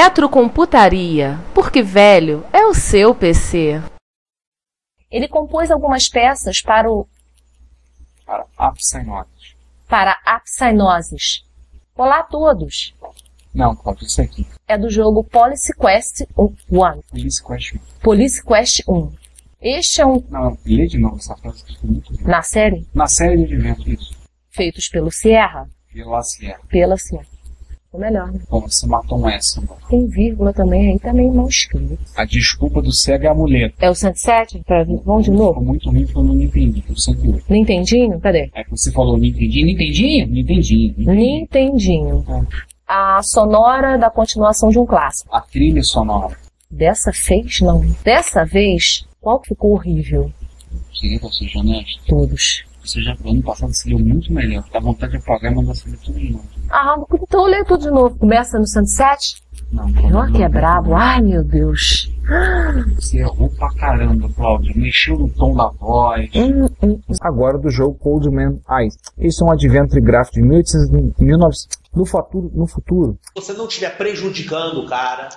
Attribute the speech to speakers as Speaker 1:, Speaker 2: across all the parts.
Speaker 1: Retrocomputaria, porque velho é o seu PC.
Speaker 2: Ele compôs algumas peças para, o,
Speaker 3: para apsinotes.
Speaker 2: para a Psygnosis. Olá a todos!
Speaker 3: Não, Cláudio, isso aqui.
Speaker 2: É do jogo Police Quest 1.
Speaker 3: Police Quest.
Speaker 2: Police Quest 1. Este é um,
Speaker 3: Não, lê de novo essa frase que ficou muito ruim.
Speaker 2: na série,
Speaker 3: Na série de eventos,
Speaker 2: feitos pelo Sierra,
Speaker 3: Vila Sierra.
Speaker 2: pela Sierra. Ou melhor, né?
Speaker 3: Bom, você matou um S agora.
Speaker 2: tem vírgula também, aí também mal escrito.
Speaker 3: A desculpa do cego é a muleta.
Speaker 2: É o 107? Pra... Vamos de
Speaker 3: Ficou
Speaker 2: novo?
Speaker 3: muito ruim porque eu não entendi. Eu sempre ouço.
Speaker 2: Nintendinho? Cadê?
Speaker 3: É que você falou, não entendi, não entendi, não entendi. não entendi.
Speaker 2: Nintendinho. A sonora da continuação de um clássico.
Speaker 3: A trilha sonora.
Speaker 2: Dessa vez, não. Dessa vez, qual que ficou horrível?
Speaker 3: Queria que eu seja honesto.
Speaker 2: Todos.
Speaker 3: Você já, ano passado, se deu muito melhor. Dá vontade de apagar, mas você lê tudo de novo.
Speaker 2: Ah, então lê tudo de novo. Começa no 107?
Speaker 3: Não,
Speaker 2: Pior
Speaker 3: Cláudio,
Speaker 2: que é
Speaker 3: não.
Speaker 2: brabo. Ai, meu Deus.
Speaker 3: Você errou pra caramba, Cláudio. Mexeu no tom da voz.
Speaker 2: Hum, hum.
Speaker 4: agora do jogo Cold Man Ice. Isso é um adventure gráfico de 1800, 1900 no futuro, no futuro.
Speaker 5: você não estiver prejudicando o cara,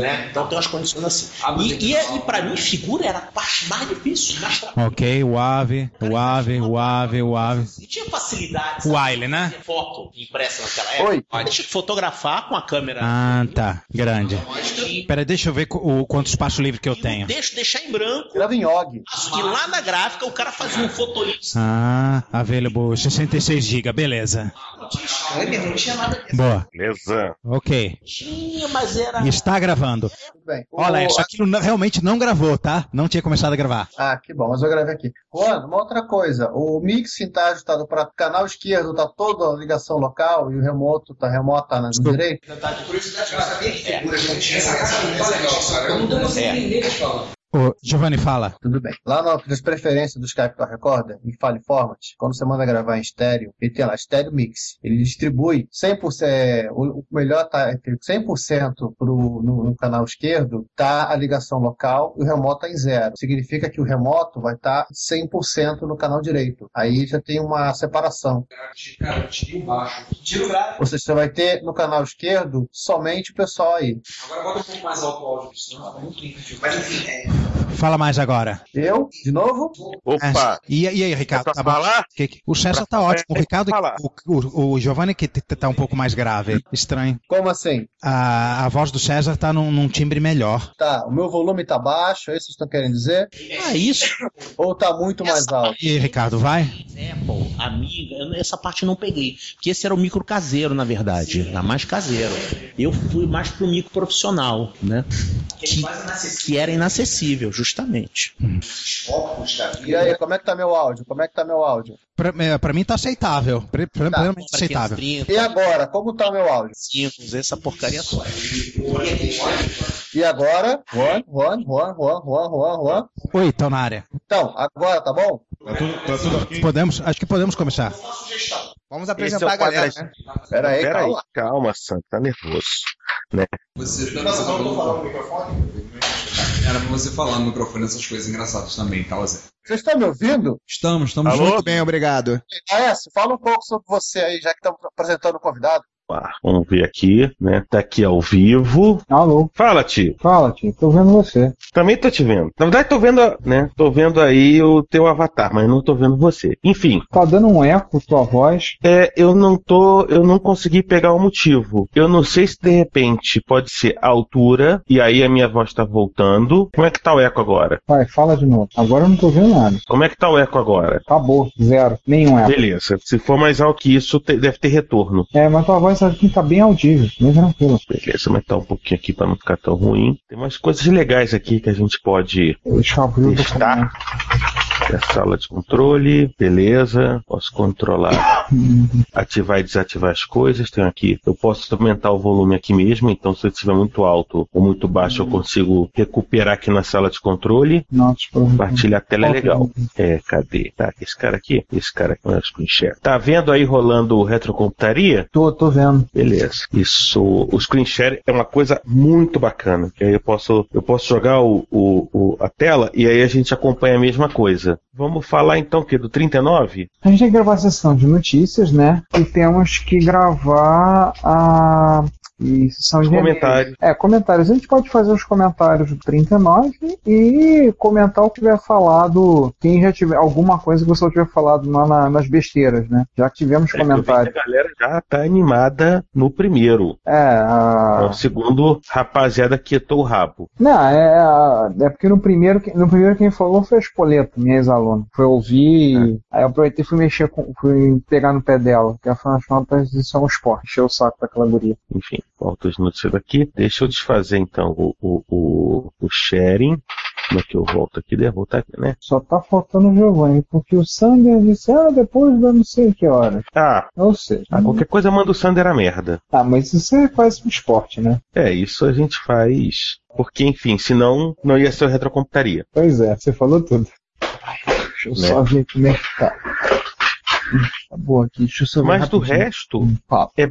Speaker 5: né? Então tem umas condições assim. E, e, e pra mim, figura era a parte mais difícil. Mais tra...
Speaker 6: Ok, o ave, o ave, o ave, o ave.
Speaker 5: E tinha facilidade
Speaker 6: O
Speaker 5: sabe,
Speaker 6: Wiley,
Speaker 5: de
Speaker 6: né?
Speaker 5: fazer foto impressa naquela época.
Speaker 3: Oi.
Speaker 5: Mas Deixa eu fotografar com a câmera.
Speaker 6: Ah, tá. Grande.
Speaker 5: E
Speaker 6: Pera, deixa eu ver qu- o, quanto espaço livre que eu tenho.
Speaker 5: deixa deixar em branco. Ah,
Speaker 7: Grava em OG.
Speaker 5: E lá na gráfica o cara fazia um fotolipse.
Speaker 6: Ah, available 66 GB, beleza.
Speaker 5: É mesmo, não tinha nada disso. Tá.
Speaker 6: Boa,
Speaker 8: Beleza.
Speaker 6: ok.
Speaker 5: Tinha, mas era.
Speaker 6: Está gravando.
Speaker 7: Tudo bem. O-
Speaker 6: Olha, isso aqui não- realmente não gravou, tá? Não tinha começado a gravar.
Speaker 7: Ah, que bom, mas eu gravei aqui. Juan, uma outra coisa. O mixing tá ajustado para canal esquerdo, tá toda a ligação local e o remoto tá remota na direita.
Speaker 5: É.
Speaker 6: Ô, Giovanni, fala.
Speaker 7: Tudo bem. Lá no- nas preferências do Skype para Recorda, em File Format, quando você manda gravar em estéreo, ele tem lá estéreo mix. Ele distribui 100%, é, o o melhor tá entre 100% pro, no, no canal esquerdo, tá a ligação local e o remoto tá em zero. Significa que o remoto vai tá estar 100% no canal direito. Aí já tem uma separação.
Speaker 3: Cara, eu tirei o baixo.
Speaker 9: Tira o gráfico,
Speaker 7: Ou seja, você vai ter no canal esquerdo somente o pessoal aí.
Speaker 9: agora bota um pouco mais alto o áudio, senão tá muito lindo. Mas enfim, é.
Speaker 6: Fala mais agora.
Speaker 7: Eu, de novo,
Speaker 8: Opa.
Speaker 6: E, e aí, Ricardo,
Speaker 8: É pra
Speaker 6: tá bom?
Speaker 8: falar? é,
Speaker 6: Que- que- O César tá ótimo. O Ricardo,
Speaker 8: falar.
Speaker 6: o, o, o Giovanni que t- t- tá um pouco mais grave. Estranho.
Speaker 7: como assim?
Speaker 6: A, a voz do César tá num, num timbre melhor.
Speaker 7: Tá, o meu volume tá baixo, é isso que vocês estão querendo dizer?
Speaker 5: Ah, isso.
Speaker 7: Ou tá muito mais alto?
Speaker 6: E aí, Ricardo, vai?
Speaker 5: Apple, amiga, eu- essa parte eu não peguei. Porque esse era o micro caseiro, na verdade. Era mais caseiro. Eu fui mais pro micro profissional, né? Que, que era inacessível, justamente.
Speaker 7: E aí, como é que tá meu áudio? Como é que tá meu áudio?
Speaker 6: Pra, é, pra mim tá aceitável. Pre- pre-
Speaker 7: Tá,
Speaker 6: Plenamente
Speaker 5: Pra
Speaker 8: assim,
Speaker 5: quem
Speaker 6: aceitável.
Speaker 5: é 30,
Speaker 7: E agora, como tá meu áudio?
Speaker 5: 5, essa porcaria toda.
Speaker 7: E agora? Juan, Juan, Juan, Juan, Juan, Juan, Juan.
Speaker 6: Oi, estão na área.
Speaker 7: Então, agora tá bom?
Speaker 6: Podemos, acho que podemos começar.
Speaker 10: Vamos
Speaker 8: Esse é o
Speaker 10: apresentar a galera,
Speaker 8: quadradinho.
Speaker 10: né?
Speaker 7: Pera aí,
Speaker 8: Pera aí,
Speaker 7: calma.
Speaker 8: calma, Santo, tá nervoso.
Speaker 10: Você tá falando no microfone? Era pra você falar no microfone essas coisas engraçadas também, tá, Zé?
Speaker 7: Vocês estão me ouvindo?
Speaker 10: Estamos, estamos
Speaker 8: Alô?
Speaker 10: muito bem, obrigado.
Speaker 7: Aécio, fala um pouco sobre você aí, já que estamos apresentando o convidado.
Speaker 10: par. Vamos ver aqui, né? Tá aqui ao vivo.
Speaker 3: Alô.
Speaker 10: Fala, tio.
Speaker 3: Fala, tio. Tô vendo você.
Speaker 10: Também tô te vendo. Na verdade, tô vendo, a- né? Tô vendo aí o teu avatar, mas não tô vendo você. Enfim.
Speaker 3: Tá dando um eco tua voz.
Speaker 10: É, eu não tô, eu não consegui pegar o motivo. Eu não sei se de repente pode ser a altura e aí a minha voz tá voltando. Como é que tá o eco agora?
Speaker 3: Vai, fala de novo. Agora eu não tô vendo nada.
Speaker 10: Como é que tá o eco agora?
Speaker 3: Acabou. Zero. Nenhum eco.
Speaker 10: Beleza. Se for mais alto que isso, te- deve ter retorno.
Speaker 3: É, mas tua voz aqui tá bem audível. Bem tranquila.
Speaker 10: Beleza, mas tá um pouquinho aqui pra não ficar tão ruim. Tem umas coisas legais aqui que a gente pode
Speaker 3: Deixa eu abrir o documento.
Speaker 10: É a sala de controle, beleza. Posso controlar,
Speaker 3: Uhum.
Speaker 10: ativar e desativar as coisas. Tenho aqui. Eu posso aumentar o volume aqui mesmo. Então, se eu estiver muito alto ou muito baixo, eu consigo recuperar aqui na sala de controle.
Speaker 3: Uhum. Nossa,
Speaker 10: Compartilhar a tela é legal. É, cadê? Tá, esse cara aqui? Esse cara aqui, eu acho que eu enxergo. Tá vendo aí rolando o retrocomputaria?
Speaker 3: Tô, tô vendo.
Speaker 10: Beleza. Isso, o screen share é uma coisa muito bacana. Que aí eu posso, eu posso jogar o, o- o- a tela e aí a gente acompanha a mesma coisa. Vamos falar então o que do 39?
Speaker 3: A gente tem que gravar a sessão de notícias, né? E temos que gravar a. E sessão de e-mails.
Speaker 10: comentários.
Speaker 3: É, comentários. A gente pode fazer os comentários do 39 e comentar o que tiver falado. Quem já tiver alguma coisa que você tiver falado lá na- nas besteiras, né? Já que
Speaker 6: É
Speaker 3: tivemos comentários.
Speaker 10: A galera já tá animada no primeiro.
Speaker 3: É,
Speaker 6: Ah.
Speaker 3: a...
Speaker 10: É o segundo rapaziada que o rabo.
Speaker 3: Não, é, a- é porque no primeiro, que- no primeiro quem falou foi a Espoleta, minha ex-aluna. Foi
Speaker 6: É.
Speaker 3: ouvir, aí eu aproveitei e fui mexer com, fui pegar no pé dela, que afinal de contas isso é um esporte, encheu o saco daquela guria.
Speaker 10: Enfim, falta as notícias daqui. Deixa eu desfazer então o, o, o, o sharing. Como é que eu volto aqui? Devo voltar aqui, né?
Speaker 3: Só tá faltando o Giovanni, porque o Sander disse, ah, depois da não sei que hora.
Speaker 10: Ah,
Speaker 3: Ou seja,
Speaker 10: ah, qualquer coisa manda o Sander a merda.
Speaker 3: ah, mas isso é quase um esporte, né?
Speaker 10: É, isso a gente faz. Porque, enfim, senão não ia ser o retrocomputaria.
Speaker 3: Pois é, você falou tudo. Deixa eu
Speaker 10: Né?
Speaker 3: só ver como é que tá. Hum, Tá boa aqui, deixa eu só ver
Speaker 10: Mas do
Speaker 3: rapidinho. Um
Speaker 10: resto, é,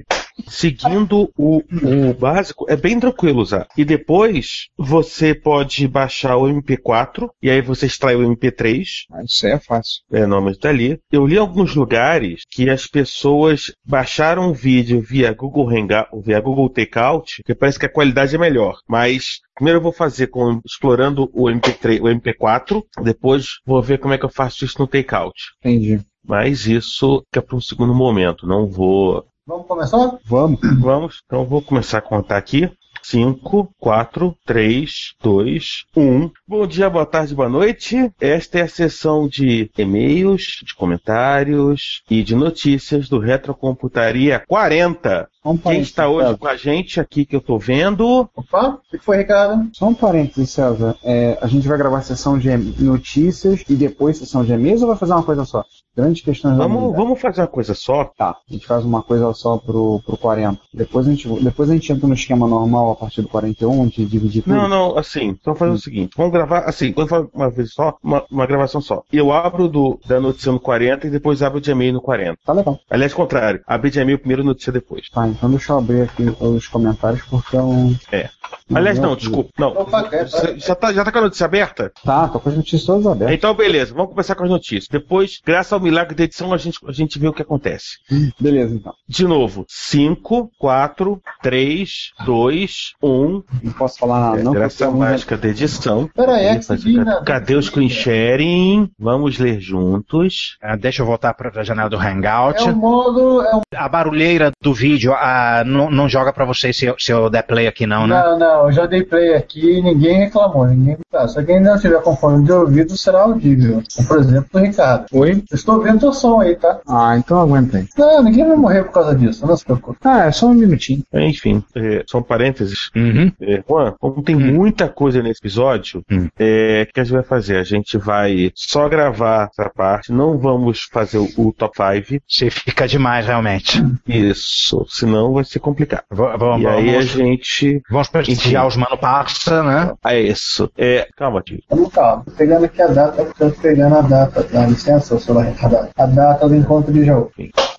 Speaker 10: seguindo o, o básico, é bem tranquilo usar. E depois você pode baixar o MP4 e aí você extrai o MP3.
Speaker 3: Ah, isso aí é fácil.
Speaker 10: É, não, mas tá ali. Eu li alguns lugares que as pessoas baixaram o vídeo via Google Hangout, via Google Takeout, que parece que a qualidade é melhor. Mas primeiro eu vou fazer com explorando o MP3, o MP4, depois vou ver como é que eu faço isso no Takeout.
Speaker 3: Entendi.
Speaker 10: Mas isso fica para um segundo momento, não vou
Speaker 7: Vamos começar?
Speaker 3: Vamos.
Speaker 10: Vamos, então eu vou começar a contar aqui. 5, 4, 3, 2, 1. Bom dia, boa tarde, boa noite. Esta é a sessão de e-mails, de comentários e de notícias do Retrocomputaria 40.
Speaker 3: Vamos
Speaker 10: Quem está hoje com a gente aqui que eu tô vendo?
Speaker 7: Opa, o que foi, Ricardo?
Speaker 3: Só um parênteses, César. É, a gente vai gravar a sessão de notícias e depois sessão de e-mails ou vai fazer uma coisa só? Grande questão da
Speaker 10: Vamos,
Speaker 3: humanidade.
Speaker 10: vamos fazer uma coisa só?
Speaker 3: Tá, a gente faz uma coisa só pro, pro 40. Depois a, gente, depois a gente entra no esquema normal a partir do 41, de dividir tudo.
Speaker 10: Não, não, assim, então fazer o seguinte, vamos gravar, assim, quando for uma vez só, uma, uma gravação só. Eu abro do, da notícia no 40 e depois abro de e-mail no 40.
Speaker 3: Tá legal.
Speaker 10: Aliás, contrário, abri de e-mail primeiro, notícia depois.
Speaker 3: Tá, então deixa eu abrir aqui os comentários porque é um.
Speaker 10: É. Aliás, não, desculpa, não. Já- Já tá, já tá com a notícia aberta?
Speaker 3: Tá, tô com as notícias todas abertas.
Speaker 10: Então, beleza, vamos começar com as notícias. Depois, graças ao milagre da edição, a gente, a gente vê o que acontece.
Speaker 3: Beleza, então.
Speaker 10: De novo, 5, 4, 3, 2, 1.
Speaker 3: Não posso falar nada, Ah, não.
Speaker 10: Graças
Speaker 3: porque
Speaker 10: à
Speaker 3: eu não-
Speaker 10: mágica da edição.
Speaker 7: Peraí, é que
Speaker 10: Cadê-
Speaker 7: se diz, né?
Speaker 10: Cadê o screen sharing? Vamos ler juntos.
Speaker 11: Ah, deixa eu voltar para a janela do Hangout.
Speaker 3: um-
Speaker 7: É o modo. É o...
Speaker 11: A barulheira do vídeo ah, não, não joga para vocês se eu, se eu der play aqui, não, né?
Speaker 7: Não, não, eu já dei play aqui e ninguém reclamou, ninguém tá. Se alguém não tiver com fone de ouvido, será audível. Como, Por exemplo, o Ricardo.
Speaker 3: Oi?
Speaker 7: Eu estou vendo teu som aí, tá?
Speaker 3: Ah, então aguentei.
Speaker 7: Não, ninguém vai morrer por causa disso, não se preocupe.
Speaker 3: Ah, é só um minutinho.
Speaker 10: Enfim, é, são parênteses.
Speaker 11: Uhum.
Speaker 10: É, Juan, como tem
Speaker 3: Hum.
Speaker 10: muita coisa nesse episódio,
Speaker 11: Hum.
Speaker 10: é, o que a gente vai fazer? A gente vai só gravar essa parte, não vamos fazer o, o top 5.
Speaker 11: Se fica demais, realmente.
Speaker 10: Isso, senão vai ser complicado.
Speaker 11: V-
Speaker 3: Então
Speaker 11: vamos,
Speaker 10: e aí a
Speaker 11: vamos,
Speaker 10: gente.
Speaker 11: vamos prestigiar os mano parça, né?
Speaker 10: É isso. É, calma, tio.
Speaker 7: Vamos calma. Pegando aqui a data, portanto, pegando a data. Dá licença, seu celular retardado. A data do encontro de Jaú.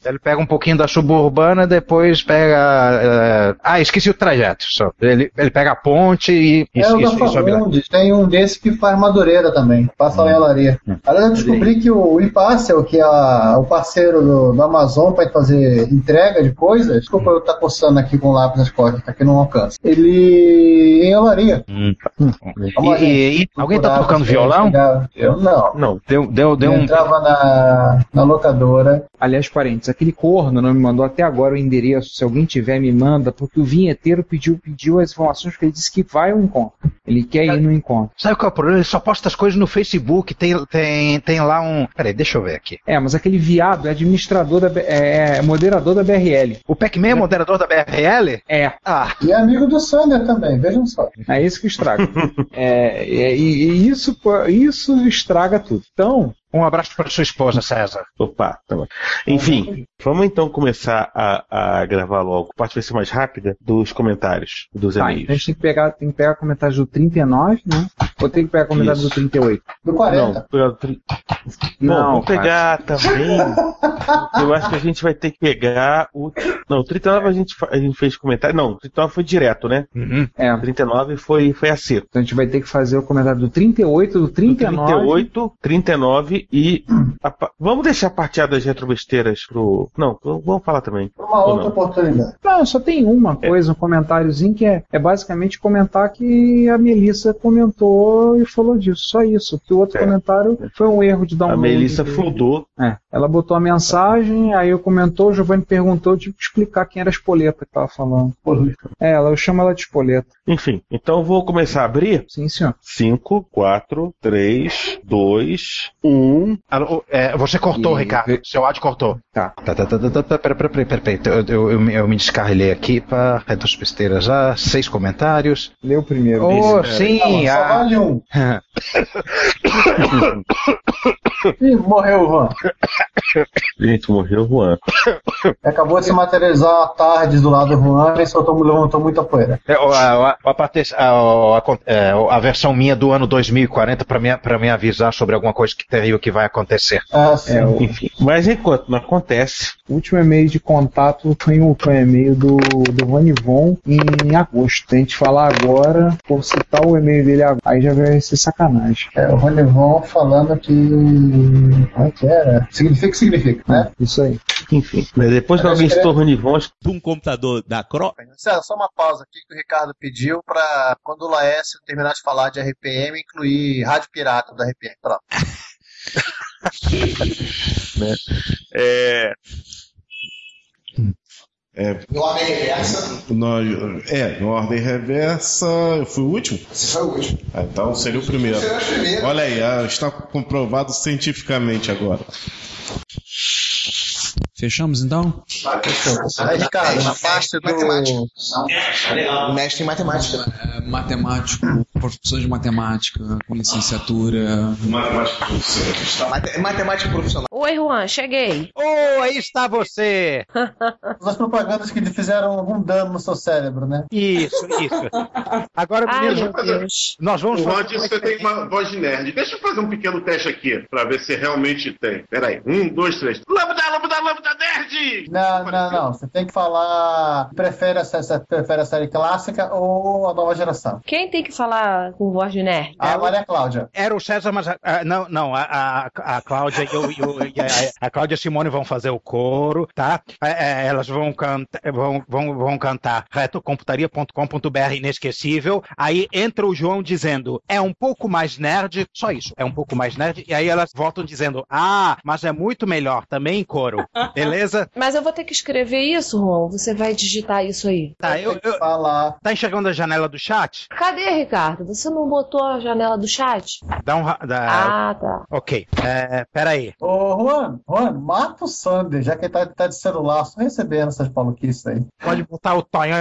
Speaker 6: Ele pega um pouquinho da suburbana, depois pega. eh, ah, esqueci o trajeto. Só. Ele, ele pega a ponte e, e,
Speaker 7: é o
Speaker 6: e-
Speaker 7: da
Speaker 6: e sobe lá.
Speaker 7: Fagundes, tem um desse que faz Madureira também, passa lá em Alaria.
Speaker 6: Hum,
Speaker 7: Aliás, eu descobri que o Impássel, que é a- o parceiro do, do Amazon para fazer entrega de coisas, desculpa eu estar coçando aqui com o lápis nas costas, tá aqui não alcança. Ele é em Alaria.
Speaker 6: Hum, tá.
Speaker 7: Hum,
Speaker 6: E- e- e alguém tá
Speaker 7: Procurava,
Speaker 6: tocando
Speaker 7: assim,
Speaker 6: violão?
Speaker 7: chegava- Eu não.
Speaker 10: Não.
Speaker 6: Deu, deu, deu
Speaker 7: Eu
Speaker 6: um.
Speaker 7: entrava na, na locadora.
Speaker 3: Aliás, parentes, aquele corno não me mandou até agora o endereço. Se alguém tiver, me manda, porque o vinheteiro pediu, pediu as informações que ele disse que vai ao encontro. Ele quer ir no encontro.
Speaker 6: Sabe qual é o problema? Ele só posta as coisas no Facebook. Tem, tem, tem lá um. Peraí, deixa eu ver aqui.
Speaker 3: É, mas aquele viado é administrador da. B- É, é moderador da BRL.
Speaker 6: O Pac-Man é moderador da BRL?
Speaker 3: É,
Speaker 6: Ah,
Speaker 7: E é amigo do Sander também, vejam só.
Speaker 3: é isso que estraga. é, é, e, e isso, pô, isso estraga tudo. Então,
Speaker 6: um abraço para sua esposa, César.
Speaker 10: Opa, tá bom. Enfim, vamos então começar a, a gravar logo. A parte vai ser mais rápida dos comentários, dos
Speaker 3: tá, então a
Speaker 10: e-mails.
Speaker 3: gente tem que pegar, tem que pegar comentários do 39, né? Ou tem que pegar comentários
Speaker 10: Isso.
Speaker 3: do 38?
Speaker 7: Do 40.
Speaker 10: Não, eu- tri- Bom,
Speaker 3: Não,
Speaker 10: vamos pegar também. Eu acho que a gente vai ter que pegar o. Não, o 39 a gente, fa- a gente fez comentário. Não, o 39 foi direto, né?
Speaker 3: É,
Speaker 10: O 39 foi, foi a seco.
Speaker 3: então a gente vai ter que fazer o comentário do 38, do 39.
Speaker 10: 38, 39 e. a pa- Vamos deixar parteadas das retrobesteiras pro. Não, vamos falar também.
Speaker 7: Por uma
Speaker 10: Ou
Speaker 7: outra
Speaker 10: não.
Speaker 7: oportunidade.
Speaker 3: Não, Ah, só tem uma
Speaker 10: É.
Speaker 3: coisa, um comentáriozinho que é, é basicamente comentar que a Melissa comentou e falou disso. Só isso. Porque o outro
Speaker 10: É.
Speaker 3: comentário foi um erro de
Speaker 10: A
Speaker 3: download.
Speaker 10: Melissa flodou.
Speaker 3: É, ela botou a mensagem, aí eu comentou, o Giovanni perguntou, eu tive que explicar quem era a espoleta que tava falando. É, ela, eu chamo ela de espoleta.
Speaker 10: Enfim, então eu vou começar a abrir.
Speaker 3: Sim, senhor.
Speaker 10: 5, 4, 3, 2, 1.
Speaker 6: Alô, é, você cortou,
Speaker 3: E-
Speaker 6: Ricardo. Seu áudio cortou.
Speaker 3: Tá.
Speaker 6: Tá, tá, tá, tá, tá, tá, pera, pera, pera, pera, pera. Eu, eu, eu, me- eu me descarrilei aqui para retos besteiras. Ah, seis comentários.
Speaker 3: Lê o primeiro.
Speaker 6: Oh,
Speaker 3: Isso.
Speaker 6: sim,
Speaker 7: Só
Speaker 6: ah.
Speaker 7: vale um. Ih, morreu o Juan.
Speaker 10: Gente, morreu o Juan.
Speaker 7: Acabou de se materializar a tarde do lado do Juan e soltou, levantou muita poeira.
Speaker 6: É, o- a, o- a parte- a- o- a con- é, o- a versão minha do ano 2040 para me, pra me avisar sobre alguma coisa que tem e o que vai acontecer.
Speaker 7: Ah, sim.
Speaker 3: É, o
Speaker 10: Enfim, mas enquanto não acontece,
Speaker 3: último e-mail de contato foi um, foi um e-mail do, do Rony Von em agosto. Tem que falar agora, por citar o e-mail dele agora, aí já vai ser sacanagem.
Speaker 7: É, o Ronivon falando que. Como é que era? Significa o que significa, né?
Speaker 3: Isso aí.
Speaker 10: enfim. Mas né, depois que
Speaker 1: é
Speaker 7: Mas
Speaker 10: alguém
Speaker 7: acho que
Speaker 10: se tornou Nivon,
Speaker 12: Um computador da Cro.
Speaker 7: César, é só uma pausa aqui que o Ricardo pediu pra quando o Laércio terminar de falar de RPM, incluir Rádio Pirata da RPM. Pronto.
Speaker 10: é,
Speaker 13: Eu amei reversa.
Speaker 1: Nós, é, na ordem reversa, eu fui o último?
Speaker 13: Você foi o último.
Speaker 1: Ah, então seria o primeiro.
Speaker 13: Você era o primeiro.
Speaker 1: Olha aí, ah, está comprovado cientificamente agora.
Speaker 14: Fechamos então?
Speaker 7: Aí, Ricardo, na parte do.
Speaker 13: Matemática. Mestre em matemática.
Speaker 14: É, Matemático, professor de matemática, com licenciatura.
Speaker 13: Mate- Matemática profissional.
Speaker 2: Oi, Juan, cheguei.
Speaker 6: Oh, aí está você!
Speaker 7: As propagandas que fizeram algum dano no seu cérebro, né?
Speaker 6: Isso, isso. Agora,
Speaker 2: Ai, meu
Speaker 6: meninos,
Speaker 2: Deus.
Speaker 6: nós vamos
Speaker 1: O Juan
Speaker 6: falar.
Speaker 1: disse que você tem uma voz de nerd. Deixa eu fazer um pequeno teste aqui, pra ver se realmente tem. Peraí, um, dois, três. Lambda, lambda, lambda, nerd!
Speaker 7: Não, não, não. Você tem que falar. Prefere a, sé- prefere a série clássica ou a nova geração?
Speaker 2: Quem tem que falar com voz de nerd?
Speaker 6: Ah,
Speaker 7: A Maria Cláudia.
Speaker 6: Era o César, mas a- a- não, não, a, a, a Cláudia e, o- e o- e a, a Cláudia e Simone vão fazer o coro, tá? É, é, elas vão, canta, vão, vão, vão cantar retocomputaria.com.br inesquecível. Aí entra o João dizendo, é um pouco mais nerd, só isso, é um pouco mais nerd. E aí elas voltam dizendo, ah, mas é muito melhor também em coro, beleza?
Speaker 2: Mas eu vou ter que escrever isso, Juan. Você vai digitar isso aí.
Speaker 6: Tá, eu, eu-
Speaker 7: Falar.
Speaker 6: tá enxergando a janela do chat?
Speaker 2: Cadê, Ricardo? Você não botou a janela do chat?
Speaker 6: Dá um. ra- Dá,
Speaker 2: Ah, tá.
Speaker 6: Ok, é, peraí.
Speaker 7: Ô, Juan, Juan, mata o Sander, já que ele tá, tá de celular, só recebendo essas maluquices aí.
Speaker 6: Pode botar o tonho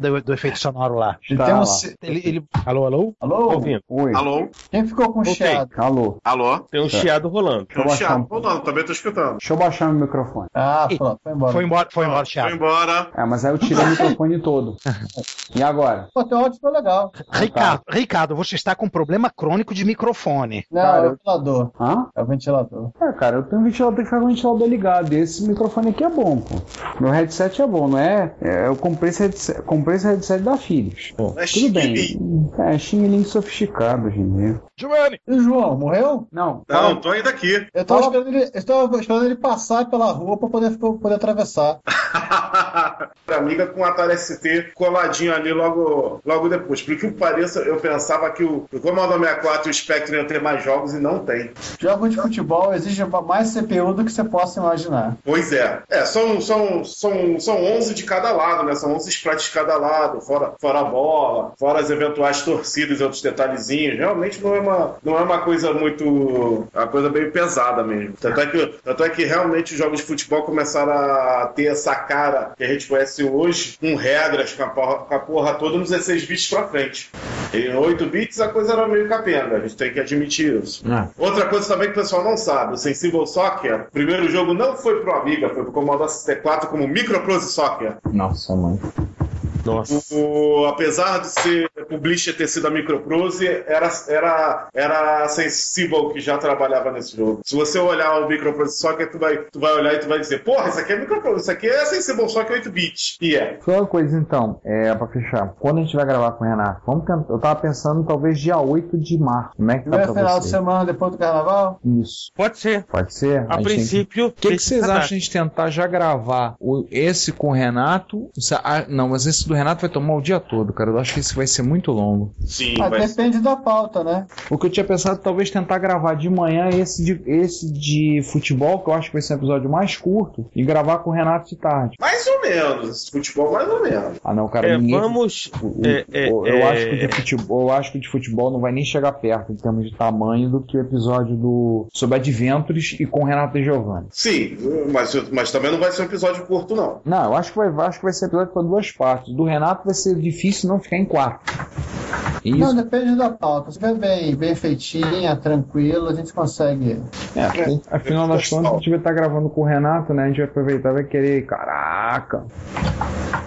Speaker 6: do, do efeito sonoro lá.
Speaker 7: Ele
Speaker 3: Tá
Speaker 7: tem um.
Speaker 3: lá.
Speaker 7: ci-
Speaker 6: Ele, ele- Alô, alô?
Speaker 7: Alô?
Speaker 10: tô ouvindo.
Speaker 3: Oi.
Speaker 1: Alô?
Speaker 7: Quem ficou com
Speaker 10: Voltei.
Speaker 7: chiado?
Speaker 3: Alô.
Speaker 1: Alô?
Speaker 10: Tem um chiado rolando.
Speaker 1: É um chiado. Não, não, também tô escutando.
Speaker 10: Ah.
Speaker 3: Deixa eu baixar meu microfone.
Speaker 7: Ah,
Speaker 6: E-
Speaker 7: pronto. não, foi embora.
Speaker 6: Foi embora, foi embora,
Speaker 10: Foi
Speaker 6: Thiago.
Speaker 10: embora.
Speaker 15: Ah, mas aí eu tirei o microfone todo. E agora?
Speaker 7: Pô, teu áudio foi legal.
Speaker 6: Ricardo, Ricardo, você está com problema crônico de microfone.
Speaker 7: Não, é o ventilador.
Speaker 15: Hã?
Speaker 7: É o ventilador.
Speaker 15: É, cara, eu tenho um ventilador que fica com o ventilador ligado. E esse microfone aqui é bom, pô. Meu headset é bom, não é? é, eu comprei esse headset, comprei esse headset da Philips. Tudo bem. É, Xing sofisticado hoje em dia.
Speaker 6: Giovanni!
Speaker 7: E o João, morreu?
Speaker 15: Não.
Speaker 10: Não, tô ainda aqui.
Speaker 7: Eu tava esperando ele, eu tava esperando ele passar pela rua pra poder, pra poder atravessar.
Speaker 10: Minha amiga com o Atari ST coladinho ali logo, logo depois. Por que pareça, eu pensava que o, que o Commodore 64 e o Spectrum iam ter mais jogos e não tem.
Speaker 7: Jogo de futebol exige mais CPU do que você possa imaginar.
Speaker 10: Pois é. É, são, são, são, são 11 de cada lado, né? São 11 sprites de cada lado, fora, fora a bola, fora as eventuais torcidas e outros detalhezinhos. Realmente não é uma, não é uma coisa muito. É uma coisa meio pesada mesmo. Tanto é, que, tanto é que realmente os jogos de futebol começaram a ter essa cara que a gente conhece hoje, com regras, com a porra, com a porra toda, nos 16 bits pra frente. Em 8 bits a coisa era meio capenga, a gente tem que admitir isso. Outra coisa também que o pessoal não sabe, o Sensible Soccer, o primeiro jogo não foi pro Amiga, foi pro Commodore 64 como Microprose Soccer.
Speaker 15: Nossa, mãe. Nossa.
Speaker 10: O- apesar de ser publisher ter sido a Microprose, era, era, era a Sensible que já trabalhava nesse jogo. Se você olhar o Microprose Soccer, tu vai, tu vai olhar e tu vai dizer, porra, isso aqui é Microprose, isso aqui é Sensible Soccer 8-bit. E é.
Speaker 3: Só uma coisa então, é pra fechar. Quando a gente vai gravar com o Renato? Vamos tentar. Eu tava pensando talvez dia 8 de março. Como é que tá
Speaker 7: Primeiro
Speaker 3: pra
Speaker 7: final de
Speaker 3: você?
Speaker 7: semana depois do carnaval?
Speaker 3: Isso.
Speaker 5: Pode ser.
Speaker 3: Pode ser?
Speaker 5: A
Speaker 3: gente tem
Speaker 5: princípio. O
Speaker 3: que, que vocês
Speaker 5: Ah, tá.
Speaker 3: acham de a gente tentar já gravar o- esse com o Renato? Sa- ah, Não, mas esse do Renato vai tomar o dia todo, cara. Eu acho que esse vai ser muito longo.
Speaker 10: Sim,
Speaker 7: Ah, depende da pauta, né?
Speaker 3: O que eu tinha pensado talvez tentar gravar de manhã esse de, esse de futebol, que eu acho que vai ser um episódio mais curto, e gravar com o Renato de tarde.
Speaker 10: Mais ou menos, esse futebol mais ou menos.
Speaker 3: Ah não, cara,
Speaker 5: É,
Speaker 3: ninguém.
Speaker 5: vamos.
Speaker 3: o-
Speaker 5: é, é,
Speaker 3: o- eu,
Speaker 5: é,
Speaker 3: acho que de futebol, eu acho que de futebol não vai nem chegar perto em termos de tamanho do que o episódio do sobre Adventures e com o Renato e Giovanni.
Speaker 10: Sim, mas, mas também não vai ser um episódio curto, não.
Speaker 3: Não, eu acho que vai, acho que vai ser episódio para duas partes. Do Renato vai ser difícil não ficar em quatro. Isso.
Speaker 7: Não, depende da pauta. Se for bem, bem feitinha, tranquila, a gente consegue.
Speaker 3: É, porque, afinal das contas, a gente vai estar gravando com o Renato, né? A gente vai aproveitar, vai querer. Caraca!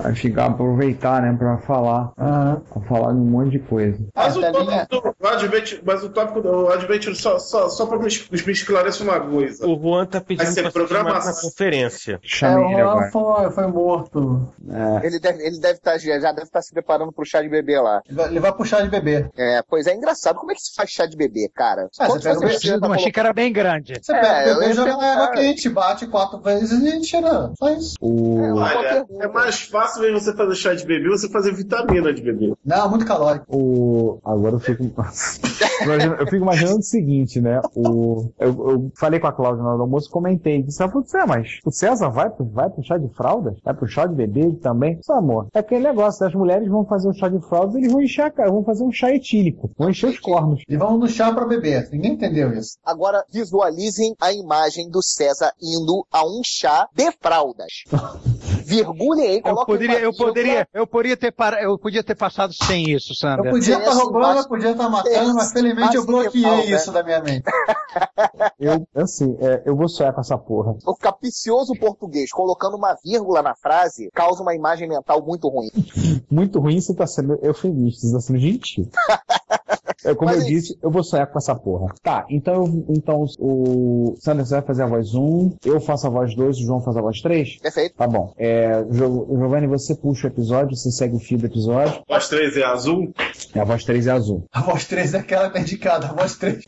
Speaker 3: Vai ficar aproveitar, né? Pra falar. Pra falar de um monte de coisa.
Speaker 10: Mas o, tópico do Adventure, mas o tópico do Adventure, só, só, só para me, es- me esclarecer uma coisa.
Speaker 5: O Juan tá
Speaker 10: Vai
Speaker 5: pedindo
Speaker 10: ser
Speaker 5: pra ser
Speaker 10: programação.
Speaker 5: chamado na conferência.
Speaker 7: É, o Juan foi, foi morto.
Speaker 3: É.
Speaker 1: Ele deve ele deve tá, já já deve estar se preparando pro chá de bebê lá.
Speaker 7: Ele vai, ele vai puxar de bebê.
Speaker 1: É, pois é engraçado. Como é que se faz chá de bebê, cara?
Speaker 7: Ah,
Speaker 1: Quanto
Speaker 7: você pega
Speaker 1: você precisa
Speaker 7: um vestido,
Speaker 1: pra
Speaker 6: Uma
Speaker 1: colocar?
Speaker 6: xícara bem grande.
Speaker 7: Você
Speaker 1: É,
Speaker 7: pega o
Speaker 1: eu
Speaker 7: bebê,
Speaker 1: ia
Speaker 7: joga na
Speaker 1: tentar.
Speaker 7: água quente, bate quatro vezes e tira. Só isso.
Speaker 10: Olha, é mais fácil mesmo você fazer chá de bebê você fazer vitamina de bebê.
Speaker 7: Não, muito calórico.
Speaker 3: O... Agora eu fico. Imagina- eu fico imaginando o seguinte, né? O... Eu, eu falei com a Cláudia na hora do almoço, comentei. Disse, ela falou, "Zé, mas o César vai, pro- vai pro chá de fraldas? Vai pro chá de bebê também? Isso, amor. É aquele negócio, né? as mulheres vão fazer o chá de fraldas, eles vão encher a cara, vão fazer um chá etílico, vão encher os cornos.
Speaker 7: E vão no chá pra beber. Ninguém entendeu isso.
Speaker 1: Agora visualizem a imagem do César indo a um chá de fraldas. Virgulhem aí,
Speaker 6: Eu
Speaker 1: coloquem
Speaker 6: poderia,
Speaker 1: uma
Speaker 6: eu poderia,
Speaker 1: vírgula.
Speaker 6: eu poderia ter para, eu podia ter passado sem isso, Sandra.
Speaker 7: Eu podia estar
Speaker 1: Essa
Speaker 7: roubando,
Speaker 1: imagem-
Speaker 7: eu podia estar matando, mas
Speaker 1: Essa
Speaker 7: felizmente eu
Speaker 1: imagem legal,
Speaker 7: bloqueei
Speaker 1: né?
Speaker 7: isso da minha mente.
Speaker 3: Eu, assim, é, eu vou sonhar com essa porra.
Speaker 1: O capicioso português colocando uma vírgula na frase causa uma imagem mental muito ruim.
Speaker 3: Muito ruim você tá sendo eufemista, você tá sendo gentil. É, como
Speaker 1: Mas é
Speaker 3: eu disse, eu vou sonhar com essa porra. Tá, então, eu- então o Sanderson vai fazer a voz 1, eu faço a voz 2, o João faz a voz 3?
Speaker 1: Perfeito.
Speaker 3: Tá bom. É, Jo- Giovanni, você puxa o episódio, você segue o fio do episódio.
Speaker 10: As três é azul?
Speaker 3: É, a voz 3 é azul.
Speaker 7: A voz 3 é aquela que é indicada, a voz 3.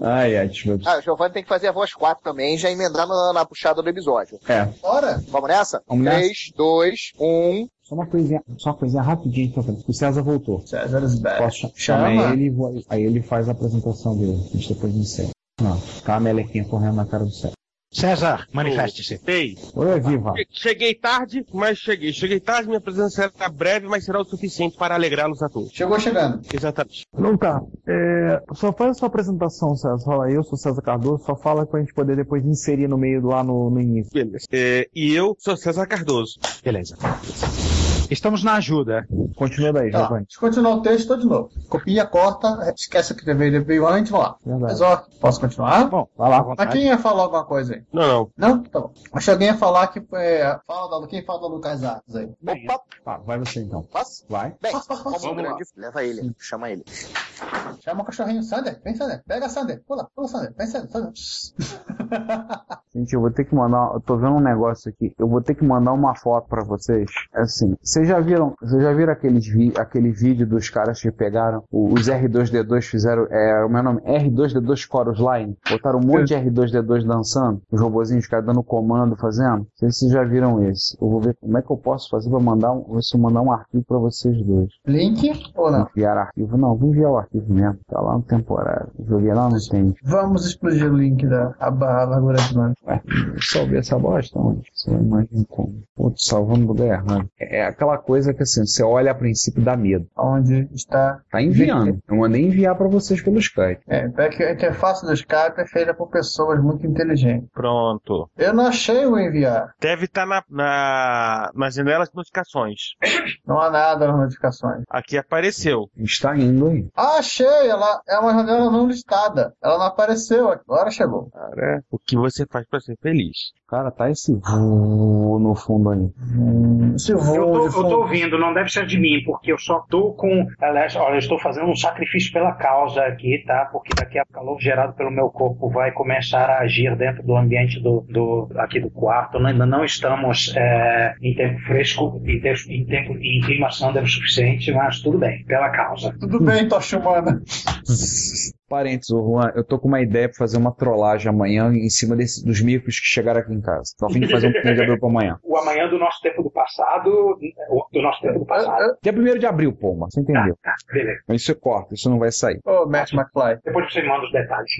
Speaker 3: Ai, ai, deixa eu ver.
Speaker 1: Ah, o Giovanni tem que fazer a voz 4 também e já emendar na, na puxada do episódio.
Speaker 3: É.
Speaker 7: Bora!
Speaker 1: Vamos nessa?
Speaker 3: Vamos nessa.
Speaker 1: 3, 2, 1.
Speaker 3: Só uma coisinha, só uma coisinha rapidinho, então, o César voltou.
Speaker 7: César is back.
Speaker 3: Posso ch-
Speaker 7: Chama.
Speaker 3: chamar ele, e vou- aí ele faz a apresentação dele. A gente depois encerra. Não, tá a melequinha correndo na cara do César.
Speaker 6: César, manifeste-se.
Speaker 5: Ei,
Speaker 3: Oi, Viva.
Speaker 5: cheguei tarde, mas cheguei. Cheguei tarde, minha presença será breve, mas será o suficiente para alegrá-los a todos.
Speaker 7: Chegou chegando.
Speaker 5: Exatamente.
Speaker 3: Não tá. É, só faz a sua apresentação, César. Fala, eu sou César Cardoso, só fala pra gente poder depois inserir no meio do lá no, no início.
Speaker 5: Beleza. É, e eu sou César Cardoso.
Speaker 6: Beleza.
Speaker 16: Estamos na ajuda.
Speaker 17: Continua daí,
Speaker 7: Tá,
Speaker 17: Giovanni.
Speaker 7: deixa eu continuar o texto todo de novo. Copia, corta, esquece o que veio, veio antes, vamos lá. Mas ó, posso continuar?
Speaker 16: Bom, vai lá.
Speaker 7: Mas quem ia falar alguma coisa aí?
Speaker 1: Não, não.
Speaker 7: Não? Tá bom. Acho que alguém ia falar que. É, fala da, Lu- quem fala da Lucas Artes aí?
Speaker 17: Opa! Tá, vai você então.
Speaker 18: Posso?
Speaker 17: Vai.
Speaker 18: Bem,
Speaker 7: Posso, posso, posso?
Speaker 18: como
Speaker 7: Vamos
Speaker 18: grande- Leva ele, chama ele.
Speaker 7: Chama o cachorrinho, Sander, vem Sander, pega Sander, pula, pula Sander, vem Sander, Sander.
Speaker 3: Gente, eu vou ter que mandar. Eu tô vendo um negócio aqui. Eu vou ter que mandar uma foto pra vocês. Assim, vocês já viram? Vocês já viram aqueles vi- aquele vídeo dos caras que pegaram o- os R2D2 fizeram. É o meu nome R2D2 Chorus Line. Botaram um monte de R2D2 dançando, os robozinhos, os caras dando comando, fazendo. Não sei se vocês já viram esse. Eu vou ver como é que eu posso fazer pra mandar um, se eu mandar um arquivo pra vocês dois.
Speaker 7: Link ou não?
Speaker 3: Enviar arquivo? Não, vou enviar o arquivo mesmo. Tá lá no temporário. Joguei lá no tempo.
Speaker 7: Vamos explodir o link da a barra largura de mano.
Speaker 3: Ué, eu salvei essa bosta onde? Você não imagina como. Putz, salvando no lugar errado. É é aquela coisa que assim, você olha a princípio e dá medo.
Speaker 7: Onde está?
Speaker 3: Tá enviando. Eu mandei enviar pra vocês pelo Skype.
Speaker 7: É, é que a interface do Skype é feita por pessoas muito inteligentes.
Speaker 1: Pronto.
Speaker 7: Eu não achei o enviar.
Speaker 1: Deve estar na, na, na janela de notificações.
Speaker 7: Não há nada nas notificações.
Speaker 1: Aqui apareceu.
Speaker 3: Está indo aí.
Speaker 7: Ah, achei! Ela é uma janela não listada. Ela não apareceu. Agora chegou.
Speaker 1: Cara, o que você faz pra ser feliz?
Speaker 3: Cara, tá esse voo no fundo aí.
Speaker 7: Eu
Speaker 5: tô, eu tô ouvindo, não deve ser de mim, porque eu só tô com. Aliás, olha, eu estou fazendo um sacrifício pela causa aqui, tá? Porque daqui a pouco o calor gerado pelo meu corpo vai começar a agir dentro do ambiente do, do aqui do quarto. Ainda não estamos é, em tempo fresco, em, te- em tempo em clima sândalo suficiente, mas tudo bem, pela causa.
Speaker 7: Tudo bem, tocha humana.
Speaker 3: Parênteses, ô Juan, eu tô com uma ideia pra fazer uma trollagem amanhã em cima desse- dos micros que chegaram aqui em casa. Tô a fim de fazer um planejador pra amanhã.
Speaker 5: O amanhã do nosso tempo do passado, do nosso tempo do passado.
Speaker 3: Dia 1 de abril, pomba, você entendeu?
Speaker 5: Tá, beleza.
Speaker 3: Mas Isso eu corto, isso não vai sair.
Speaker 7: Ô, Matt McFly.
Speaker 5: Depois você manda os detalhes.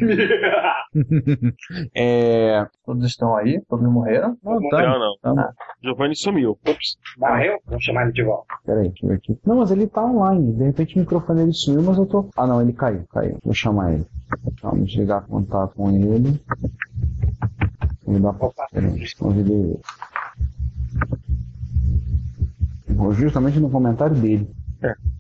Speaker 3: é...
Speaker 7: Todos estão aí? Todos morreram?
Speaker 3: Não,
Speaker 1: não.
Speaker 3: tá.
Speaker 1: não.
Speaker 3: Tá.
Speaker 1: Giovanni sumiu. Ups.
Speaker 5: Morreu? Vamos chamar ele de volta.
Speaker 3: Peraí, deixa eu ver aqui. Não, mas ele tá online. De repente o microfone dele sumiu, mas eu tô. Ah, não, ele caiu, caiu. Vou chamar ele. Calma, desligar contato com ele. Vou dar pra. Peraí, convidei ele. Vou Justamente no comentário dele.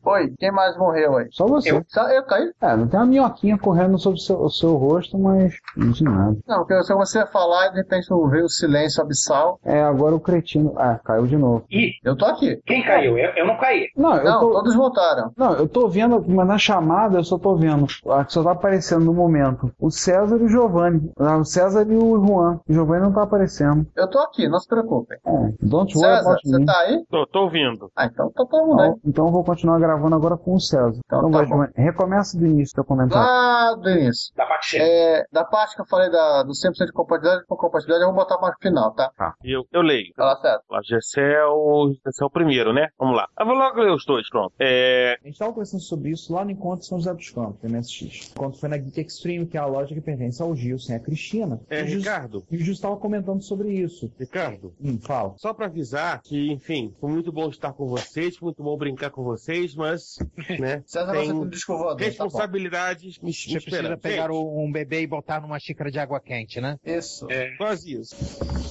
Speaker 7: Oi, quem mais morreu aí?
Speaker 3: Só você.
Speaker 7: Eu, só eu caí?
Speaker 3: É, não tem uma minhoquinha correndo sobre o seu, o seu rosto, mas. Não de nada.
Speaker 7: Não, porque se você falar e de repente eu vejo o silêncio abissal.
Speaker 3: É, agora o cretino. Ah, caiu de novo.
Speaker 5: Ih,
Speaker 7: eu tô aqui.
Speaker 5: Quem caiu? Eu, eu não caí.
Speaker 3: Não, eu
Speaker 7: Não,
Speaker 3: tô-
Speaker 7: todos voltaram.
Speaker 3: Não, eu tô vendo, mas na chamada eu só tô vendo. Ah, Só tá aparecendo no momento o César e o Giovanni. Ah, O César e o Juan. O Giovanni não tá aparecendo.
Speaker 7: Eu tô aqui, não se preocupem.
Speaker 3: É, don't worry
Speaker 7: César,
Speaker 3: about
Speaker 7: você
Speaker 3: me.
Speaker 7: tá aí?
Speaker 1: Tô, tô ouvindo.
Speaker 7: Ah, então tá todo mundo aí.
Speaker 3: Então, então eu vou continuar gravando agora com o César. Então, vai, Giovanni. Recomeça do início teu comentário.
Speaker 7: Lá do início.
Speaker 5: Da parte
Speaker 7: é, Da parte que eu falei da, do 100% de compatibilidade com compatibilidade, eu vou botar mais final, tá?
Speaker 3: Tá.
Speaker 1: Eu, eu leio.
Speaker 7: Fala certo.
Speaker 1: é Gessel, Gessel primeiro, né? Vamos lá. Eu vou logo ler os dois, pronto. É,
Speaker 19: A gente estava conversando sobre isso lá no Encontro São José dos Campos, do MSX. O encontro foi na Geek Extreme, que é a loja que pertence ao Gilson e à Cristina.
Speaker 1: É,
Speaker 19: E o Gilson-
Speaker 1: Ricardo.
Speaker 19: E o Gilson estava comentando sobre isso.
Speaker 1: Ricardo,
Speaker 19: Hum, fala.
Speaker 1: só pra avisar que, enfim, foi muito bom estar com vocês, muito bom brincar com vocês, mas, né,
Speaker 7: César,
Speaker 1: tem
Speaker 7: você tem um disco voador, tá bom.
Speaker 1: responsabilidades me,
Speaker 20: Você
Speaker 1: me
Speaker 20: precisa
Speaker 1: esperando.
Speaker 20: pegar
Speaker 1: Gente,
Speaker 20: o- um bebê e botar numa xícara de água quente, né?
Speaker 7: Isso.
Speaker 1: É, quase isso.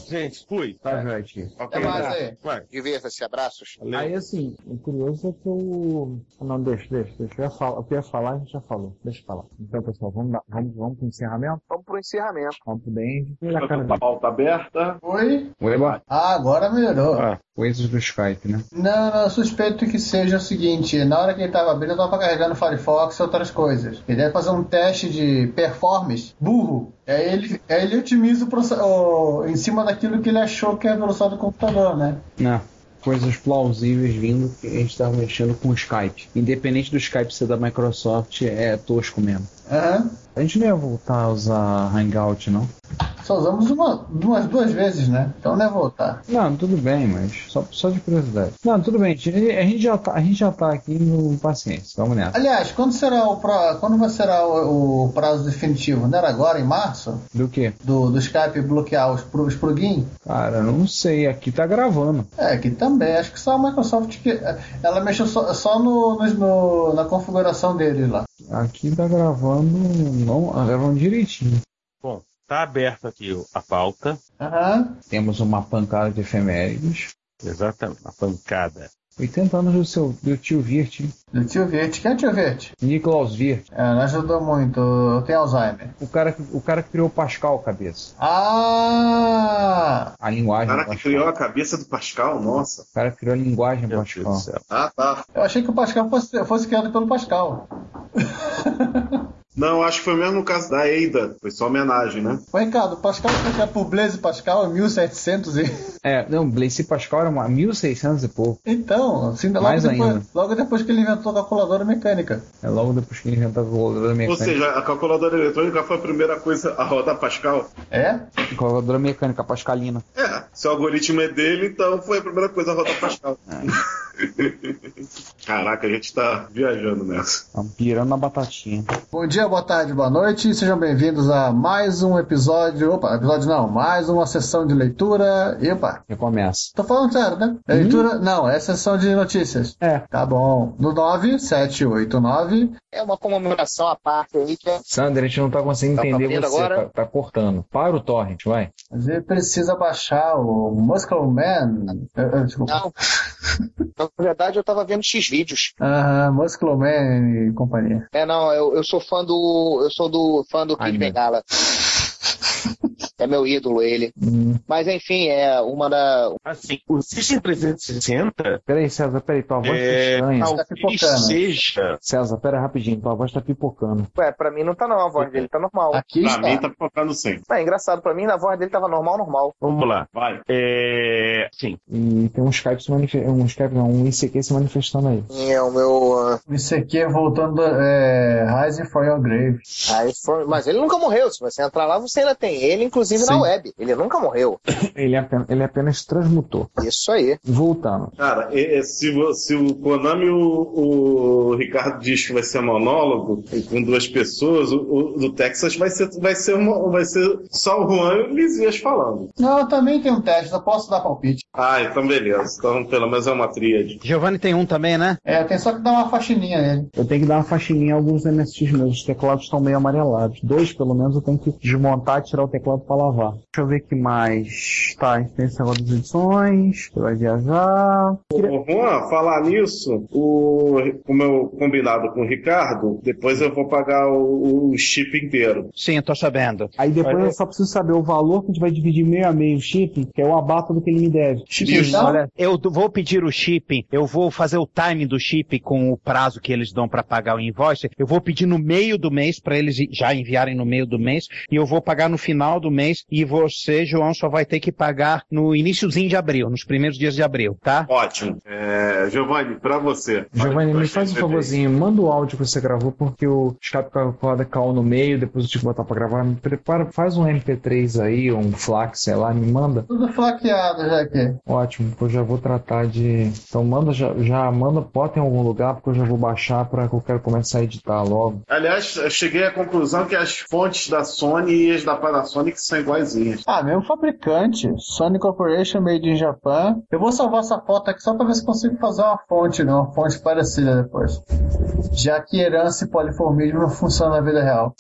Speaker 1: Gente, fui.
Speaker 3: Tá, gente.
Speaker 1: Ok, abraço. Vai.
Speaker 18: Divirta-se, abraços.
Speaker 3: Aí assim, o curioso é que eu. Não, deixa, deixa, deixa. Eu ia falar, o que eu ia falar a gente já falou. Deixa eu falar. Então, pessoal, vamos, dar- vamos, vamos pro encerramento?
Speaker 18: Vamos pro encerramento.
Speaker 3: Vamos pro Dende.
Speaker 10: Pauta aberta.
Speaker 7: Oi?
Speaker 3: Oi,
Speaker 7: Ah, agora melhorou.
Speaker 3: Coisas do Skype, né?
Speaker 7: Não, não, eu suspeito que seja o seguinte, na hora que ele tava abrindo, eu tava carregando o Firefox e outras coisas. Ele deve fazer um teste de performance burro. Aí ele, aí ele otimiza o proce- o- em cima daquilo que ele achou que é a velocidade do computador, né?
Speaker 3: né? Coisas plausíveis vindo que a gente estava mexendo com o Skype. Independente do Skype ser da Microsoft, é tosco mesmo.
Speaker 7: Aham.
Speaker 3: A gente não ia voltar a usar Hangout, não?
Speaker 7: Só usamos uma, umas duas vezes, né? Então não é voltar.
Speaker 3: Não, tudo bem, mas só, só de curiosidade. Não, tudo bem, a gente, a gente já, tá, a gente já tá aqui no paciência, vamos nessa.
Speaker 7: Aliás, quando será o, pra- quando vai será o, o prazo definitivo? Não era agora, em março?
Speaker 3: Do que?
Speaker 7: Do, do Skype bloquear os, pro- os plugins?
Speaker 3: Cara, eu não sei, aqui tá gravando.
Speaker 7: É, aqui também. Acho que só a Microsoft que. é, Ela mexeu só, só no, no- no- na configuração dele lá.
Speaker 3: Aqui tá gravando, não, tá gravando direitinho.
Speaker 1: Bom, tá aberto aqui a pauta.
Speaker 7: Aham.
Speaker 3: Temos uma pancada de efemérides.
Speaker 1: Exatamente, uma pancada.
Speaker 21: 80 anos do seu do tio Virt.
Speaker 7: Do tio Virt. Quem é o tio Virt?
Speaker 21: Niklaus Virt.
Speaker 7: É, não ajudou muito. Eu tenho Alzheimer.
Speaker 21: O cara, que- o cara que criou o Pascal, cabeça.
Speaker 7: Ah!
Speaker 21: A linguagem.
Speaker 10: Cara que criou a cabeça do Pascal, nossa.
Speaker 21: O cara que criou a linguagem Pascal.
Speaker 10: Ah, tá.
Speaker 7: Eu achei que o Pascal fosse, fosse criado pelo Pascal.
Speaker 10: Não, acho que foi mesmo no caso da Eida. Foi só homenagem, né?
Speaker 7: Ô, Ricardo, o Pascal foi criado por Blaise Pascal em 1700 e...
Speaker 21: É, não, Blaise Pascal era uma 1600 e pouco.
Speaker 7: Então, assim, logo,
Speaker 21: Mais ainda.
Speaker 7: depois, logo depois que ele inventou a calculadora mecânica.
Speaker 21: É logo depois que ele inventou a calculadora
Speaker 3: É,
Speaker 10: Ou
Speaker 21: mecânica.
Speaker 10: seja, a calculadora eletrônica foi a primeira coisa a rodar Pascal.
Speaker 7: É?
Speaker 21: Calculadora mecânica pascalina.
Speaker 10: É, se o algoritmo é dele, então foi a primeira coisa a rodar Pascal.
Speaker 22: É.
Speaker 10: Caraca, a gente tá viajando nessa.
Speaker 21: Tá pirando na batatinha.
Speaker 7: Bom dia, boa tarde, boa noite. Sejam bem-vindos a mais um episódio. Opa, episódio não, mais uma sessão de leitura. Epa.
Speaker 21: Recomeça.
Speaker 7: Tô falando sério, né? É Leitura. Não, é sessão de notícias.
Speaker 21: É.
Speaker 7: Tá bom. No 9789.
Speaker 23: É uma comemoração à parte aí que é
Speaker 3: Sander, a gente não tá conseguindo
Speaker 7: Tá
Speaker 3: entender
Speaker 7: ouvindo
Speaker 3: você,
Speaker 7: agora?
Speaker 3: tá, tá cortando. Para o torrent, vai.
Speaker 7: A gente precisa baixar o Muscle Man. Eu- eu- desculpa.
Speaker 23: Não. Na verdade, eu tava vendo X vídeos.
Speaker 7: Aham, Muscle Man e companhia.
Speaker 23: É, não, eu, eu sou fã do. Eu sou do fã do Kid Bengala. É meu ídolo ele.
Speaker 7: Hum.
Speaker 23: Mas enfim, é uma da.
Speaker 22: Assim, o System 360.
Speaker 21: Peraí, César, peraí, tua voz
Speaker 22: É,
Speaker 21: tá estranha.
Speaker 22: talvez Tá pipocando. seja.
Speaker 21: César, pera rapidinho, tua voz tá pipocando.
Speaker 23: Ué, pra mim não tá não, a voz dele tá normal.
Speaker 7: Aqui
Speaker 22: Pra está. mim tá
Speaker 10: focando sim.
Speaker 23: É engraçado, pra mim a voz dele tava normal, normal.
Speaker 22: Vamos lá. Vai. É. Sim.
Speaker 21: E tem um Skype se manifestando. Um Skype não, um ICQ se manifestando aí.
Speaker 23: É, o meu.
Speaker 7: Isso aqui é voltando. É, Rise for Your Grave.
Speaker 23: Aí foi- Mas ele nunca morreu. Se você entrar lá, você ainda tem ele, inclusive na
Speaker 21: Sim.
Speaker 23: web. Ele nunca morreu.
Speaker 21: Ele é apenas, ele apenas transmutou.
Speaker 23: Isso aí.
Speaker 21: Voltando.
Speaker 10: Cara, é- é, se, vo- se o Konami e o, o Ricardo diz que vai ser monólogo com duas pessoas, o, o do Texas vai ser, vai, ser uma- vai ser só o Juan e o Lisias falando.
Speaker 7: Não, eu também tem um teste, eu posso dar palpite.
Speaker 10: Ah, então beleza. Então pelo menos é uma tríade.
Speaker 6: Giovanni tem um também, né?
Speaker 7: É, tem só que dar uma faxininha nele.
Speaker 21: Eu tenho que dar uma faxininha em alguns MSX meus. Os teclados estão meio amarelados. Dois, pelo menos, eu tenho que desmontar e tirar o teclado pra lavar. Deixa eu ver o que mais. Tá, tem esse negócio das edições. Você vai viajar.
Speaker 10: Ô, Juan, falar nisso, o, como eu combinado com o Ricardo, depois eu vou pagar o, o chip inteiro.
Speaker 6: Sim, eu tô sabendo.
Speaker 21: Aí depois
Speaker 10: Olha-
Speaker 21: eu só preciso saber o valor que a gente vai dividir meio a meio o chip, que é o abato do que ele me deve.
Speaker 6: Olha, eu do- vou pedir o shipping, eu vou fazer o time do shipping com o prazo que eles dão para pagar o invoice. Eu vou pedir no meio do mês para eles já enviarem no meio do mês e eu vou pagar no final do mês e você, João, só vai ter que pagar no iníciozinho de abril, nos primeiros dias de abril, tá?
Speaker 10: Ótimo. É, Giovanni, pra você.
Speaker 3: Giovanni, me faz um favorzinho, manda o áudio que você gravou, porque o Skype com a corda caiu no meio, depois eu tive que botar pra gravar. Me prepara, faz um MP3 aí, ou um FLAC, sei lá, me manda.
Speaker 7: Tá Tudo flaqueado já aqui.
Speaker 3: Ótimo, porque eu já vou tratar de. Então manda, já, já manda, bota em algum lugar, porque eu já vou baixar pra que eu quero começar a editar logo.
Speaker 10: Aliás, eu cheguei à conclusão que as fontes da Sony e as da Panasonic são iguaizinhas.
Speaker 7: Ah, mesmo fabricante. Sony Corporation Made in Japan. Eu vou salvar essa foto aqui só pra ver se consigo fazer uma fonte, né? Uma fonte parecida depois. Já que herança e poliformismo não funcionam na vida real.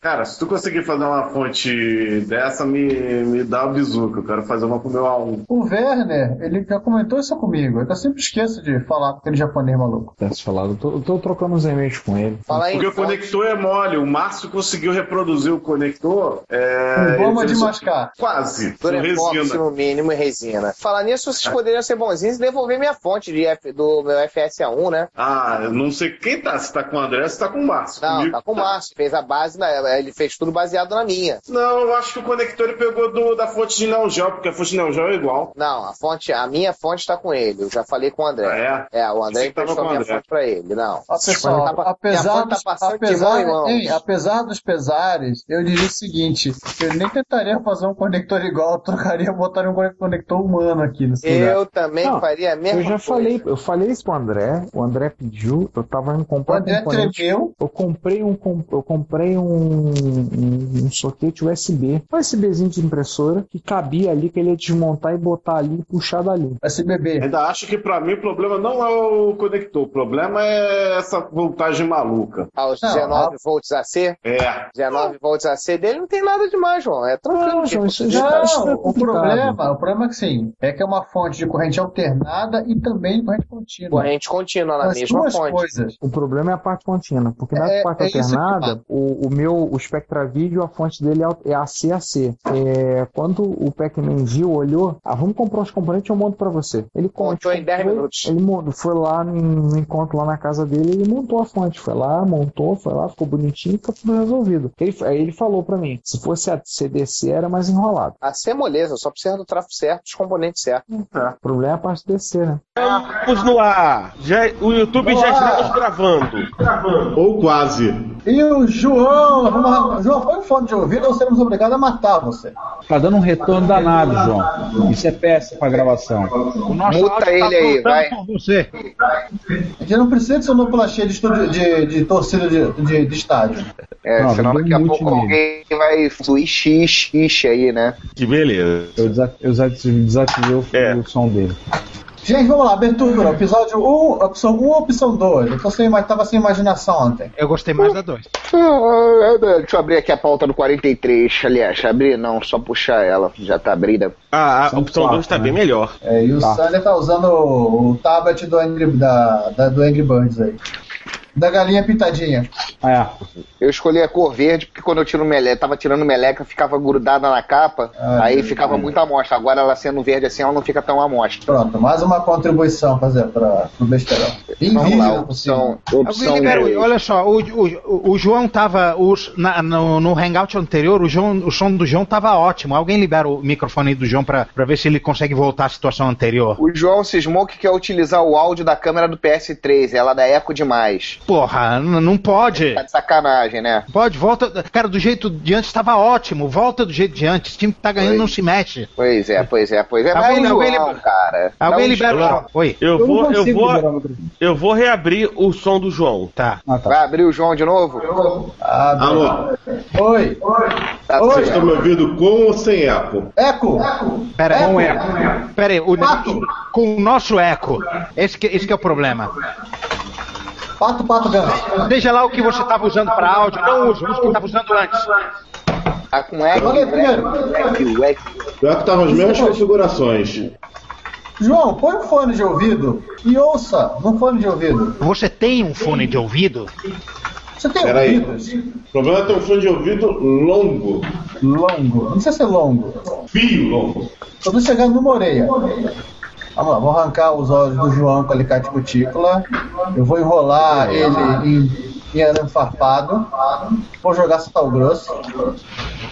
Speaker 10: Cara, se tu conseguir fazer uma fonte dessa, me, me dá o bizu, que eu quero fazer uma com o meu A1.
Speaker 7: O Werner, ele já comentou isso comigo. é que Eu sempre esqueço de falar com aquele japonês maluco.
Speaker 3: Peço falado, eu tô, eu tô trocando os e-mails com ele.
Speaker 10: Porque o conector é mole, o Márcio conseguiu reproduzir o conector. É,
Speaker 23: Com goma de
Speaker 10: ele fez o-
Speaker 23: mascar.
Speaker 10: Quase. né? Com
Speaker 23: Durepox,
Speaker 10: resina.
Speaker 23: no mínimo, e resina. né? Falar nisso, vocês poderiam ser bonzinhos e devolver minha fonte de F- do meu FSA1, né?
Speaker 10: Ah, eu não sei quem tá, se tá com o André, se tá com o Márcio.
Speaker 23: Não,
Speaker 10: Comigo
Speaker 23: tá com o Márcio. Fez a base, na- ele fez tudo baseado na minha.
Speaker 10: Não, eu acho que o conector ele pegou do- da fonte de Neo Geo, porque a fonte de Neo Geo é igual.
Speaker 23: Não, a fonte, a minha fonte tá com ele. Eu já falei com o André. é? o André
Speaker 10: Pensei que Ah, tava
Speaker 23: emprestou
Speaker 10: com o
Speaker 23: minha
Speaker 10: André.
Speaker 23: fonte pra ele, não.
Speaker 7: Ó, pessoal,
Speaker 23: Minha fonte
Speaker 7: apesar,
Speaker 23: tá
Speaker 7: dos,
Speaker 23: passando de mão em
Speaker 7: apesar,
Speaker 23: mão.
Speaker 7: hein, apesar dos pesares, eu diria o seguinte: eu nem tentaria fazer um conector igual, eu trocaria, botaria um conector humano aqui nesse lugar.
Speaker 23: Eu também
Speaker 3: Não,
Speaker 23: faria a mesma
Speaker 3: Eu já
Speaker 23: coisa.
Speaker 3: falei, eu falei isso pro André, o André pediu, eu tava indo comprar
Speaker 23: O André
Speaker 3: componente.
Speaker 23: tremeu.
Speaker 3: Eu comprei um com- eu comprei um, um, um soquete USB, um USBzinho de impressora que cabia ali que ele ia desmontar e botar ali e puxar dali.
Speaker 7: SBB.
Speaker 10: Ainda acho que pra mim o problema não é o conector, o problema é essa voltagem maluca.
Speaker 23: Aos 19 volts AC?
Speaker 10: É.
Speaker 23: 19 volts AC dele não tem nada
Speaker 10: nada demais, João. É tranquilo.
Speaker 3: Ah,
Speaker 7: Não,
Speaker 10: tipo,
Speaker 24: Tá
Speaker 7: o problema, o problema é que sim, é que é uma fonte de corrente alternada e também corrente contínua.
Speaker 10: Corrente contínua na
Speaker 7: As
Speaker 10: mesma
Speaker 7: duas
Speaker 10: fonte.
Speaker 7: coisas.
Speaker 24: O problema é a parte contínua, porque na
Speaker 7: É-
Speaker 24: parte
Speaker 7: é isso que
Speaker 24: alternada, o, o meu o Spectra Video, a fonte dele é al- é ACAC. É, quando o Pac-Man viu, olhou, ah, vamos comprar os componentes, eu monto pra você. Ele contou em 10 minutos. Ele mon- foi lá no- no encontro lá na casa dele, ele montou a fonte, foi lá, montou, foi lá, ficou bonitinho, e tá tudo resolvido. Ele, aí ele falou pra mim, se fosse a CDC era mais enrolado.
Speaker 10: A ser moleza, só precisa do tráfego certo, dos componentes certos.
Speaker 24: O problema é a parte DC, né?
Speaker 1: Estamos no ar. Já, o YouTube já estamos gravando.
Speaker 25: Ou quase.
Speaker 7: E o João, arruma- João, põe o fone de ouvido ou seremos obrigados a matar você.
Speaker 3: Tá dando um retorno danado, João. Isso é péssimo pra gravação. O
Speaker 7: Muta ele aí,
Speaker 3: voltando
Speaker 7: vai.
Speaker 3: por Você.
Speaker 7: A gente não precisa de sonoplastia de, estúdio, de, de torcida de, de, de estádio.
Speaker 10: É,
Speaker 7: Não,
Speaker 10: senão
Speaker 7: deu
Speaker 10: daqui a
Speaker 7: mute
Speaker 10: pouco
Speaker 7: nele.
Speaker 10: alguém é vai fluir x, x aí, né?
Speaker 1: Que beleza. É,
Speaker 3: Eu, desa- eu desa- desativei o,
Speaker 25: É.
Speaker 3: o som dele.
Speaker 7: Gente, vamos lá, abertura, episódio 1, opção 1 opção 2? Eu tô sem, ima- tava sem imaginação ontem.
Speaker 6: Eu gostei mais da 2.
Speaker 10: Ah, é, é, Deixa eu abrir aqui a pauta do 43, aliás, abrir não, só puxar ela, já tá abrida.
Speaker 1: Ah, a opção 2 tá bem
Speaker 25: né?
Speaker 1: melhor.
Speaker 7: É, e o
Speaker 1: Tá.
Speaker 7: Sander tá usando o, o tablet do Angry, da, da- do Angry Birds aí. Da galinha pintadinha.
Speaker 10: É. Eu escolhi a cor verde porque quando eu tiro meleca, tava tirando meleca, ficava grudada na capa,
Speaker 7: Ah,
Speaker 10: aí
Speaker 7: meu
Speaker 10: ficava
Speaker 7: Deus.
Speaker 10: muita amostra. Agora ela sendo verde assim, ela não fica tão amostra.
Speaker 7: Pronto, mais uma contribuição fazer para o besterol.
Speaker 10: Vamos lá,
Speaker 7: Invisível,
Speaker 10: opção.
Speaker 6: Alguém
Speaker 10: opção
Speaker 6: libera
Speaker 10: dois.
Speaker 6: o- olha só, o, o, o João tava. os- na- no, no hangout anterior, o, João, o som do João tava ótimo. Alguém libera o microfone do João pra, pra ver se ele consegue voltar à situação anterior.
Speaker 10: O João cismou que quer utilizar o áudio da câmera do PS3, ela dá eco demais.
Speaker 6: Porra, n- não pode.
Speaker 10: Tá de sacanagem, né?
Speaker 6: Pode, volta. Cara, do jeito de antes tava ótimo. Volta do jeito de antes. O time que tá ganhando não se mexe.
Speaker 10: Pois é, pois é, pois é. Mas
Speaker 6: Alguém-
Speaker 10: é o
Speaker 6: alguém
Speaker 10: João,
Speaker 6: libera-
Speaker 10: cara.
Speaker 6: Alguém
Speaker 10: Dá um
Speaker 6: libera o
Speaker 10: João.
Speaker 6: João. Oi.
Speaker 1: Eu,
Speaker 10: Eu não
Speaker 1: vou, eu
Speaker 10: consigo liberar o
Speaker 1: vou, eu vou reabrir o som do João.
Speaker 24: Tá.
Speaker 7: Ah,
Speaker 10: Vai abrir o João de novo?
Speaker 25: Alô?
Speaker 7: Oi.
Speaker 10: Tá
Speaker 25: Vocês
Speaker 10: certo.
Speaker 25: estão me ouvindo com ou sem eco?
Speaker 7: Eco!
Speaker 6: Pera
Speaker 7: É,
Speaker 25: Eco.
Speaker 6: aí. Com um eco. Pera aí. O, com o nosso eco. Esse que, esse que é o problema.
Speaker 7: Pato, pato, gana.
Speaker 6: Deixa lá o que você tava usando pra áudio. Não usa, usa o que tava usando antes.
Speaker 10: Tá com eco.
Speaker 7: Olha, primeiro.
Speaker 10: Eco, eco.
Speaker 25: Pior que estavam as mesmas configurações.
Speaker 7: João, põe o fone de ouvido e ouça no fone de ouvido.
Speaker 6: Você tem um fone de ouvido?
Speaker 7: Você tem
Speaker 25: Peraí.
Speaker 7: ouvidos?
Speaker 25: O problema é ter um fone de ouvido longo.
Speaker 7: Longo. Não precisa ser longo.
Speaker 25: Fio longo.
Speaker 7: Eu tô chegando numa orelha. Vamos lá, Tá vou arrancar os olhos do João com alicate cutícula. Eu vou enrolar ele em, em arame farpado. Vou jogar sal grosso.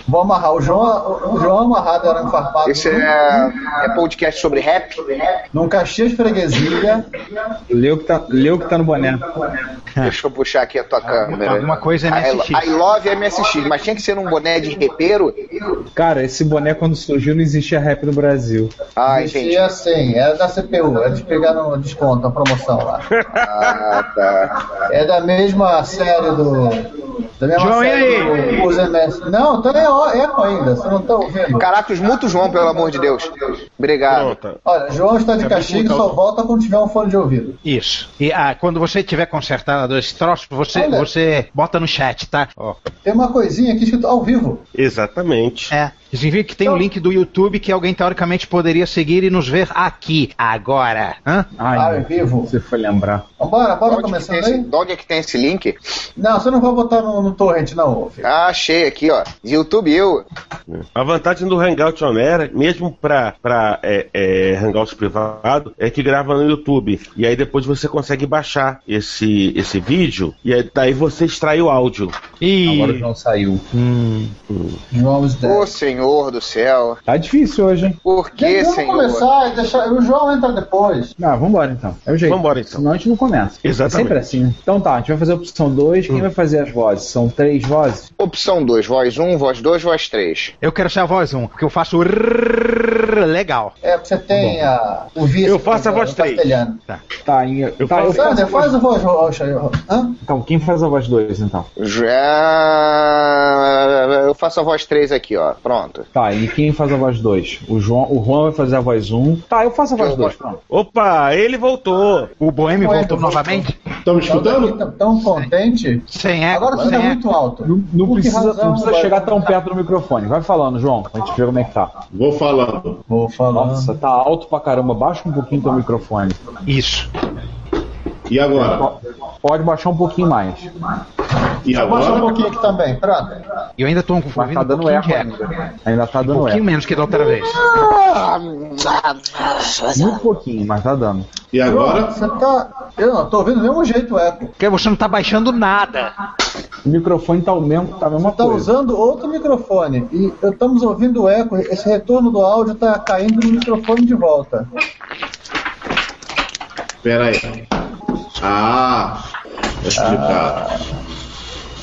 Speaker 7: Vou amarrar o João, o João amarrado em arame farpado.
Speaker 10: Esse é, é podcast sobre rap?
Speaker 7: Num Caxias Freguesia.
Speaker 3: Lê o que tá, lê o que tá no boné.
Speaker 10: Deixa eu puxar aqui a tua câmera.
Speaker 3: alguma coisa é MSX.
Speaker 10: I, I love MSX, mas tinha que ser um boné de repeiro?
Speaker 3: Cara, esse boné quando surgiu não existia rap no Brasil.
Speaker 10: Ah,
Speaker 7: entendi. assim, era da CPU, eles pegaram o desconto, a promoção lá.
Speaker 10: Ah, tá.
Speaker 7: É da mesma série do. Da mesma
Speaker 10: João, e
Speaker 7: série
Speaker 10: aí?
Speaker 7: do- Os MS. Não, então é ó- eco ainda, você não tá ouvindo.
Speaker 10: Caraca, os mutos João, pelo amor de Deus. Obrigado.
Speaker 7: Olha, João está de castigo e só volta quando tiver um fone de ouvido.
Speaker 6: Isso. E ah, quando você tiver consertado esse troço, você,
Speaker 7: Olha.
Speaker 6: você bota no chat, tá? Ó.
Speaker 7: Tem uma coisinha aqui escrito ao vivo.
Speaker 1: Exatamente.
Speaker 6: É. Significa que tem o link do YouTube que alguém teoricamente poderia seguir e nos ver aqui, agora. Hã?
Speaker 7: Ai, vivo.
Speaker 3: Hum, Você foi lembrar.
Speaker 7: Bora, bora
Speaker 10: começar aí? De onde é que tem esse link?
Speaker 7: Não, você não vai botar no, no torrent, não.
Speaker 10: Ah, achei aqui, ó. YouTube eu.
Speaker 1: A vantagem do Hangout On Air, mesmo pra, pra é, é, Hangout privado, é que grava no YouTube. E aí depois você consegue baixar esse, esse vídeo e aí, daí você extrai o áudio.
Speaker 3: Agora o João saiu.
Speaker 10: Ô senhor do céu.
Speaker 3: Tá difícil hoje, hein?
Speaker 10: Por que,
Speaker 7: Vamos
Speaker 10: senhor?
Speaker 7: começar e deixar. O João entra depois.
Speaker 3: Ah, vambora então. É o jeito. Vambora então. Senão a gente não começa.
Speaker 1: Exatamente.
Speaker 3: É sempre assim. né? Então tá, a gente vai fazer a opção 2. Quem vai fazer as vozes? São três vozes?
Speaker 10: Opção 2, voz 1, um, voz 2, voz 3.
Speaker 6: Eu quero ser a voz 1, porque eu faço. rrrr Legal.
Speaker 7: É, você tem a, o vício.
Speaker 6: Eu faço a voz
Speaker 7: três. Castelhano.
Speaker 6: Tá.
Speaker 3: Tá, em, eu tá,
Speaker 7: Sander, faz a voz roxa aí. ó. Hã?
Speaker 3: Então, quem faz a voz 2 então?
Speaker 10: Já. Eu faço a voz 3 aqui, ó. Pronto.
Speaker 26: pronto.
Speaker 3: Tá, e quem faz a voz 2? O João, o Juan vai fazer a voz 1. Um. Tá, eu faço a voz 2, pronto.
Speaker 1: Opa, ele voltou.
Speaker 6: O Boêmio voltou novamente?
Speaker 7: Estamos escutando? Tão contente?
Speaker 6: Sim, é.
Speaker 7: Agora
Speaker 3: Sim,
Speaker 7: tudo é
Speaker 3: é.
Speaker 7: muito alto.
Speaker 3: Não, não
Speaker 7: Por que
Speaker 3: precisa,
Speaker 7: razão
Speaker 3: não precisa
Speaker 7: vai-
Speaker 3: chegar tão perto do microfone. Vai falando, João, pra gente ver como é que tá.
Speaker 10: Vou falando.
Speaker 7: Vou falando.
Speaker 3: Nossa, tá alto pra caramba. Baixa um pouquinho teu microfone.
Speaker 6: Isso.
Speaker 10: E agora?
Speaker 3: Pode baixar um pouquinho mais.
Speaker 10: E
Speaker 7: Vou baixar um pouquinho aqui também, pronto.
Speaker 6: E eu ainda tô ouvindo
Speaker 3: Mas tá
Speaker 6: um
Speaker 3: dando
Speaker 6: pouquinho
Speaker 3: eco
Speaker 6: de
Speaker 26: né?
Speaker 3: ainda. Ainda tá
Speaker 6: Um
Speaker 3: dando
Speaker 6: pouquinho
Speaker 3: eco.
Speaker 6: menos que da outra vez.
Speaker 3: Muito pouquinho, mas tá dando.
Speaker 10: E
Speaker 7: Não, Você tá. Eu não, tô ouvindo do mesmo jeito o eco.
Speaker 6: Porque você não tá baixando nada.
Speaker 3: O microfone tá o mesmo, tá a mesma
Speaker 7: Tá
Speaker 3: coisa.
Speaker 7: usando outro microfone e eu- estamos ouvindo o eco. Esse retorno do áudio tá caindo no microfone de volta.
Speaker 10: Pera aí. Ah, tá explicado.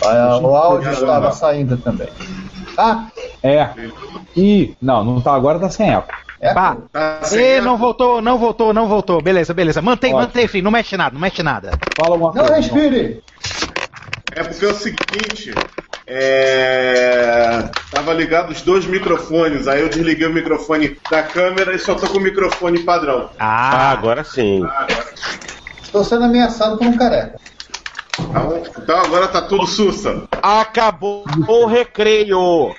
Speaker 7: Ah, O áudio estava saindo também. Ah,
Speaker 3: É. E não, não tá agora, tá sem eco.
Speaker 6: Pá. Ah,
Speaker 26: Tá
Speaker 6: Ê, não voltou, não voltou, não voltou. Beleza, beleza. Mantém, mantém, filho. Não mexe nada, não mexe nada.
Speaker 3: Fala uma
Speaker 7: Não respire!
Speaker 10: É porque é o seguinte, é... tava ligado os dois microfones, aí eu desliguei o microfone da câmera e só tô com o microfone padrão.
Speaker 1: Ah, agora sim.
Speaker 7: Estou sendo ameaçado por um careca.
Speaker 10: Então agora tá tudo sussa.
Speaker 1: Acabou o recreio.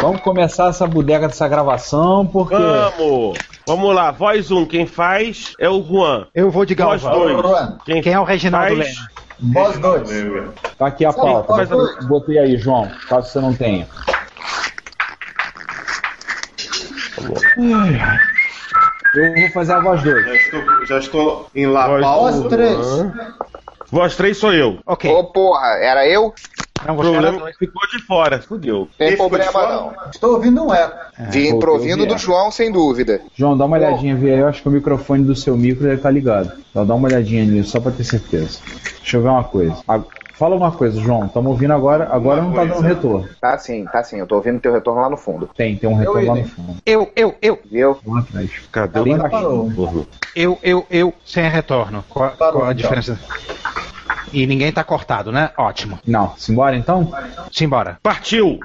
Speaker 3: Vamos começar essa bodega dessa gravação, porque.
Speaker 1: Vamos. Vamos lá, voz 1, um, quem faz é o Juan.
Speaker 6: Eu vou de
Speaker 1: Voz
Speaker 6: Galvão.
Speaker 7: Tá
Speaker 1: 2.
Speaker 6: Quem, é o Reginaldo
Speaker 1: faz?
Speaker 6: Leme?
Speaker 7: Voz 2.
Speaker 3: Tá aqui a
Speaker 7: Sabe
Speaker 3: pauta.
Speaker 7: qual
Speaker 3: Mas
Speaker 7: foi?
Speaker 3: botei aí, João, caso você não tenha. Eu vou fazer a voz 2.
Speaker 10: Já estou, já estou em La Paz.
Speaker 7: Voz 3.
Speaker 6: assim.
Speaker 1: Voz 3 sou eu.
Speaker 6: Ok.
Speaker 26: Ô porra, era eu?
Speaker 6: Não,
Speaker 1: O
Speaker 6: você era
Speaker 1: problema é
Speaker 6: dois.
Speaker 1: que ficou de fora, fudeu.
Speaker 26: Tem
Speaker 10: Esse foi de
Speaker 26: problema
Speaker 10: fora?
Speaker 26: não.
Speaker 7: Estou ouvindo um eco.
Speaker 26: Vim
Speaker 3: voltou,
Speaker 26: provindo do
Speaker 3: vieram.
Speaker 26: João, sem dúvida.
Speaker 3: João, dá uma olhadinha, vê aí. Eu acho que o microfone do seu micro deve estar ligado. Então dá uma olhadinha nisso, só pra ter certeza. Deixa eu ver uma coisa. A- Fala uma coisa, João. tá Estamos ouvindo agora, agora não tá dando retorno.
Speaker 26: Tá sim, tá sim. Eu tô ouvindo teu retorno lá no fundo.
Speaker 3: Tem, tem um retorno lá no fundo.
Speaker 6: Eu, eu, eu,
Speaker 26: Viu?
Speaker 3: Lá atrás.
Speaker 1: Cadê o
Speaker 3: Bem
Speaker 7: Agora parou.
Speaker 3: baixinho.
Speaker 1: porra?
Speaker 6: eu, eu, eu, sem retorno. Qual,
Speaker 7: Parou,
Speaker 6: qual a
Speaker 7: então.
Speaker 6: diferença? E ninguém tá cortado, né? Ótimo.
Speaker 3: Não, simbora então?
Speaker 6: Simbora.
Speaker 1: Partiu!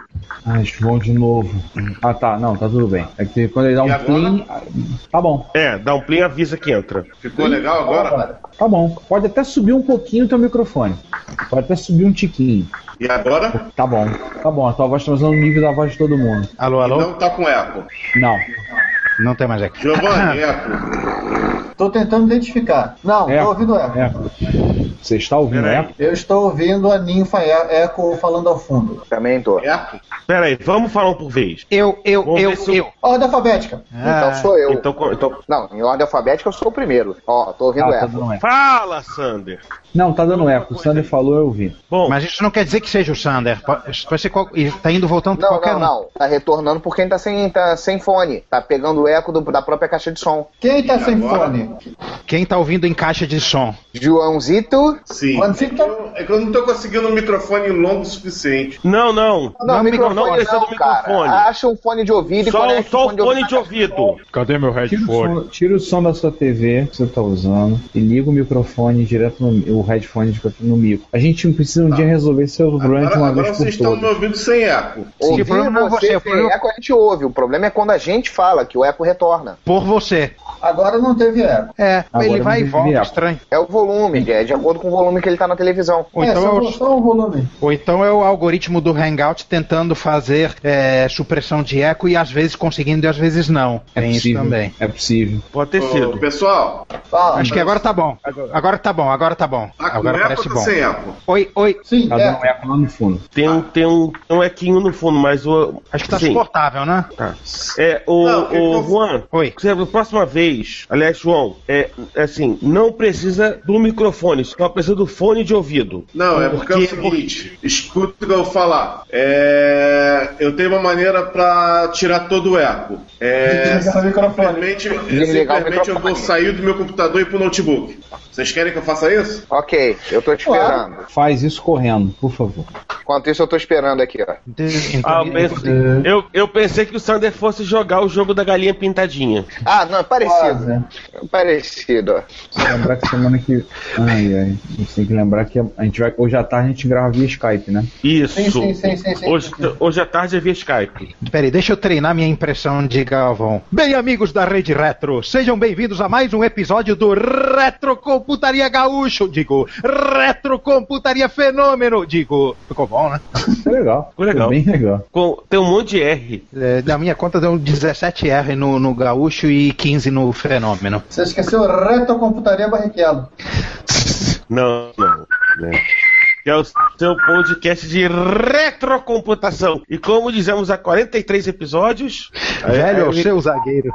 Speaker 3: Ai, João de novo. Ah tá, não, tá tudo bem. É que quando ele dá
Speaker 10: E
Speaker 3: um
Speaker 10: agora?
Speaker 3: plim. ah, Tá bom,
Speaker 1: É, dá um plim e avisa que entra.
Speaker 10: Ficou legal agora?
Speaker 3: tá bom. Pode até subir um pouquinho o teu microfone. Pode até subir um tiquinho.
Speaker 10: E agora?
Speaker 3: Tá bom, tá bom. A tua voz tá usando o nível da voz de todo mundo.
Speaker 6: Alô, alô?
Speaker 10: Não tá com eco.
Speaker 3: Não.
Speaker 6: Não tem mais aqui.
Speaker 10: Giovanni,
Speaker 1: Ah.
Speaker 10: eco.
Speaker 7: Estou tentando identificar. Não,
Speaker 6: É.
Speaker 3: Eco.
Speaker 7: estou ouvindo eco.
Speaker 3: Eco. É. Você está ouvindo é?
Speaker 1: Peraí.
Speaker 3: eco?
Speaker 7: Eu estou ouvindo a ninfa e- eco falando ao fundo.
Speaker 26: Também tô.
Speaker 10: Eco?
Speaker 1: Pera aí, vamos falar um por vez.
Speaker 6: Eu, eu,
Speaker 1: Vamos
Speaker 6: eu,
Speaker 1: ver se o-
Speaker 6: eu.
Speaker 7: Ordem alfabética.
Speaker 6: Ah,
Speaker 26: Então sou eu.
Speaker 1: Então, co- então-
Speaker 26: Não, em ordem alfabética eu sou o primeiro. Ó, tô ouvindo
Speaker 3: Ah, tá
Speaker 26: ela.
Speaker 3: dando eco.
Speaker 1: Fala, Sander.
Speaker 3: Não, tá dando eco. O Sander falou, eu ouvi.
Speaker 1: Bom,
Speaker 6: Mas isso não quer dizer que seja o Sander. Pode pode ser qual... e Tá indo voltando pra
Speaker 26: Não,
Speaker 6: qualquer
Speaker 26: não,
Speaker 6: um.
Speaker 26: não. Tá retornando porque ele tá sem, tá sem fone. Tá pegando o eco do- da própria caixa de som.
Speaker 7: Quem tá sem
Speaker 10: agora?
Speaker 7: fone?
Speaker 6: Quem tá ouvindo em caixa de som?
Speaker 26: Joãozito.
Speaker 10: Sim.
Speaker 7: Quando
Speaker 10: É que,
Speaker 7: fica-
Speaker 10: eu, é que eu não tô conseguindo um microfone longo o suficiente.
Speaker 1: não, não.
Speaker 26: Não, microfone
Speaker 1: não,
Speaker 26: não,
Speaker 1: precisa do microfone.
Speaker 26: cara. Acha um fone de ouvido e
Speaker 1: Só, um
Speaker 26: conecta
Speaker 1: só o fone de
Speaker 26: ouvido.
Speaker 1: ouvido.
Speaker 27: Cadê meu
Speaker 3: Tira o, som, tira o som da sua TV que você tá usando e liga o microfone direto no o headphone direto no micro. A gente precisa um dia resolver esse problema de
Speaker 10: Agora,
Speaker 3: uma
Speaker 10: agora
Speaker 3: vez por
Speaker 10: vocês estão me
Speaker 3: todas.
Speaker 10: ouvindo sem eco.
Speaker 6: Sim,
Speaker 26: Ouvir
Speaker 6: o problema não é você,
Speaker 26: você
Speaker 6: o problema-
Speaker 26: ter eco a gente ouve. O problema é quando a gente fala que o eco retorna.
Speaker 6: Por você.
Speaker 7: Agora não teve eco.
Speaker 6: É,
Speaker 3: Agora
Speaker 6: ele vai e
Speaker 3: eu vou
Speaker 6: volta,
Speaker 3: desviar.
Speaker 6: estranho.
Speaker 26: É o volume, é de acordo com o volume que ele tá na televisão.
Speaker 6: Ou
Speaker 7: é,
Speaker 6: então, é
Speaker 7: só,
Speaker 6: o,
Speaker 7: só o volume.
Speaker 6: ou então é o algoritmo do Hangout tentando fazer é, supressão de eco e às vezes conseguindo e às vezes não.
Speaker 3: É
Speaker 6: Tem isso
Speaker 3: possível,
Speaker 6: também.
Speaker 3: é possível.
Speaker 1: Pode ter
Speaker 10: Ô,
Speaker 1: sido.
Speaker 10: pessoal,
Speaker 7: Fala.
Speaker 6: Acho que agora tá bom. Agora tá bom, agora tá bom.
Speaker 10: tá
Speaker 3: Ah,
Speaker 10: com
Speaker 3: é
Speaker 6: Agora
Speaker 10: eco
Speaker 6: parece
Speaker 10: ou
Speaker 6: bom.
Speaker 10: tá sem eco?
Speaker 6: Oi, oi.
Speaker 7: Sim,
Speaker 3: Tá
Speaker 7: é.
Speaker 3: dando eco lá no fundo.
Speaker 1: Tem
Speaker 10: tá.
Speaker 1: um, tem um, tem um equinho no fundo, mas o.
Speaker 6: Acho que tá
Speaker 1: Sim.
Speaker 6: suportável, né?
Speaker 1: Tá. É, o,
Speaker 10: Não,
Speaker 1: o
Speaker 10: que que eu-
Speaker 1: Juan,
Speaker 6: Oi.
Speaker 1: você, a próxima vez, aliás, João, é é assim, não precisa do microfone, só precisa do fone de ouvido.
Speaker 10: Não, é porque é o seguinte, escuta o que eu vou falar. É, eu tenho uma maneira pra tirar todo o eco. É,
Speaker 3: É.
Speaker 7: Desligar o microfone.
Speaker 10: simplesmente,
Speaker 26: Desligar o
Speaker 10: simplesmente eu vou
Speaker 26: microfone.
Speaker 10: sair do meu
Speaker 28: computador e pro notebook. Vocês querem que eu faça isso?
Speaker 10: Tá
Speaker 1: Ok, eu tô te esperando.
Speaker 3: Faz isso correndo, por favor.
Speaker 1: Enquanto isso, eu tô esperando aqui, ó.
Speaker 6: Então,
Speaker 10: Ah, eu, pensei, eu, eu pensei que o Sander fosse jogar o jogo da galinha pintadinha.
Speaker 1: Ah, não, é parecido.
Speaker 6: né?
Speaker 1: Parecido, ó.
Speaker 3: Lembrar que semana que. Ai, ai. A gente tem que lembrar que a gente vai. Hoje à tarde a gente grava via Skype, né?
Speaker 10: Isso.
Speaker 1: Sim, sim, sim, sim, sim.
Speaker 10: Hoje, hoje à tarde é via Skype.
Speaker 6: Peraí, deixa eu treinar minha impressão de Galvão. Bem, amigos da Rede Retro, sejam bem-vindos a mais um episódio do Retrocomputaria Gaúcho. Digo, Retrocomputaria Fenômeno. Digo, ficou bom, né?
Speaker 3: É legal.
Speaker 10: Ficou legal.
Speaker 3: Bem legal.
Speaker 10: Com- tem um monte de R.
Speaker 6: É, na minha conta deu 17R no, no Gaúcho e 15 no Fenômeno.
Speaker 7: Você esqueceu Retrocomputaria Barrichello.
Speaker 10: Não, não. né? Que é o seu podcast de retrocomputação. E como dizemos há 43 episódios.
Speaker 6: Velho, é
Speaker 10: aí,
Speaker 6: o seu zagueiro.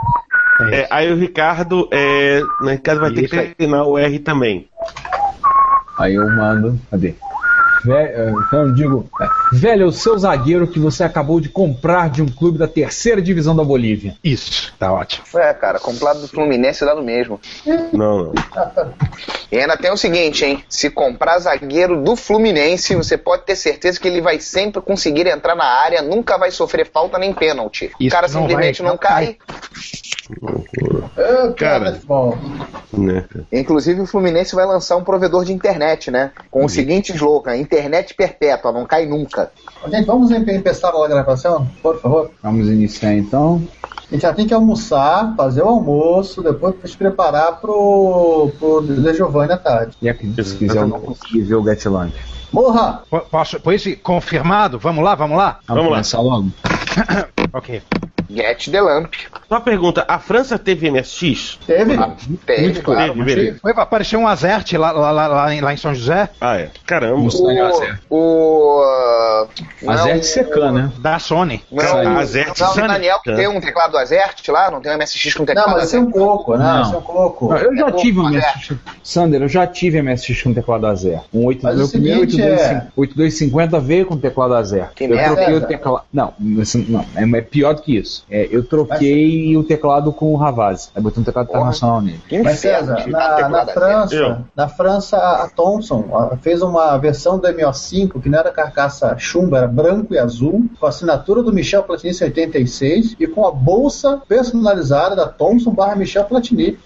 Speaker 10: é, aí o Ricardo. É, né, Ricardo vai ter que treinar o R também.
Speaker 3: Aí eu mando. Cadê? Velho, eu eh, digo, é, velho, é o seu zagueiro que você acabou de comprar de um clube da terceira divisão da Bolívia.
Speaker 6: Isso, tá ótimo.
Speaker 1: É, cara, comprado do Fluminense dá no mesmo.
Speaker 10: Não, não.
Speaker 1: E ainda tem o seguinte, hein? Se comprar zagueiro do Fluminense, você pode ter certeza que ele vai sempre conseguir entrar na área, nunca vai sofrer falta nem pênalti. O
Speaker 10: Isso
Speaker 1: cara
Speaker 10: não
Speaker 1: simplesmente
Speaker 10: vai,
Speaker 1: não, cai.
Speaker 10: Cara, né?
Speaker 1: Inclusive, o Fluminense vai lançar um provedor de internet, né?
Speaker 3: Uhum.
Speaker 1: Com o seguinte slogan: internet perpétua, não cai nunca.
Speaker 7: Gente, vamos empe- começar a gravação, por favor.
Speaker 3: Vamos iniciar então.
Speaker 7: A gente já tem que almoçar, fazer o almoço, depois se preparar pro, pro De Giovanni à tarde.
Speaker 3: E acredito, se quiser, eu não consegui ver o Gatland.
Speaker 7: Morra!
Speaker 6: Então, Po- Posso, pois confirmado? Vamos lá, vamos lá?
Speaker 10: Vamos lá. começar
Speaker 3: logo.
Speaker 6: ok.
Speaker 1: Get the lamp.
Speaker 10: Só uma pergunta: a França teve MSX?
Speaker 7: Teve.
Speaker 1: Ah, teve,
Speaker 10: claro. Teve, beleza.
Speaker 6: Foi, apareceu um Azerte lá, lá, lá, lá em, lá em São José?
Speaker 10: Ah, é. Caramba.
Speaker 3: tá
Speaker 1: O. o
Speaker 3: Azerte Secan, né?
Speaker 6: Da Sony.
Speaker 1: Não, não, o Daniel que tem um teclado Azert lá, não tem um MSX com teclado
Speaker 7: Não, mas esse é um coco, né?
Speaker 3: Não.
Speaker 7: Esse é um coco.
Speaker 3: Não, eu já
Speaker 7: É
Speaker 3: tive um
Speaker 7: coco,
Speaker 3: MSX. Sander, eu já tive um MSX com teclado a zero. Um 8,
Speaker 7: Mas é o
Speaker 3: meu primeiro
Speaker 7: seguinte
Speaker 3: 8250 8250 veio com teclado a zero.
Speaker 7: Que
Speaker 3: eu
Speaker 7: merda,
Speaker 3: troquei o
Speaker 7: cara.
Speaker 3: teclado. Não, isso não é, é pior do que isso. É, eu
Speaker 7: é-
Speaker 3: troquei o teclado com o Ravaz. Aí botei um teclado internacional nele.
Speaker 7: Mas César,
Speaker 1: tá
Speaker 7: na, na França, na França a a Thomson ó, fez uma versão do MO5 que não era carcaça chumbo, era branco e azul, com a assinatura do Michel Platini em 86 e com a bolsa personalizada da Thomson barra Michel Platini.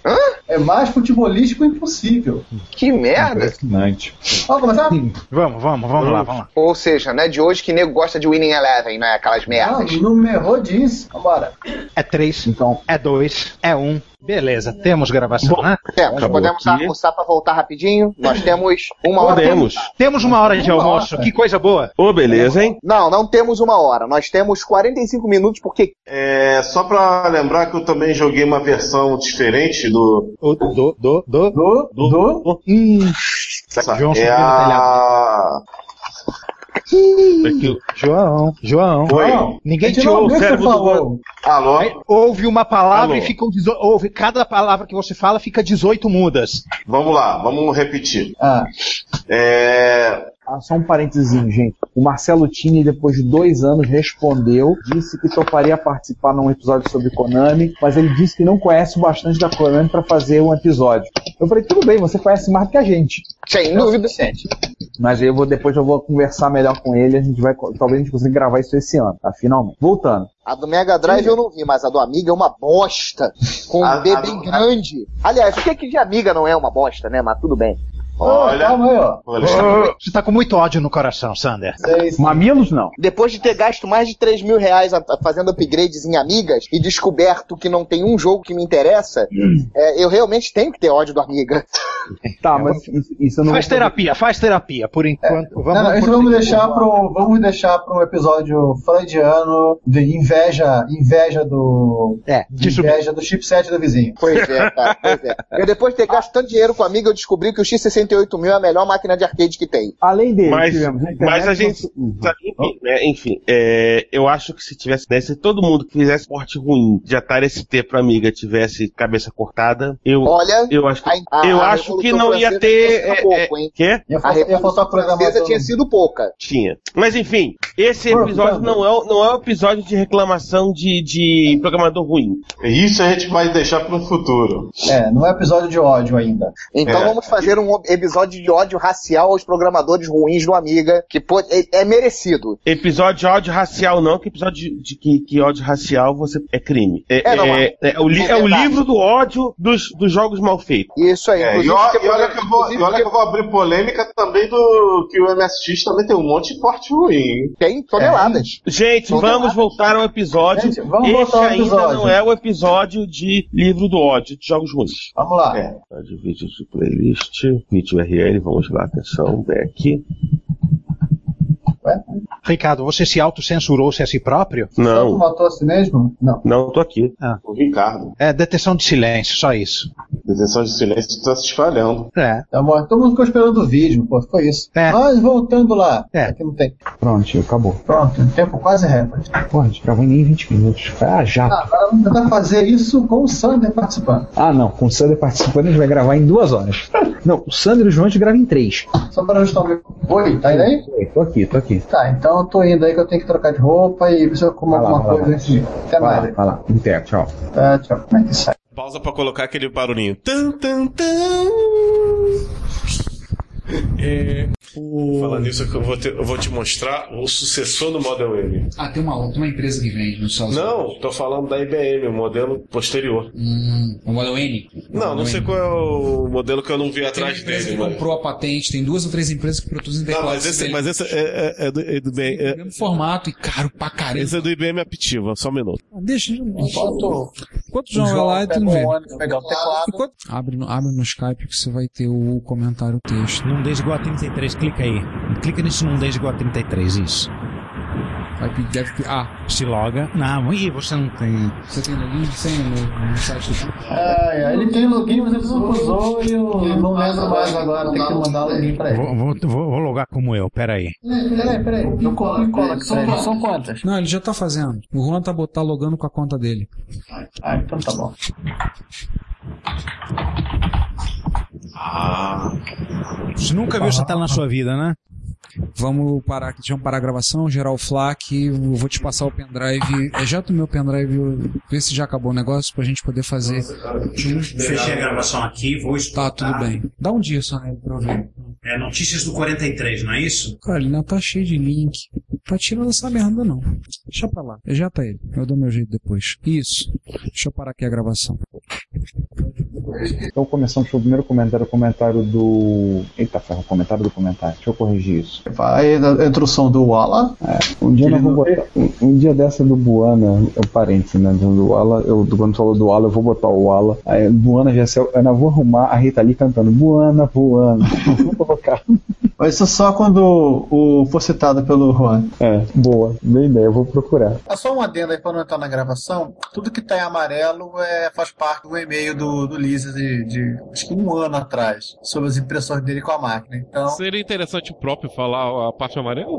Speaker 7: É mais futebolístico impossível.
Speaker 1: Que merda!
Speaker 3: Impressionante.
Speaker 7: Vamos começar?
Speaker 6: Vamos, vamos, vamos lá, vamos lá.
Speaker 1: Ou seja, não é de hoje que nego gosta de Winning Eleven, né? Aquelas merdas.
Speaker 7: Não me errou disso. Vambora.
Speaker 6: É três,
Speaker 3: então.
Speaker 6: é dois, é um. Beleza, temos gravação, né?
Speaker 1: Temos, podemos almoçar pra voltar rapidinho? Nós temos uma hora.
Speaker 10: Podemos.
Speaker 6: Temos uma hora de almoço, que coisa boa.
Speaker 10: Ô, beleza, hein?
Speaker 1: Não, não temos uma hora. Nós temos 45 minutos porque
Speaker 28: É, só pra lembrar que eu também joguei uma versão diferente do.
Speaker 6: Do, do, do, do,
Speaker 7: do,
Speaker 28: do.
Speaker 6: João
Speaker 28: é
Speaker 6: subiu no
Speaker 10: tá
Speaker 28: a...
Speaker 6: João, João.
Speaker 28: Oi.
Speaker 6: João, Ninguém te
Speaker 28: João,
Speaker 6: ouve.
Speaker 28: o cérebro do Alô?
Speaker 6: Aí, ouve uma
Speaker 28: Alô?
Speaker 6: palavra e ficam dezo... ouve cada palavra que você fala fica 18 mudas.
Speaker 28: Vamos lá, vamos repetir.
Speaker 7: Ah.
Speaker 28: É,
Speaker 3: Ah, só um parentezinho, gente. O Marcelo Tini, depois de dois anos, respondeu, disse que toparia participar num episódio sobre Konami, mas ele disse que não conhece o bastante da Konami pra fazer um episódio. Eu falei, tudo bem, você conhece mais do que a gente.
Speaker 1: Sem dúvida.
Speaker 3: Mas eu vou depois eu vou conversar melhor com ele, a gente vai co- talvez a gente consiga gravar isso esse ano, tá? Finalmente. Voltando.
Speaker 1: a do Mega Drive eu não vi, mas a do Amiga é uma bosta. Com
Speaker 28: A-
Speaker 1: um B
Speaker 28: a
Speaker 1: bem
Speaker 28: do-
Speaker 1: grande. Aliás, o que, que de Amiga não é uma bosta, né? Mas tudo bem.
Speaker 28: Olha.
Speaker 7: Calma aí, ó.
Speaker 6: Você tá com muito ódio no coração, Sander.
Speaker 3: Mamilos não.
Speaker 1: Depois de ter gasto mais de 3 mil reais a- a- fazendo upgrades em amigas e descoberto que não tem um jogo que me interessa,
Speaker 3: Hum.
Speaker 1: é, eu realmente tenho que ter ódio do Amiga.
Speaker 3: Tá, mas isso- isso eu não
Speaker 6: Faz
Speaker 3: vou poder-
Speaker 6: terapia, faz terapia, por enquanto.
Speaker 7: É, Não, não, isso
Speaker 6: por-
Speaker 7: vamos deixar pro vamos deixar pro episódio freudiano de inveja inveja do
Speaker 6: é,
Speaker 7: inveja do chipset do vizinho.
Speaker 1: Pois é, cara, pois é. Eu depois de ter gasto tanto dinheiro com Amiga, eu descobri que o X68000 é a melhor máquina de arcade que tem.
Speaker 3: Além dele,
Speaker 10: Mas,
Speaker 3: tivemos
Speaker 10: mas a
Speaker 3: internet,
Speaker 10: gente. Enfim, né, enfim, é, eu acho que se tivesse. Né, se todo mundo que fizesse porte ruim de Atari ST pra amiga tivesse cabeça cortada, eu.
Speaker 1: Olha,
Speaker 10: eu acho que.
Speaker 1: a-
Speaker 10: eu
Speaker 1: a
Speaker 10: acho
Speaker 1: falou que não ia ter.
Speaker 29: Tinha
Speaker 1: é,
Speaker 29: sido
Speaker 1: é,
Speaker 29: pouco, hein?
Speaker 1: quê?
Speaker 29: A Revolução Francesa tinha sido pouca.
Speaker 1: Tinha. Mas enfim, esse episódio não é, o- não é um episódio de reclamação de, de programador ruim.
Speaker 30: É Isso a gente vai deixar para o futuro.
Speaker 7: É, não é episódio de ódio ainda.
Speaker 29: Então
Speaker 7: É.
Speaker 29: vamos fazer um episódio de ódio racial aos programadores ruins do Amiga, que pô, é, é merecido.
Speaker 1: Episódio de ódio racial, não, que episódio de, de que, que ódio racial você é crime. É,
Speaker 29: É, não,
Speaker 1: é-
Speaker 29: mas-
Speaker 1: é o, li-
Speaker 29: é
Speaker 1: é o
Speaker 29: verdade.
Speaker 1: livro do ódio dos, dos jogos mal feitos.
Speaker 29: Isso aí.
Speaker 30: É, e, ó- e olha que eu vou, e olha que eu vou abrir polêmica também do que o MSX também tem um monte de corte ruim.
Speaker 29: Tem
Speaker 30: toneladas.
Speaker 1: Gente,
Speaker 29: Então tá
Speaker 1: vamos voltar ao
Speaker 7: É,
Speaker 1: episódio.
Speaker 30: Gente, vamos
Speaker 1: Esse
Speaker 30: voltar ao
Speaker 1: ainda
Speaker 30: episódio.
Speaker 1: não é o episódio de livro do ódio, de jogos ruins.
Speaker 7: Vamos lá.
Speaker 1: É.
Speaker 10: Tá,
Speaker 1: Rádio, Vídeo de playlist, vídeo URL, vamos lá, atenção, back.
Speaker 6: Ricardo, você se autocensurou-se a si próprio?
Speaker 1: Não.
Speaker 7: matou a si mesmo? Não.
Speaker 1: Não, tô aqui.
Speaker 30: O Ricardo.
Speaker 6: É, deteção de silêncio, só isso.
Speaker 30: Detenção de silêncio tá se espalhando.
Speaker 6: É.
Speaker 7: Tá bom, todo mundo ficou esperando o vídeo, pô, foi isso.
Speaker 31: É.
Speaker 7: Mas voltando lá, aqui não tem.
Speaker 31: Pronto, acabou.
Speaker 7: Pronto, o tempo quase recorde.
Speaker 31: Pô, a gente gravou em nem 20 minutos. Foi a japa.
Speaker 7: Ah, agora vamos tentar fazer isso com o Sander participando.
Speaker 31: Ah, não. Com o Sander participando, a gente vai gravar em duas horas. Não, o Sander e o João a gente grava em três.
Speaker 7: Só para ajustar o meu. Oi, tá indo aí?
Speaker 31: Oi, tô aqui, tô aqui.
Speaker 7: Tá, então eu tô indo aí que eu tenho que trocar de roupa e preciso comer
Speaker 31: Vai lá,
Speaker 7: alguma
Speaker 31: vai lá,
Speaker 7: coisa antes de. Até
Speaker 31: Vai
Speaker 7: mais.
Speaker 31: lá, vai lá. Até, tchau.
Speaker 7: Tá, tchau. Como é que sai?
Speaker 10: Pausa pra colocar aquele barulhinho. Tan, tan, tan. É, Falando nisso, eu vou, te, eu vou te mostrar o sucessor do Model M.
Speaker 3: Ah, tem uma, tem uma empresa que vende nos Estados
Speaker 10: Não, tô falando da IBM, o modelo posterior.
Speaker 3: Hum, o Model N?
Speaker 10: Não, não sei qual é o modelo que eu não vi atrás
Speaker 3: empresa
Speaker 10: dele,
Speaker 3: que
Speaker 10: mas...
Speaker 3: comprou a patente, tem duas ou três empresas que produzem
Speaker 10: Não,
Speaker 3: teclados
Speaker 10: mas esse,
Speaker 3: diferentes.
Speaker 10: mas esse é, é, é do, é do bem. É...
Speaker 3: formato e caro pra caramba.
Speaker 10: Esse é do IBM Aptiva, só um minuto.
Speaker 3: Ah, Deixa, enquanto,
Speaker 10: Enquanto-
Speaker 3: enquanto o João vai lá, tu não vê.
Speaker 7: pegar o teclado.
Speaker 3: Enquanto- Abre no, abre no Skype que você vai ter o comentário texto.
Speaker 32: Num 10 igual a 33, clica aí. Clica nesse num 10 igual a 33, isso.
Speaker 3: Vai pedir, deve pedir. Ah,
Speaker 32: se loga. Não, e você não tem.
Speaker 3: Você tem login sem no, no site do.
Speaker 7: É, é, ele tem login, mas ele não usou e eu não um lembro mais agora. Tem que mandar login pra ele.
Speaker 32: Vou, vou, vou, vou logar como eu, peraí.
Speaker 7: Peraí, peraí. Eu colo, eu colo. São, são quantas?
Speaker 3: É, Não, ele já tá fazendo. O Juan tá, bot- tá logando com a conta dele.
Speaker 7: Ah, então tá bom.
Speaker 10: Ah.
Speaker 32: Você nunca viu essa tela na
Speaker 33: Ah.
Speaker 32: sua vida, né?
Speaker 3: Vamos parar aqui, deixa eu parar a gravação, gerar o FLAC, eu vou te passar o pendrive. É já do meu pendrive, eu- vê se já acabou o negócio pra gente poder fazer.
Speaker 33: Fechei a gravação aqui, vou
Speaker 3: Tá, tudo bem. Dá um dia só nele pra eu ver.
Speaker 33: É notícias do 43, não é isso?
Speaker 3: Cara, ele não tá cheio de link. Tá tirando essa merda, não. Deixa pra lá. Já tá ele. Eu dou meu jeito depois. Isso. Deixa eu parar aqui a gravação.
Speaker 31: Então começamos pelo primeiro comentário, o comentário do. Eita ferro, o comentário do comentário. Deixa eu corrigir isso.
Speaker 7: Aí entra o som do Wala.
Speaker 31: Um dia, nós vamos botar- um, um dia dessa do Buana, é o parente, né? Do Wala, eu, do- quando falou do Wala, eu vou botar o Wala. Aí, Buana já saiu, é eu ainda vou arrumar a Rita ali cantando Buana, Buana. vou colocar.
Speaker 7: Mas isso só quando o for citado pelo Juan.
Speaker 31: É, boa, bem ideia, eu vou procurar.
Speaker 7: É só um adendo aí pra não entrar na gravação. Tudo que tá em amarelo é, faz parte do e-mail do, do Lisa de, de acho que um ano atrás, sobre as impressões dele com a máquina. Então,
Speaker 34: Seria interessante o próprio falar a parte amarela?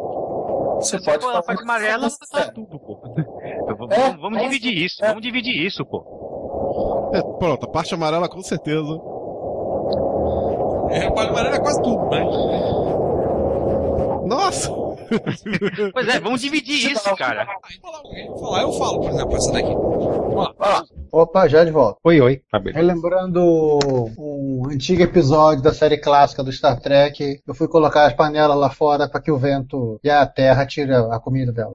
Speaker 7: você pode falar.
Speaker 35: parte amarela tá tudo, pô.
Speaker 29: É?
Speaker 35: Vamos, vamos- vamos dividir isso, vamos dividir isso, pô.
Speaker 10: É, pronto, a parte amarela com certeza. É, a parte amarela é quase tudo, né? Nossa!
Speaker 35: Pois é, vamos dividir isso, cara.
Speaker 3: Falar, eu falo, por exemplo, essa daqui.
Speaker 7: Opa, já de volta.
Speaker 6: Oi, oi. Ah,
Speaker 7: Relembrando um antigo episódio da série clássica do Star Trek, eu fui colocar as panelas lá fora para que o vento e a terra tire a comida dela.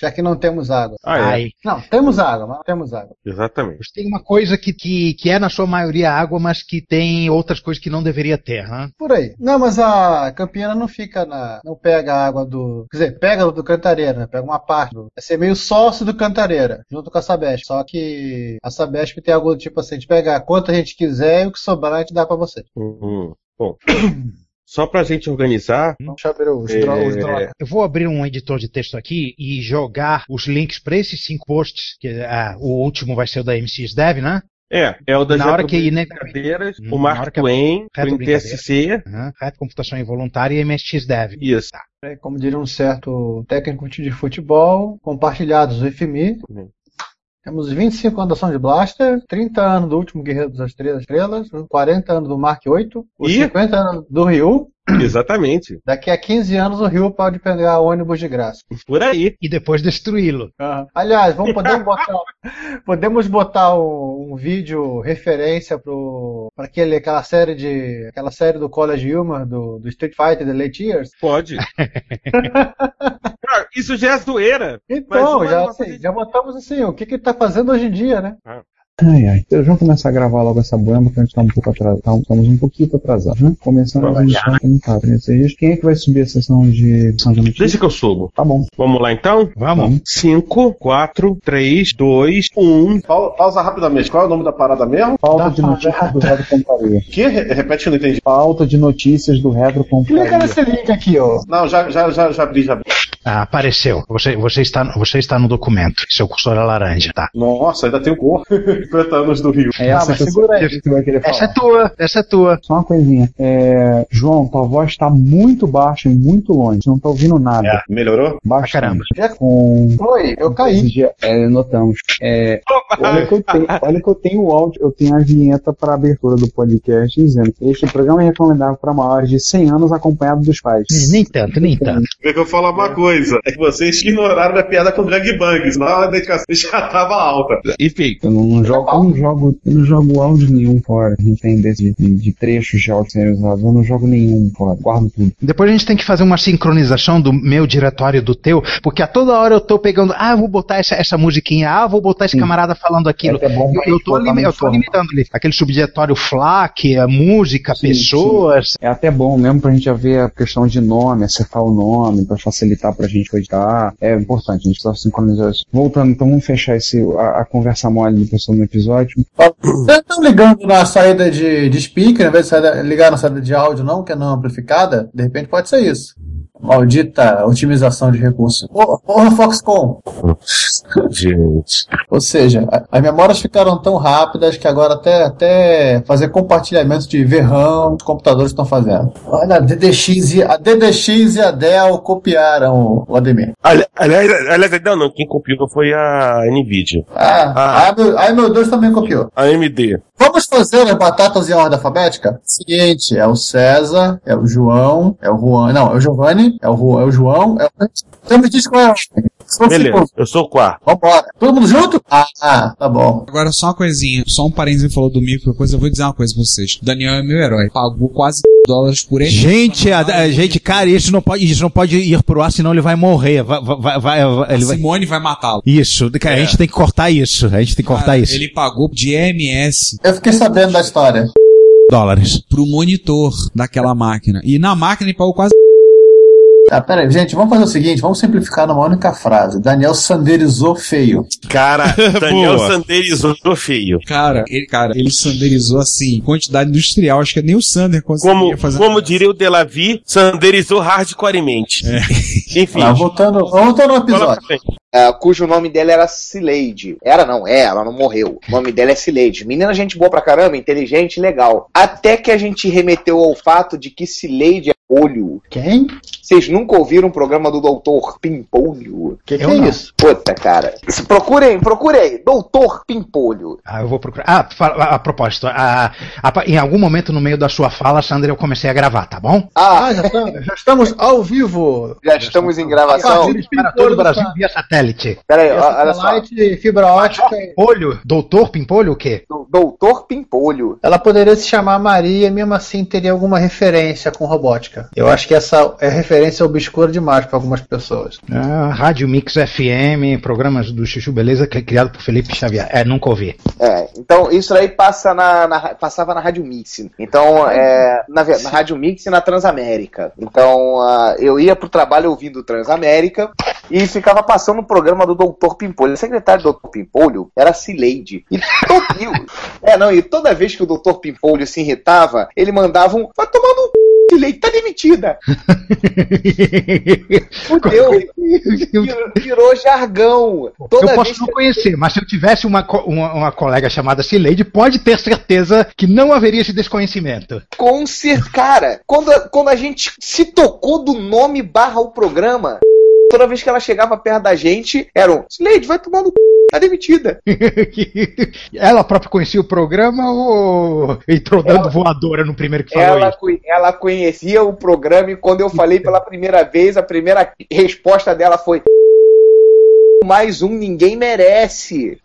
Speaker 7: Já que não temos água.
Speaker 1: Ah, é. Ai.
Speaker 7: Não, temos água, mas não temos água.
Speaker 1: Exatamente.
Speaker 6: Tem uma coisa que, que, que é na sua maioria água, mas que tem outras coisas que não deveria ter, né?
Speaker 7: Por aí. Não, mas a Campina não fica na. Não pega a água do. Quer dizer, pega do Cantareira, né? Pega uma parte. Do, é ser meio sócio do Cantareira, junto com a Sabesp. Só que a Sabesp tem algo do tipo assim: a gente pega quanto a gente quiser e o que sobrar a gente dá pra você.
Speaker 1: Uhum. Bom, só pra gente organizar.
Speaker 7: Deixa eu abrir os dro- os drogas.
Speaker 6: Eu vou abrir um editor de texto aqui e jogar os links para esses cinco posts, que ah, o último vai ser o da MCs Dev, né?
Speaker 1: É, é o da
Speaker 6: Na hora
Speaker 1: Retro
Speaker 6: que inevi-
Speaker 1: Brincadeiras,
Speaker 6: Hum,
Speaker 1: o
Speaker 6: na hora
Speaker 1: Mark
Speaker 6: que-
Speaker 1: Twain,
Speaker 6: Retro
Speaker 1: o TSC.
Speaker 6: Aham, Reto Computação Involuntária e MSX Dev.
Speaker 1: Isso.
Speaker 10: Tá.
Speaker 7: É, como diria um certo técnico de futebol, compartilhados, o FMI. Temos 25 anos da Sound Blaster, 30 anos do último Guerreiro das Três Estrelas, 40 anos do Mark VIII, os
Speaker 10: E?
Speaker 7: 50 anos do Ryu.
Speaker 10: Exatamente.
Speaker 7: Daqui a 15 anos o Ryu pode pegar ônibus de graça.
Speaker 10: Por aí.
Speaker 6: E depois destruí-lo.
Speaker 7: Aliás, vamos podemos botar, podemos botar um, um vídeo referência pro para aquele aquela série de aquela série do College Humor do, do Street Fighter The Late Years.
Speaker 10: Pode. Cara, isso já é zoeira.
Speaker 7: Então,
Speaker 10: Mas
Speaker 7: já,
Speaker 10: uma
Speaker 7: assim, já botamos assim, o que que ele tá fazendo hoje em dia, né?
Speaker 3: Ai, ai. Então, vamos começar a gravar logo essa boiamba que a gente tá um pouco atrasado. Tá, estamos um pouquinho atrasados, né? Começando a edição comentário. nesse registro. Quem é que vai subir a sessão de edição de notícias?
Speaker 10: Deixa que eu subo.
Speaker 3: Tá bom.
Speaker 10: Vamos lá então?
Speaker 6: Vamos.
Speaker 10: 5, 4, 3, 2, 1.
Speaker 36: Pausa rapidamente. Qual é o nome da parada mesmo?
Speaker 3: Falta de notícias do Retro Computaria.
Speaker 36: Que? Re- Repete que eu não entendi.
Speaker 3: Falta de notícias do Retro
Speaker 36: Clica
Speaker 3: Computaria.
Speaker 36: nesse
Speaker 7: link aqui, ó.
Speaker 36: Não, já, já, já, já abri, já abri.
Speaker 6: Ah, apareceu. Você, você, está, você está no documento. Seu cursor é laranja, tá?
Speaker 36: Nossa, ainda tem o cor. 50 anos do Rio.
Speaker 3: É essa que eu- que você vai querer falar.
Speaker 6: Essa é tua, essa é tua.
Speaker 3: Só uma coisinha. É, João, tua voz tá muito baixa e muito longe. Você não tá ouvindo
Speaker 6: É,
Speaker 10: É.
Speaker 3: nada.
Speaker 36: Melhorou?
Speaker 3: Baixa. caramba. Com...
Speaker 7: Oi, eu caí.
Speaker 3: É, notamos. É, olha, que eu tenho, olha que eu tenho o áudio, eu tenho a vinheta para abertura do podcast dizendo este programa é recomendável para maiores de 100 anos acompanhado dos pais.
Speaker 6: Nem tanto, nem tanto.
Speaker 36: Vê que eu falo uma coisa. É que vocês ignoraram minha piada com Drag Bang, senão a dedicação já tava alta.
Speaker 10: Enfim.
Speaker 3: Eu não jogo, eu não jogo, eu não jogo áudio nenhum fora. A gente tem desse de, de trechos de áudio serem usados. Eu não jogo nenhum fora. Guardo tudo. É
Speaker 6: Depois a gente tem que fazer uma sincronização do meu diretório e do teu, porque a toda hora eu tô pegando, ah, vou botar essa, essa musiquinha, ah, vou botar esse camarada falando aquilo.
Speaker 3: É até bom pra
Speaker 6: eu, eu
Speaker 3: gente
Speaker 6: tô,
Speaker 3: botar
Speaker 6: limi-
Speaker 3: no
Speaker 6: eu tô
Speaker 3: informe.
Speaker 6: limitando ali. Aquele subdiretório FLAC, a música, pessoas.
Speaker 3: É até bom mesmo pra gente já ver a questão de nome, acertar o nome, pra facilitar pra gente editar. É importante, a gente precisa sincronizar isso. Voltando, então vamos fechar esse, a, a conversa mole do pessoal no episódio.
Speaker 7: Vocês estão ligando na saída de, de speaker, ao invés de saída- ligar na saída de áudio, não, que é não amplificada? De repente pode ser isso. Maldita otimização de recursos. Porra, porra, Foxconn!
Speaker 10: Gente.
Speaker 7: Ou seja, a- as memórias ficaram tão rápidas que agora até, até fazer compartilhamento de VRAM os computadores estão fazendo. Olha, a DDX e a, DDX e a Dell copiaram o Ademir.
Speaker 10: Ali- Aliás, aliás, não, não, quem copiou foi a NVIDIA.
Speaker 7: Ah, a meu, a meu Deus também copiou.
Speaker 10: A AMD.
Speaker 7: Vamos fazer as batatas em ordem alfabética? Seguinte, é o César, é o João, é o Juan, não, é o Giovanni, é o, Ru- é o João, é o... Então me diz qual é a ordem. São
Speaker 10: Beleza,
Speaker 7: cinco.
Speaker 10: eu sou o quarto.
Speaker 7: Vambora. Todo mundo junto? Ah, ah, tá bom.
Speaker 37: Agora só uma coisinha, só um parênteses que falou do micro, coisa, eu vou dizer uma coisa pra vocês. O Daniel é meu herói. Pagou quase dólares por ele.
Speaker 38: Gente, a- a- gente, cara, isso não pode, isso não pode ir pro ar, senão ele vai morrer. Vai, vai, vai, vai- ele vai-
Speaker 37: Simone vai matá-lo.
Speaker 38: Isso, cara,
Speaker 6: É.
Speaker 38: a gente tem que cortar isso. A gente tem que
Speaker 6: Ah,
Speaker 38: cortar isso.
Speaker 37: Ele pagou de MS
Speaker 7: Eu fiquei sabendo da história.
Speaker 38: Dólares.
Speaker 37: pro monitor daquela máquina. E na máquina ele pagou quase.
Speaker 7: Tá, peraí, gente, vamos fazer o seguinte, vamos simplificar numa única frase. Daniel sanderizou feio.
Speaker 10: Cara, Daniel
Speaker 37: Boa.
Speaker 10: Sanderizou feio.
Speaker 37: Cara, ele, cara, ele sanderizou assim, quantidade industrial. Acho que nem o Sander conseguia
Speaker 10: Como,
Speaker 37: fazer.
Speaker 10: como diria o Delavi, Sanderizou hardcoremente.
Speaker 37: É.
Speaker 10: Enfim.
Speaker 7: Tá, voltando, voltando ao episódio.
Speaker 1: Ah, cujo nome dela era Cileide. Era não, é, ela não morreu. O nome dela é Cileide. Menina, gente boa pra caramba, inteligente, legal. Até que a gente remeteu ao fato de que Cileide é olho.
Speaker 7: Quem?
Speaker 1: Vocês nunca ouviram o programa do Doutor Pimpolho?
Speaker 7: Que
Speaker 1: que
Speaker 6: Eu é não.
Speaker 1: isso? Puta, cara. Se- Procurem, procurem. Doutor Pimpolho.
Speaker 6: Ah, eu vou procurar. Ah, fala- a, a propósito, a- a- em algum momento no meio da sua fala, Sandra, eu comecei a gravar, tá bom?
Speaker 1: Ah,
Speaker 7: já, estamos, já estamos ao vivo.
Speaker 1: Já estamos em gravação.
Speaker 6: Quadrilhos para todo o Brasil via satélite.
Speaker 1: Peraí,
Speaker 7: Via
Speaker 1: ó, olha só.
Speaker 7: satellite, fibra ótica.
Speaker 6: Olho, doutor Pimpolho, o quê?
Speaker 1: Doutor Pimpolho.
Speaker 7: Ela poderia se chamar Maria, mesmo assim teria alguma referência com robótica. Eu acho que essa é referência obscura demais para algumas pessoas.
Speaker 6: Ah, Rádio Mix FM, programas do Chuchu Beleza, que é criado por Felipe Xavier. É, nunca ouvi.
Speaker 1: É, então isso daí passa na, na- passava na Rádio Mix. Então, é, na, ve- na Rádio Mix e na Transamérica. Então, ah, eu ia pro trabalho ouvindo Transamérica e ficava passando o programa do Dr. Pimpolho. A secretária do Dr. Pimpolho era Cileide. E, to- e o- é, não, e toda vez que o Dr. Pimpolho se irritava, ele mandava um. Vai tomar no c... Cileide, tá demitida. Fudeu. Virou- Virou jargão. Toda
Speaker 6: eu
Speaker 1: vez
Speaker 6: posso não conhecer, mas se eu tivesse uma, co- uma, uma colega chamada Cileide, pode ter certeza que não haveria esse desconhecimento.
Speaker 1: Com certeza. um Cara, quando a, quando a gente se tocou do nome barra o programa, toda vez que ela chegava perto da gente, era um Slade, vai tomar no c... tá demitida.
Speaker 6: Ela própria conhecia o programa ou entrou dando voadora no primeiro que falou
Speaker 1: Ela,
Speaker 6: isso?
Speaker 1: conhe- ela conhecia o programa e quando eu falei pela primeira vez, a primeira resposta dela foi. Mais um ninguém merece.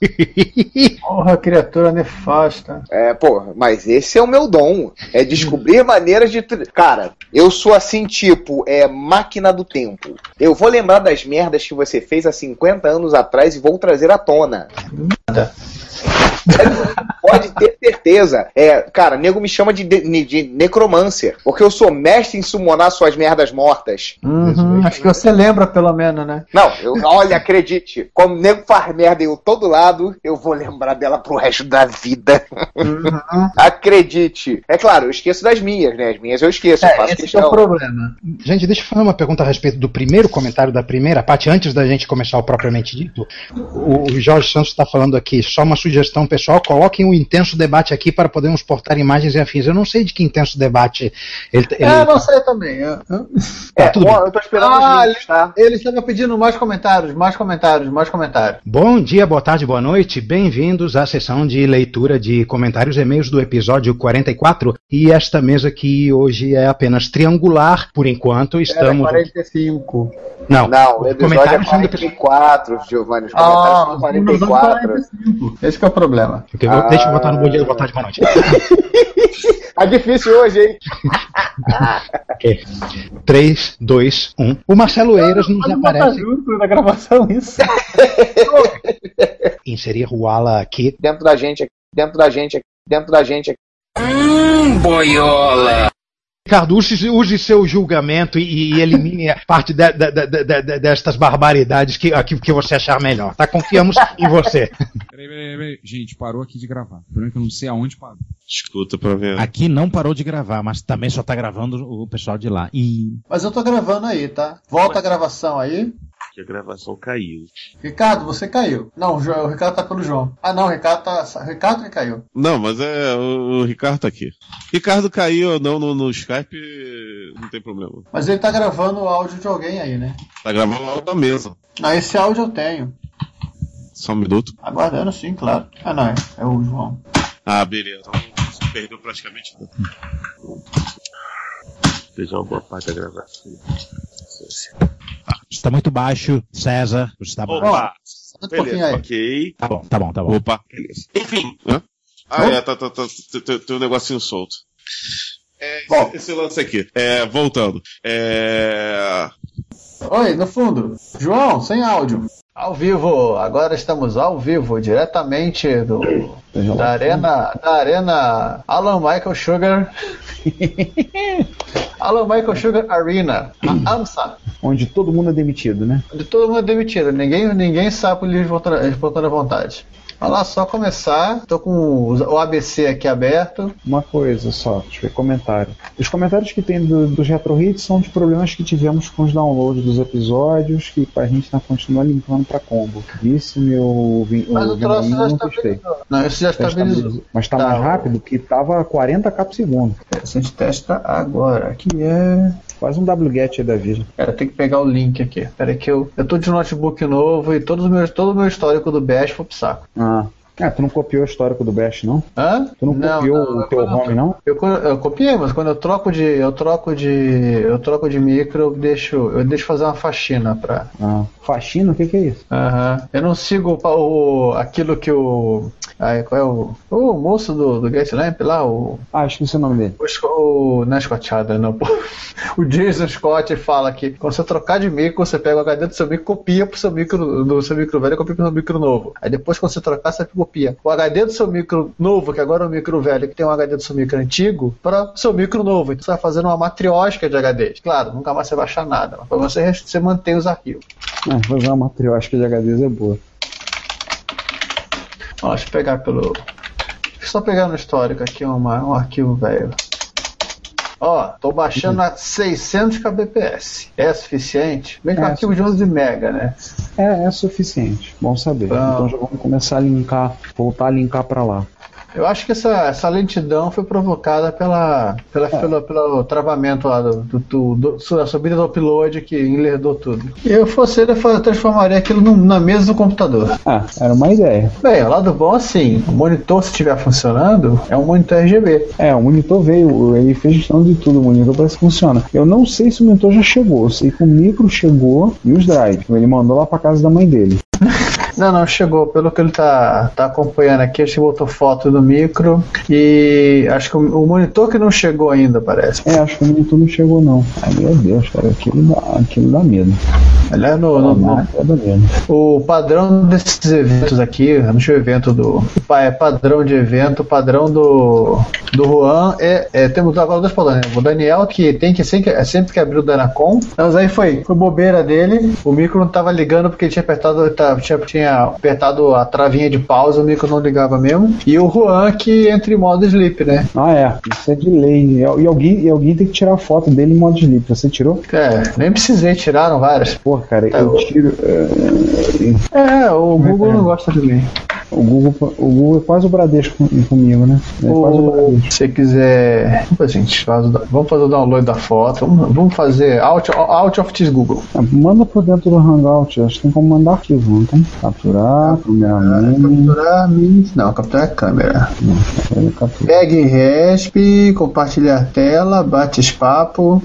Speaker 7: Porra, criatura nefasta.
Speaker 1: É, pô, mas esse é o meu dom. É descobrir maneiras de. tri- Cara, eu sou assim, tipo, é máquina do tempo. Eu vou lembrar das merdas que você fez há 50 anos atrás e vou trazer à tona. Pode ter certeza. É, cara, nego me chama de, de, de necromancer, porque eu sou mestre em summonar suas merdas mortas.
Speaker 7: Uhum. Acho que você lembra, pelo menos, né?
Speaker 1: Não, eu, olha, acredite, como o nego faz merda em todo lado, eu vou lembrar dela pro resto da vida.
Speaker 6: Uhum.
Speaker 1: acredite. É claro, eu esqueço das minhas, né? As minhas eu esqueço, eu
Speaker 7: é
Speaker 1: faço questão.
Speaker 6: Gente, deixa eu fazer uma pergunta a respeito do primeiro comentário da primeira parte, antes da gente começar o propriamente dito. O o Jorge Santos está falando aqui, só uma sugestão pessoal, coloquem um intenso debate aqui para podermos portar imagens e afins. Eu não sei de que intenso debate ele, ele
Speaker 7: É,
Speaker 1: Ah,
Speaker 7: não sei também. Eu, eu-
Speaker 6: Tá, tudo bem.
Speaker 7: eu tô esperando os links, tá? Ele estava pedindo mais comentários, mais comentários, mais comentários.
Speaker 6: Bom dia, boa tarde, boa noite. Bem-vindos à sessão de leitura de comentários e e-mails do episódio 44. E esta mesa aqui hoje é apenas triangular, por enquanto. Estamos.
Speaker 7: 45.
Speaker 6: Não,
Speaker 1: Não, o episódio é
Speaker 6: comentários são do
Speaker 10: um
Speaker 1: 44, Giovanni. Os
Speaker 7: Ah,
Speaker 1: comentários são 44.
Speaker 7: Esse que é o problema.
Speaker 6: Eu vou- Deixa eu botar no bom dia, boa tarde, boa noite.
Speaker 1: Ah. Tá difícil hoje, hein?
Speaker 6: É. 3, 2, 1. O Marcelo Eiras nos aparece.
Speaker 7: tá junto na gravação isso.
Speaker 6: Inserir Ruala aqui.
Speaker 1: Dentro da gente aqui, dentro da gente aqui, dentro da gente aqui.
Speaker 6: Hum, boiola! Ricardo, use, use seu julgamento e, e elimine a parte de- de- de- de- de- destas barbaridades que, aqui, que você achar melhor, tá? Confiamos em você.
Speaker 39: Peraí, peraí, peraí. Gente, parou aqui de gravar. Pelo que eu não sei aonde parou.
Speaker 40: Escuta pra
Speaker 6: Ah.
Speaker 40: ver.
Speaker 41: Aqui não parou de gravar, mas também só tá gravando o pessoal de lá. E
Speaker 7: Mas eu tô gravando aí, tá? Volta a gravação aí.
Speaker 40: Que a gravação caiu.
Speaker 7: Ricardo, você caiu. Não, o Jo- o Ricardo tá pelo João. Ah, não, o Ricardo tá. o Ricardo que caiu.
Speaker 10: Não, mas é. O, o Ricardo tá aqui. Ricardo caiu ou não no, no Skype, não tem problema.
Speaker 7: Mas ele tá gravando o áudio de alguém aí, né?
Speaker 10: Tá gravando lá da mesa.
Speaker 7: Não, esse áudio eu tenho.
Speaker 10: Só um minuto.
Speaker 7: Aguardando sim, claro. Ah, não, é, é o João.
Speaker 10: Ah, beleza. Então, Perdeu praticamente tudo.
Speaker 40: Veja uma boa parte da gravação.
Speaker 41: está muito baixo, César. Está baixo.
Speaker 40: Opa!
Speaker 7: um
Speaker 3: um
Speaker 40: Beleza, ok.
Speaker 41: Tá bom, tá bom, tá bom.
Speaker 10: Opa. Enfim. Hã? Ah, é, tá, tá, tá, tem- tem- tem um negocinho solto. É, Bom. Esse lance aqui. É, voltando. É.
Speaker 7: Oi, no fundo. João, sem áudio. Ao vivo, agora estamos ao vivo, diretamente do, da arena, da arena Alan Michael Sugar, Alan Michael Sugar Arena, a AMSA,
Speaker 3: Onde todo mundo é demitido, né?
Speaker 7: onde todo mundo é demitido, ninguém, ninguém sabe o livro espontânea vontade. Olha lá, só começar, tô com o o ABC aqui aberto.
Speaker 3: Uma coisa só, deixa eu ver comentário. Os comentários que tem do, dos Retro Hits são de problemas que tivemos com os downloads dos episódios, que a gente tá continuando limpando pra combo. Isso meu vin-
Speaker 7: Mas o
Speaker 3: vinholinho não
Speaker 7: troço já tá
Speaker 3: gostei.
Speaker 7: estabilizou. Não, isso já estabilizou.
Speaker 3: Mas tá, mais rápido que tava 40 k por segundo.
Speaker 7: A gente testa agora, que é.
Speaker 3: Faz um wget aí da vida.
Speaker 7: Cara, tem que pegar o link aqui. Pera aí que eu, eu tô de notebook novo e todos os meus, todo o meu histórico do Bash foi pro saco.
Speaker 3: Ah. Ah, tu não copiou o histórico do Bash, não?
Speaker 7: Hã?
Speaker 3: Tu não, copiou o teu home, não?
Speaker 7: Eu, co- eu copiei, mas quando eu troco de. eu troco de. eu troco de micro, eu deixo. eu deixo fazer uma faxina pra.
Speaker 3: Ah. Faxina, o que, que é isso?
Speaker 7: Aham. Eu não sigo o pa- o, aquilo que o. ai, qual é o. O moço do, do GetLamp lá, o.
Speaker 3: Ah, esqueci o nome dele.
Speaker 7: O, Sco- o, não é Scott Adler, não, pô. O Jason Scott fala que quando você trocar de micro, você pega o HD do seu micro, copia pro seu micro, do seu micro velho e copia pro seu micro novo. Aí depois, quando você trocar, você copia o HD do seu micro novo, que agora é o micro velho, que tem um HD do seu micro antigo, para seu micro novo. Então você vai fazendo uma matriótica de HDs. Claro, nunca mais você baixar nada, mas pra você, res- você mantém os arquivos.
Speaker 3: Ah, vou usar uma matriótica de HDs é boa.
Speaker 7: Ó, deixa eu pegar pelo. Deixa eu só pegar no histórico aqui uma, um arquivo velho. Ó, tô baixando a 600 kbps. É suficiente? Vem com
Speaker 3: É,
Speaker 7: arquivo de 11 mega, né?
Speaker 3: É, é suficiente. Bom saber.
Speaker 7: Ah.
Speaker 3: Então já vamos começar a linkar, voltar a linkar pra lá.
Speaker 7: Eu acho que essa, essa lentidão foi provocada pela, pela, pelo, pelo travamento lá do, do, do, do- da subida do upload que enlerdou tudo. Eu fosse ele, eu fa- transformaria aquilo num- na mesa do computador.
Speaker 3: Ah, era uma ideia.
Speaker 7: Bem, o lado bom assim, o monitor se estiver funcionando, é um monitor RGB.
Speaker 3: É, o monitor veio, ele fez gestão de tudo, o monitor parece que funciona. Eu não sei se o monitor já chegou, eu sei que o micro chegou e os drives. Ele mandou lá pra casa da mãe dele.
Speaker 7: Não, não, chegou. Pelo que ele tá, tá acompanhando aqui, acho que botou foto do micro e acho que o, o monitor que não chegou ainda, parece.
Speaker 3: É, acho que o monitor não chegou não. Ai meu Deus, cara, aquilo dá, aquilo dá medo.
Speaker 7: Aliás, no, no, no- o padrão desses eventos aqui, no seu evento do. pa- É padrão de evento, padrão do. Do Juan, é, é, temos agora dois padrões. né? O Daniel, que tem que sempre, é sempre que abrir o Danacom, mas aí foi, foi bobeira dele, o micro não tava ligando porque ele tinha apertado, tá- tinha, tinha apertado a travinha de pausa, o micro não ligava mesmo. E o Juan, que entra em modo sleep, né?
Speaker 3: Ah é, isso é de lei. E, e alguém, e alguém tem que tirar a foto dele em modo de sleep. Você tirou?
Speaker 7: É, nem precisei, tiraram várias.
Speaker 3: Porra, cara, eu tiro. é,
Speaker 7: É, o Google não gosta de mim.
Speaker 3: O Google, o Google é quase o Bradesco com- comigo, né? É quase o Bradesco.
Speaker 7: Se você quiser. Opa, gente, faz o da- vamos fazer o download da foto. Vamos, vamos fazer out, out of this Google.
Speaker 3: Ah, Manda por dentro do Hangout, acho que tem como mandar arquivo, não tem? Capturar, primeira mini.
Speaker 7: Capturar mini. Não, capturar a câmera.
Speaker 3: é
Speaker 7: Pegue resp, compartilha a tela, bate esse papo.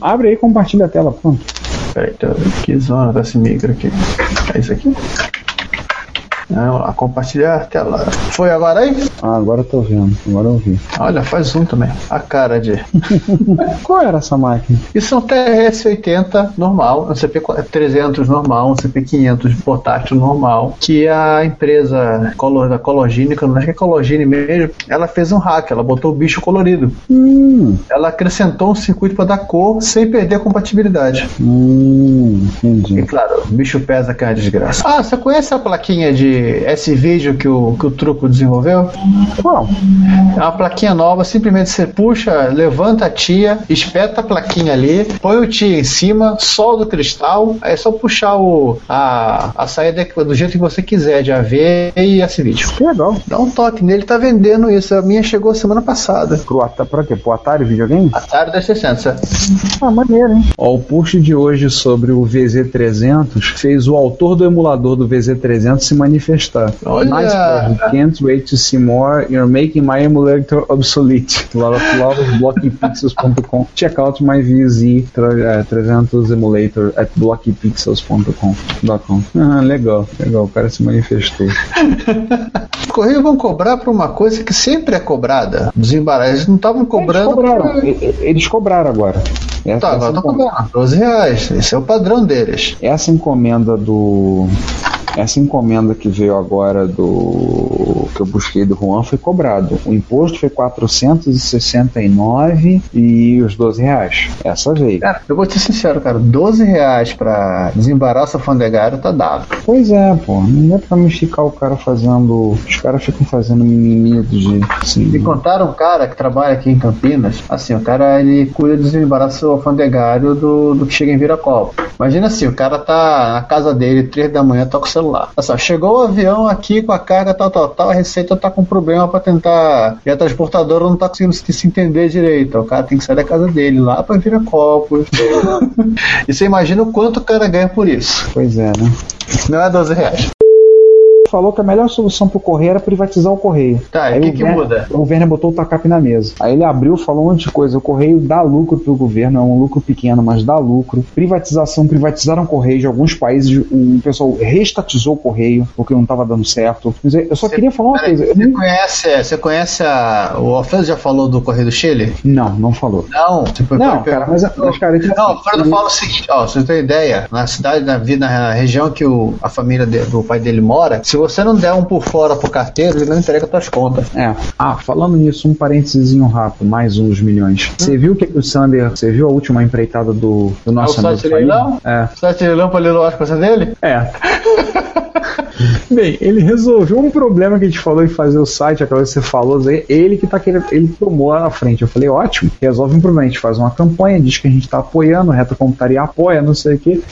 Speaker 3: Abre aí e compartilha a tela, pronto.
Speaker 7: Peraí, tô- que zona desse micro aqui. É isso aqui? Não, lá, compartilhar a tela. Foi agora aí?
Speaker 3: Ah, agora eu tô vendo, agora eu vi.
Speaker 7: Olha, faz um também. A cara de.
Speaker 3: Qual era essa máquina?
Speaker 7: Isso é um TRS-80 normal, um CP300 normal, um CP500 portátil normal, que a empresa Color, da Colorgine, que eu não acho que é Colorgine mesmo, ela fez um hack, ela botou o bicho colorido.
Speaker 3: Hum.
Speaker 7: Ela acrescentou um circuito para dar cor sem perder a compatibilidade.
Speaker 3: Hum, entendi.
Speaker 7: E claro, o bicho pesa que é uma desgraça. Ah, você conhece a plaquinha de esse vídeo que o, que o Truco desenvolveu?
Speaker 3: Qual?
Speaker 7: É uma plaquinha nova, simplesmente você puxa, levanta a tia, espeta a plaquinha ali, põe o tia em cima, solda o cristal, aí é só puxar o, a, a saída do jeito que você quiser, de AV e esse vídeo.
Speaker 3: Legal.
Speaker 7: Dá um toque nele, tá vendendo isso. A minha chegou semana passada.
Speaker 3: Pro Atari, pra quê? Pro Atari videogame?
Speaker 7: Atari 360.
Speaker 3: Ah, maneiro, hein?
Speaker 42: Ó, o post de hoje sobre o VZ300 fez o autor do emulador do VZ300 se manifestar.
Speaker 7: Olha!
Speaker 42: Nice
Speaker 7: Ah.
Speaker 42: project. Can't wait to see more. You're making my emulator obsolete. Lot of love blockypixels.com. Check out my VZ300 é, emulator at blockypixels.com. Ah, legal, legal. O cara se manifestou.
Speaker 7: Correio vão cobrar por uma coisa que sempre é cobrada. Desembaraço. Eles não estavam cobrando.
Speaker 3: cobraram. E- e- Eles cobraram agora. Essa-
Speaker 42: é
Speaker 7: Tá, agora
Speaker 3: essa
Speaker 7: estão
Speaker 3: encomenda-
Speaker 7: cobrando. 12 reais. Esse é o padrão deles.
Speaker 3: Essa encomenda do. Essa encomenda que veio agora do. que eu busquei do Juan foi cobrado. O imposto foi 469 e os 12 reais. Essa veio.
Speaker 7: Cara, eu vou te ser sincero, cara. 12 reais pra desembaraço fandegário tá dado.
Speaker 3: Pois é, pô. Não é pra me ficar o cara fazendo. Os caras ficam fazendo mimimi de. Assim,
Speaker 7: Me contaram um cara que trabalha aqui em Campinas. Assim, o cara ele cuida do desembaraço alfandegário do, do que chega em Viracopos. Imagina assim, o cara tá na casa dele, três da manhã, toca o celular. Olha só, chegou o avião aqui com a carga tal, tal, tal, a receita tá com problema pra tentar. E a transportadora não tá conseguindo se, se entender direito. O cara tem que sair da casa dele lá pra Viracopos. e você imagina o quanto o cara ganha por isso.
Speaker 3: Pois é, né?
Speaker 7: Não é 12 reais.
Speaker 3: falou que a melhor solução pro correio era privatizar o correio.
Speaker 7: Tá, e
Speaker 3: Aí né?
Speaker 7: o
Speaker 3: o
Speaker 7: que que
Speaker 3: Werner-
Speaker 7: muda?
Speaker 3: O Werner botou o TACAP na mesa. Aí ele abriu, falou um monte de coisa. O correio dá lucro pro governo, é um lucro pequeno, mas dá lucro. Privatização, privatizaram o correio de alguns países. O pessoal restatizou o correio, porque não tava dando certo. Mas eu eu só queria falar uma coisa. Eu
Speaker 7: Você
Speaker 3: nem-
Speaker 7: conhece, você conhece a. O Alfredo já falou do Correio do Chile?
Speaker 3: Não, não falou.
Speaker 7: Não, tipo,
Speaker 3: Não, cara, mas, mas cara, assim. eu-
Speaker 7: Não, o Fernando fala o seguinte, ó, você tem ideia, na cidade, na, vi- na região que o, a família de- do pai dele mora, se você não der um por fora pro carteiro, ele não entrega tuas contas.
Speaker 3: É. Ah, falando nisso, um parênteses rápido, mais um dos milhões. Você viu o que, que o Sander. Você viu a última empreitada do, do
Speaker 7: Ah, o
Speaker 3: nosso
Speaker 7: site
Speaker 3: amigo
Speaker 7: leilão?
Speaker 3: Falim? É.
Speaker 7: O site de leilão pra leiloar as coisas dele?
Speaker 3: É. Bem, ele resolveu um problema que a gente falou em fazer o site, aquela que você falou, Zé, ele que tá querendo, ele tomou lá na frente. Eu falei, ótimo, resolve um problema. A gente faz uma campanha, diz que a gente tá apoiando, reta computaria apoia, não sei o que.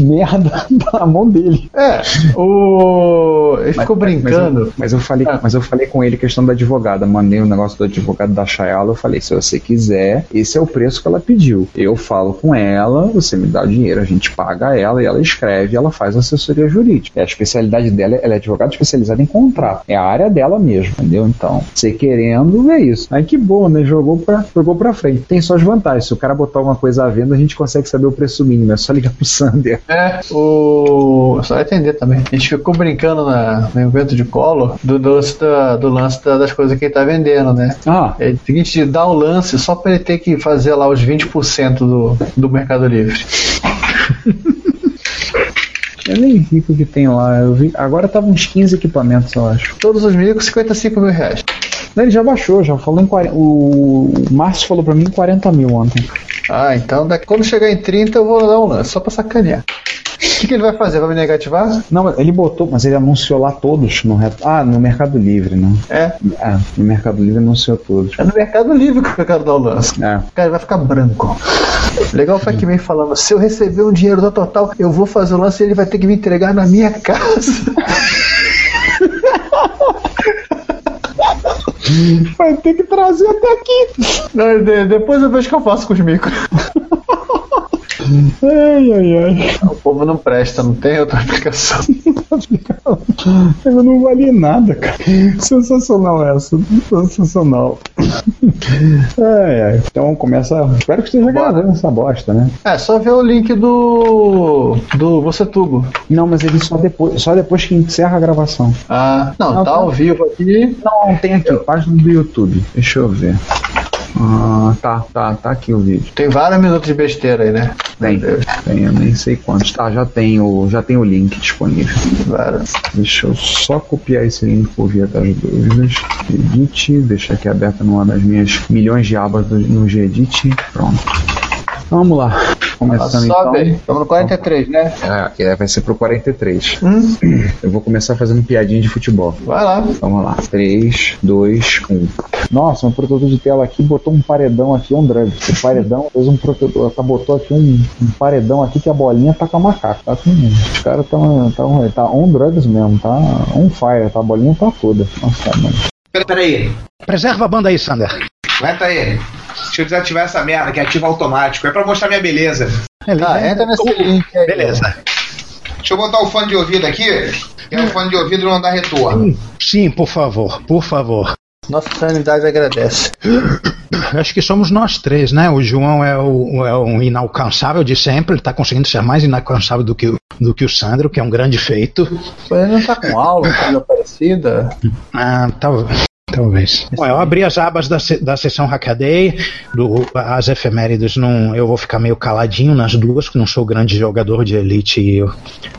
Speaker 3: Merda na mão dele.
Speaker 7: É, o.
Speaker 6: ficou, ele ficou brincando.
Speaker 43: Mas eu, falei,
Speaker 6: mas eu falei com ele questão da advogada. Mandei o negócio do advogado da Chayala. Eu falei: se você quiser, esse é o preço que ela pediu. Eu falo com ela, você me dá o dinheiro, a gente paga ela e ela escreve, ela faz assessoria jurídica. É a especialidade dela, ela é advogada especializada em contrato. É a área dela mesmo, entendeu? Então, você querendo, é isso. Aí que bom, né? Jogou pra, jogou pra frente. Tem suas vantagens. Se o cara botar alguma coisa à venda, a gente consegue saber o preço mínimo. É só ligar pro Sander.
Speaker 7: É, o. Só entender também. A gente ficou brincando na, no evento de colo do, do, lance da- do lance da- das coisas que ele tá vendendo, né?
Speaker 6: Ah.
Speaker 7: É o seguinte, de dar o lance só pra ele ter que fazer lá os 20% do, do Mercado Livre.
Speaker 6: Eu É nem vi o que tem lá. Eu vi, agora tava uns 15 equipamentos, eu acho.
Speaker 7: Todos os mil com 55 mil reais.
Speaker 6: Não, ele já baixou, já falou em 40. O o Márcio falou pra mim em 40 mil ontem.
Speaker 7: Ah, então daqui, quando chegar em 30 eu vou dar um lance, só pra sacanear. O que, que ele vai fazer? Vai me negativar?
Speaker 6: Não, mas ele botou, mas ele anunciou lá todos no Re- Ah, no Mercado Livre, né?
Speaker 7: É.
Speaker 6: É, no Mercado Livre anunciou todos.
Speaker 7: É no Mercado Livre que eu quero dar o lance.
Speaker 6: É.
Speaker 7: Cara, vai ficar branco. Legal o Pac-Man falando, se eu receber um dinheiro da Total, eu vou fazer o lance e ele vai ter que me entregar na minha casa.
Speaker 6: Vai ter que trazer até aqui.
Speaker 7: Não, de- depois eu vejo o que eu faço com os micos.
Speaker 6: Ai, ai, ai.
Speaker 7: O povo não presta, não tem outra aplicação.
Speaker 6: Eu não valia nada, cara. Sensacional essa. Sensacional. Ai, ai. Então começa. Espero que esteja gravando essa bosta, né?
Speaker 7: É, só ver o link do. do Você Tubo.
Speaker 6: Não, mas ele só depois, só depois que encerra a gravação.
Speaker 7: Ah, não,
Speaker 6: Não,
Speaker 7: tá
Speaker 6: tá.
Speaker 7: ao vivo aqui.
Speaker 6: Não, tem aqui, página do YouTube. Deixa eu ver. Ah, tá, tá, tá aqui o vídeo.
Speaker 7: Tem vários minutos de besteira aí, né?
Speaker 6: Tem, tem, eu nem sei quantos. Tá, já tem o, já tem o link disponível. Deixa eu só copiar esse link por via das dúvidas. Edit, deixa aqui aberta numa das minhas milhões de abas do- no Gedit. Pronto. Vamos lá. Começando então.
Speaker 7: Sobe. Estamos no 43, né? Hum?
Speaker 6: Ah, é, vai ser pro 43. Eu vou começar fazendo piadinha de futebol.
Speaker 7: Vai lá.
Speaker 6: Vamos lá. 3, 2, 1.
Speaker 44: Nossa, um protetor de tela aqui botou um paredão aqui, um drug. O paredão fez um protetor, tá, botou aqui um, um paredão aqui que a bolinha tá com a macaco. Tá com, os caras tão, tão, tá on drugs mesmo, tá on fire, tá, a bolinha tá toda. Nossa, mano.
Speaker 45: Peraí,
Speaker 1: Preserva a banda aí, Sander.
Speaker 45: aguenta aí. Deixa eu desativar essa merda que ativa automático. É pra mostrar minha beleza.
Speaker 1: É
Speaker 7: Ah, entra nesse link aí.
Speaker 1: Beleza.
Speaker 45: Deixa eu botar o fone de ouvido aqui, que é o fone de ouvido não dá retorno.
Speaker 1: Sim, por favor, por favor.
Speaker 7: Nossa sanidade agradece.
Speaker 1: Acho que somos nós três, né? O João é o, é o inalcançável de sempre, ele tá conseguindo ser mais inalcançável do que, o- do que o Sandro, que é um grande feito.
Speaker 7: Ele não tá com aula, coisa parecida.
Speaker 1: Ah, tal- talvez. Bom, eu abri as abas da, se- da sessão Hackaday, do, as efemérides, não, eu vou ficar meio caladinho nas duas, que não sou grande jogador de elite e eu,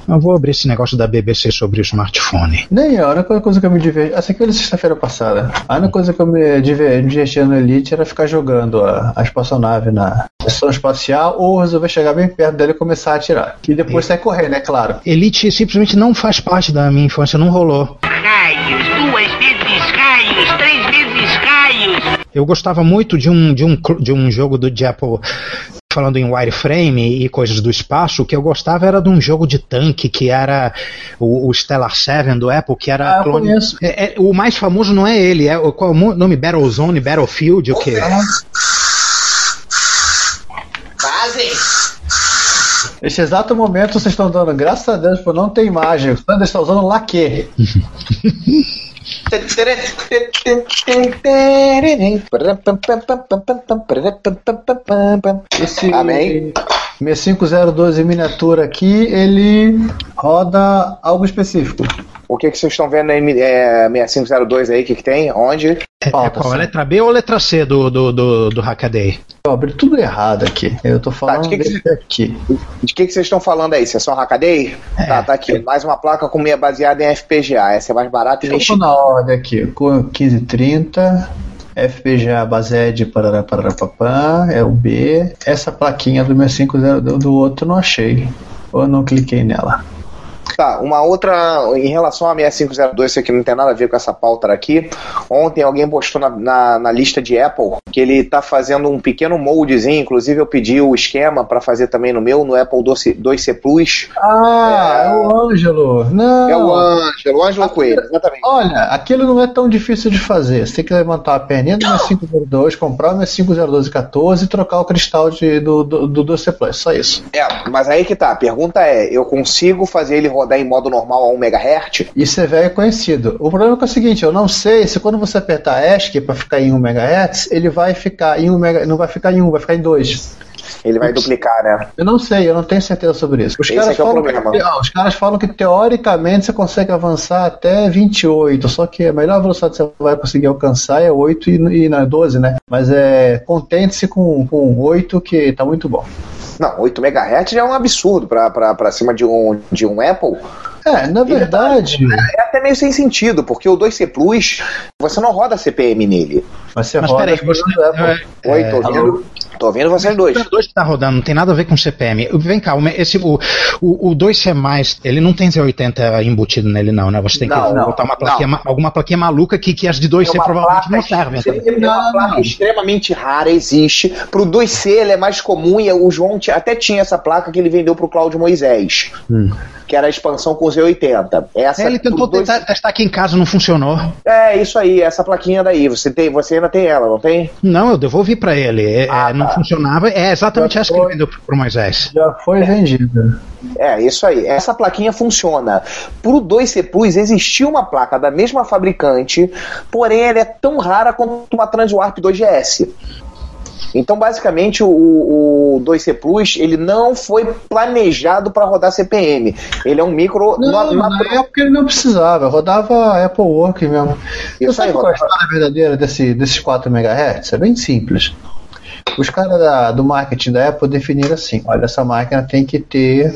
Speaker 1: eu vou abrir esse negócio da BBC sobre o smartphone.
Speaker 7: Nem eu, a única coisa que eu me diverti. Essa aqui foi na sexta-feira passada. A única coisa que eu me diver- me divertia no Elite era ficar jogando a, a espaçonave na estação espacial ou resolver chegar bem perto dela e começar a atirar. E depois sair correndo, é claro.
Speaker 1: Elite simplesmente não faz parte da minha infância, não rolou.
Speaker 46: Raios, duas vezes raios, três vezes raios.
Speaker 1: Eu gostava muito de um, de um, cl- de um jogo do de Apple falando em wireframe e coisas do espaço, o que eu gostava era de um jogo de tanque que era o, o Stellar 7 do Apple, que era
Speaker 7: Ah, eu conheço.
Speaker 1: É- é- o mais famoso não é ele, é o qual é o mo- nome Battlezone, Battlefield, o quê?
Speaker 46: Fazem.
Speaker 7: Nesse exato momento vocês estão dando, graças a Deus, por não ter imagem. O Sanders está usando laque. Esse
Speaker 47: Amém.
Speaker 7: Meu 5012 miniatura aqui, ele roda algo específico.
Speaker 47: O que, que vocês estão vendo aí, é, 6502 aí, o que, que tem? Onde?
Speaker 7: Falta.
Speaker 1: É, Qual, letra B ou letra C do, do, do, do Hackaday?
Speaker 7: Eu abri tudo errado aqui. Eu tô
Speaker 47: Tá,
Speaker 7: falando
Speaker 47: de que que
Speaker 7: desse aqui.
Speaker 47: De que, que vocês estão falando aí? Sessão Hackaday?
Speaker 1: É.
Speaker 47: Tá, tá aqui. Mais uma placa com meia baseada em FPGA. Essa é mais barata e
Speaker 7: Eu tô
Speaker 47: mexida.
Speaker 7: na ordem aqui. Com 1530. FPGA Based parará, parará, papá, é o B. Essa plaquinha do meu 50 do, do outro eu não achei. Ou eu não cliquei nela.
Speaker 10: Tá, uma outra, em relação à 6502, isso aqui não tem nada a ver com essa pauta aqui. Ontem alguém postou na, na, na lista de Apple que ele tá fazendo um pequeno moldezinho, inclusive eu pedi o esquema pra fazer também no meu, no Apple 2C, 2C Plus.
Speaker 7: Ah, é, o Ângelo. Não.
Speaker 10: É o Ângelo, o Ângelo Coelho, exatamente.
Speaker 7: Olha, aquilo não é tão difícil de fazer. Você tem que levantar a perninha do 502, comprar o 502 e 14 e trocar o cristal de, do, do, do 2C Plus, só isso.
Speaker 10: É, mas aí que tá, a pergunta é, eu consigo fazer ele rodar em modo normal a 1 MHz?
Speaker 7: Isso é velho conhecido. O problema é, que é o seguinte, eu não sei se quando você apertar ESC para ficar em 1 MHz, ele vai ficar em 1 MHz, não vai ficar em 1, vai ficar em 2.
Speaker 10: Ele vai duplicar, né?
Speaker 7: Eu não sei, eu não tenho certeza sobre isso. Os,
Speaker 10: Esse
Speaker 7: caras,
Speaker 10: é que é o
Speaker 7: falam
Speaker 10: problema.
Speaker 7: que- ah, os caras falam que teoricamente você consegue avançar até 28, só que a melhor velocidade que você vai conseguir alcançar é 8 e, e na 12, né? Mas é contente-se com, com 8, que tá muito bom.
Speaker 10: Não, 8 MHz já é um absurdo pra, pra, pra cima de um, de um Apple.
Speaker 7: É, na verdade.
Speaker 10: É até meio sem sentido, porque o 2C Plus, você não roda CPM nele.
Speaker 7: Mas você
Speaker 6: Mas roda peraí, você- do Apple.
Speaker 10: Oi,
Speaker 6: é,
Speaker 10: tô
Speaker 6: alô?
Speaker 10: vendo. Tô vendo vocês dois.
Speaker 6: O 2 tá rodando, não tem nada a ver com CPM. Vem cá, o- esse, o, o, o 2C, mais, ele não tem Z80 embutido nele, não, né? Você tem que
Speaker 10: Não, não,
Speaker 6: botar uma plaquinha, ma- alguma plaquinha maluca que, que as de 2C
Speaker 10: Tem uma
Speaker 6: provavelmente não
Speaker 10: placa
Speaker 3: então.
Speaker 6: servem.
Speaker 10: extrema- tem uma placa extremamente rara, existe. Pro 2C ele é mais comum e o João ti- até tinha essa placa que ele vendeu pro Cláudio Moisés, que era
Speaker 9: Então,
Speaker 10: a expansão com Z80. Essa
Speaker 6: É, ele tentou
Speaker 10: pro 2C
Speaker 6: tentar testar aqui em casa, não funcionou.
Speaker 10: É, isso aí, essa plaquinha daí. Você, tem, você ainda tem ela, não tem?
Speaker 6: Não, eu devolvi pra ele. É,
Speaker 10: Ah,
Speaker 6: é,
Speaker 10: tá.
Speaker 6: não funcionava. É exatamente essa que ele vendeu pro pro Moisés.
Speaker 7: Já foi vendida.
Speaker 10: É, isso aí. Essa plaquinha funciona. Pro 2C Plus existia uma placa da mesma fabricante, porém ela é tão rara quanto uma Transwarp 2GS. Então, basicamente, o, o 2C Plus ele não foi planejado para rodar CPM. Ele é um micro.
Speaker 7: Não, na,
Speaker 10: na- na-
Speaker 7: época ele não precisava, rodava Apple Work mesmo. Você
Speaker 10: Isso
Speaker 7: sabe
Speaker 10: aí,
Speaker 7: qual é a
Speaker 10: rodava.
Speaker 7: história verdadeira desse, desses 4 MHz? É bem simples. Os caras da- do marketing da Apple definiram assim: olha, essa máquina tem que ter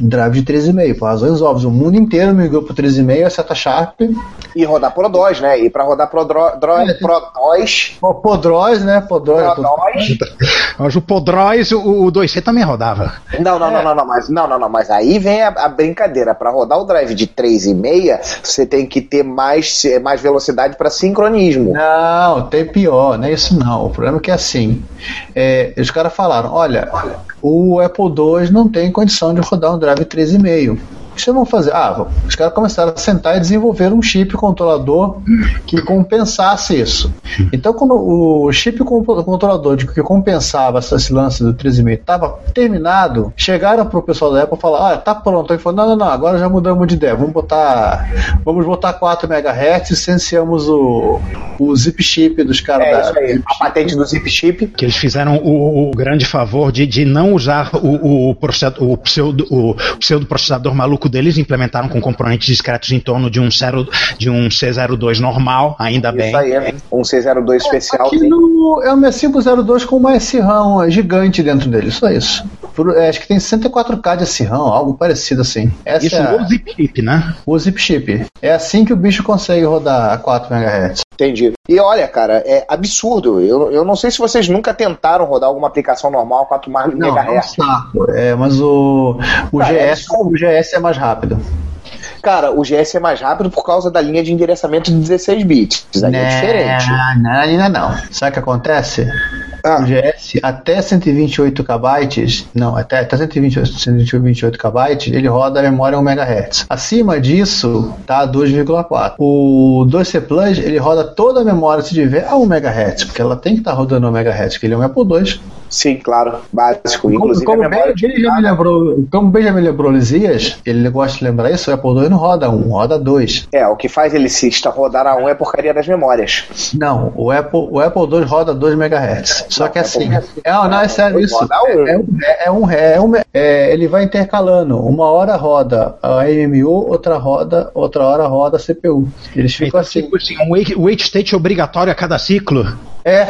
Speaker 7: drive de 13,5, por razões óbvias. O mundo inteiro migrou para 13,5, acerta Sharp.
Speaker 10: E rodar Pro 2, né? E para rodar Pro, dro, dro,
Speaker 3: É,
Speaker 10: Pro 2.
Speaker 7: Podroz, né?
Speaker 10: Ah,
Speaker 7: Podroz.
Speaker 10: Podroz.
Speaker 6: Mas o Podroz, o, o 2C também rodava.
Speaker 10: Não, não, não, não, não, mas não, não, não, mas aí vem a, a brincadeira. Para rodar o drive de 3,5, você tem que ter mais, eh, mais velocidade para sincronismo.
Speaker 7: Não, tem pior, não é isso não. O problema é que é assim. é, os caras falaram, olha, o Apple II não tem condição de rodar um drive 3,5. O que vocês vão fazer? Ah, vão- os caras começaram a sentar e desenvolver um chip controlador que compensasse isso. Então, quando o chip com- controlador de- que compensava essa- esse lance do 3,5 estava terminado, chegaram pro pessoal da Apple e falaram, olha, tá pronto. Aí falou, não, não, não, agora já mudamos de ideia, vamos botar. Vamos botar 4 MHz e licenciamos o, o zip chip dos caras da
Speaker 10: a patente do Zip Chip.
Speaker 6: Que eles fizeram o, o grande favor de, de não usar o, o, processa- o pseudo, o pseudoprocessador maluco deles, implementaram com componentes discretos em torno de um, zero, de um C02 normal, ainda bem.
Speaker 10: Isso aí é um C02 especial.
Speaker 7: Aqui no, é o 6502 com uma SRAM gigante dentro dele, só isso. Por- é, acho que tem 64K de SRAM, algo parecido assim. Essa
Speaker 6: Isso
Speaker 7: é a-
Speaker 6: no zip chip, né?
Speaker 7: o zip chip. É assim que o bicho consegue rodar a 4 MHz.
Speaker 10: Entendi. E olha, cara, é absurdo. Eu, eu não sei se vocês nunca tentaram rodar alguma aplicação normal 4
Speaker 7: Não, é um
Speaker 10: MHz.
Speaker 7: saco. É, mas o, o,
Speaker 10: Cara, é
Speaker 7: GS, o GS é mais rápido.
Speaker 10: Cara, o GS é mais rápido por causa da linha de endereçamento de 16 bits. Isso aí é diferente.
Speaker 7: Né,
Speaker 10: Ah.
Speaker 7: Não, ainda não. Sabe o que acontece? O GS até 128 KB, não, até, até 128, 128 KB, ele roda a memória 1 MHz. Acima disso, tá 2,4. O 2C Plus, ele roda toda a memória se tiver a 1 MHz, porque ela tem que estar rodando 1 MHz, porque ele é um Apple II.
Speaker 10: Sim, claro, básico. Inclusive,
Speaker 7: como,
Speaker 10: a
Speaker 7: bem,
Speaker 10: memória de
Speaker 7: ele já me lembrou, como bem já me lembrou o Lisias, ele gosta de lembrar isso, o Apple II não roda 1, roda 2.
Speaker 10: É, o que faz ele se esta- rodar a 1 é porcaria das memórias.
Speaker 7: Não, o Apple, o Apple II roda 2 MHz. Só que assim. É, não, é sério isso. É, um- é, um, é, um, é, ele vai intercalando. Uma hora roda a MMU, outra roda, outra hora roda a CPU. Eles ficam assim.
Speaker 6: um wait, wait state obrigatório a cada ciclo.
Speaker 7: É,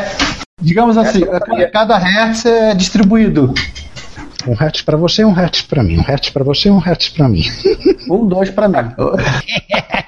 Speaker 7: digamos assim, a cada hertz é distribuído.
Speaker 6: Um hertz pra você, um hertz pra mim. Um hertz pra você, um hertz pra mim.
Speaker 7: Um, dois pra mim.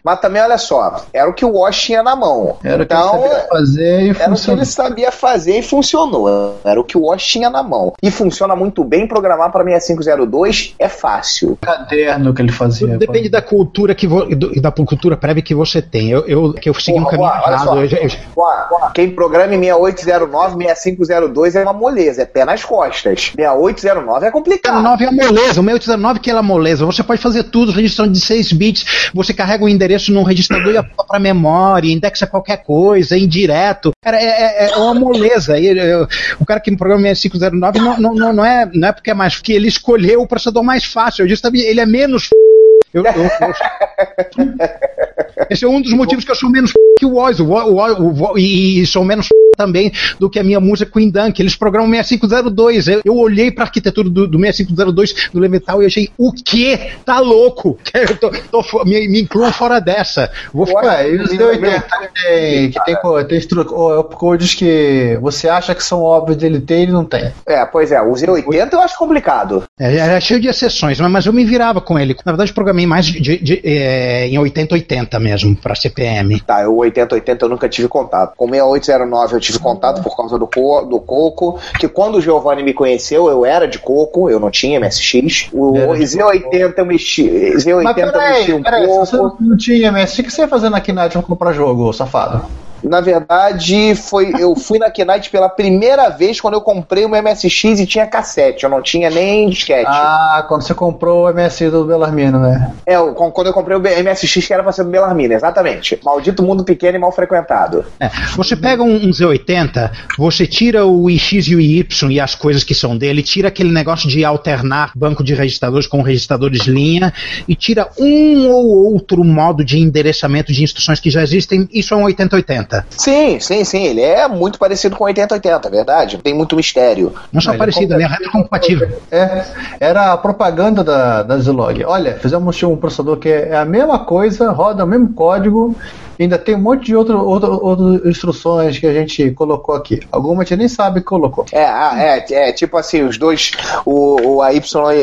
Speaker 9: Mas também, olha só, era o que o Wash tinha na mão.
Speaker 7: Era o que
Speaker 9: então,
Speaker 7: ele sabia fazer e
Speaker 9: era o que
Speaker 7: funcionou.
Speaker 9: ele sabia fazer e funcionou. Era o que o Wash tinha na mão. E funciona muito bem. Programar para 6502 é fácil.
Speaker 7: Caderno que ele fazia.
Speaker 6: Depende da cultura que vo- e do- e da cultura prévia que você tem. Eu, eu, que eu segui um caminho
Speaker 9: Ó, olha
Speaker 6: errado.
Speaker 9: só.
Speaker 6: Eu, eu-
Speaker 9: Ó, Quem programa em 6809, 6502 é uma moleza, é pé nas costas. 6809 é complicado.
Speaker 6: 19 é moleza, o meu 19 que é moleza. Você pode fazer tudo, registrando de 6 bits, você carrega o endereço num registrador e aponta para memória, indexa qualquer coisa, é indireto. Cara, é, é- é uma moleza. E, eu- o cara que me programa é 6509 não, não, não, não é, não é porque é mais que ele escolheu o processador mais fácil. Eu disse também, ele é menos. f***. Eu- eu- eu- esse é um dos motivos que eu sou menos f*** que o Oz, o, Oz- o, Oz- o, Oz- e, e sou menos f*** também do que a minha música Queen Dunk. Eles programam 6502. Eu, eu olhei pra arquitetura do, do 6502 do Levital e achei, o quê? Tá louco? Eu tô, tô fo- me, me incluo fora dessa. Vou
Speaker 7: Ué, e os D80 que tem, que tem, co- tem estru- ou opcodes que você acha que são óbvios dele ter e ele não tem.
Speaker 9: É, pois é, o Z80 eu acho complicado.
Speaker 6: É, era cheio de exceções, mas- mas eu me virava com ele. Na verdade, programei mais de, de- de, eh, em 8080 mesmo, pra CPM.
Speaker 9: Tá, eu 8080 eu nunca tive contato. Com 6809 eu tive contato por causa do, co- do Coco, que quando o Giovanni me conheceu, eu era de Coco, eu não tinha MSX. O
Speaker 7: Era de
Speaker 9: Z80 eu mexi,
Speaker 7: Mas
Speaker 9: Z80 eu mexi
Speaker 7: peraí,
Speaker 9: um
Speaker 7: peraí,
Speaker 9: pouco.
Speaker 7: você não tinha MS, o que você ia fazendo aqui na pra comprar jogo, ô safado?
Speaker 9: Na verdade, foi eu fui na Kinect pela primeira vez quando eu comprei uma MSX e tinha cassete, eu não tinha nem disquete.
Speaker 7: Ah, quando você comprou o MS do Belarmino, né?
Speaker 9: É, eu- quando eu comprei o B- MSX que era pra ser do Belarmina, exatamente. Maldito mundo pequeno e mal frequentado.
Speaker 6: É, Você pega um, um Z80, você tira o IX e o IY e as coisas que são dele, tira aquele negócio de alternar banco de registradores com registradores linha e tira um ou outro modo de endereçamento de instruções que já existem. Isso é um 8080.
Speaker 9: Sim, sim, sim, ele é muito parecido com 8080, é verdade? Tem muito mistério.
Speaker 6: Não só
Speaker 7: Ele
Speaker 6: parecido, ele é retrocompatível.
Speaker 7: É, era a propaganda da, da Zilog. Olha, fizemos um processador que é a mesma coisa, roda o mesmo código, ainda tem um monte de outro, outro- outras instruções que a gente colocou aqui. Alguma a gente nem sabe que colocou.
Speaker 9: É, ah, é, é, tipo assim, os dois, o, o AY,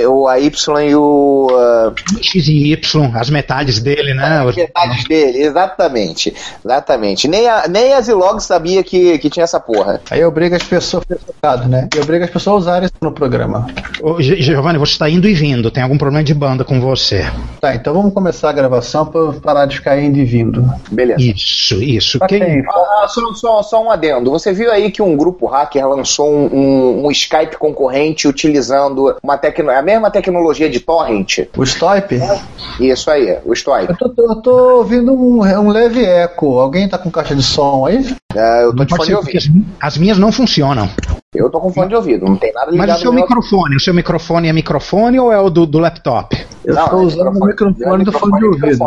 Speaker 9: o AY e o. ah,
Speaker 6: X e Y, as metades dele, né?
Speaker 9: as metades dele, exatamente. Exatamente. Nem a, nem a Zilog sabia que, que tinha essa porra.
Speaker 7: Aí obriga as pessoas, focado, né? E obriga as pessoas a usarem isso no programa.
Speaker 6: Ô, Gi- Giovanni, você está indo e vindo, tem algum problema de banda com você.
Speaker 7: Tá, então vamos começar a gravação para eu parar de ficar indo e vindo.
Speaker 9: Beleza.
Speaker 6: Isso, isso. Quem...
Speaker 9: Ah, só, só- só um adendo. Você viu aí que um grupo hacker lançou um, um- um Skype concorrente utilizando uma tecno... a mesma tecnologia de torrent?
Speaker 7: O Stipe?
Speaker 9: É, Isso aí, o Stipe.
Speaker 7: Eu tô, tô- eu tô ouvindo um, um leve eco. Alguém tá com caixa de som aí?
Speaker 9: É, eu tô
Speaker 7: Não
Speaker 9: de fone
Speaker 7: pode ser,
Speaker 9: de
Speaker 7: porque
Speaker 9: ouvido.
Speaker 6: As minhas não funcionam.
Speaker 9: Eu tô com fone de ouvido, não tem nada ligado
Speaker 6: Mas o seu
Speaker 9: no meu-
Speaker 6: microfone, o seu microfone é microfone ou é o do, do laptop?
Speaker 7: Eu
Speaker 9: Não,
Speaker 7: tô
Speaker 9: é
Speaker 7: usando o microfone do fone de ouvido.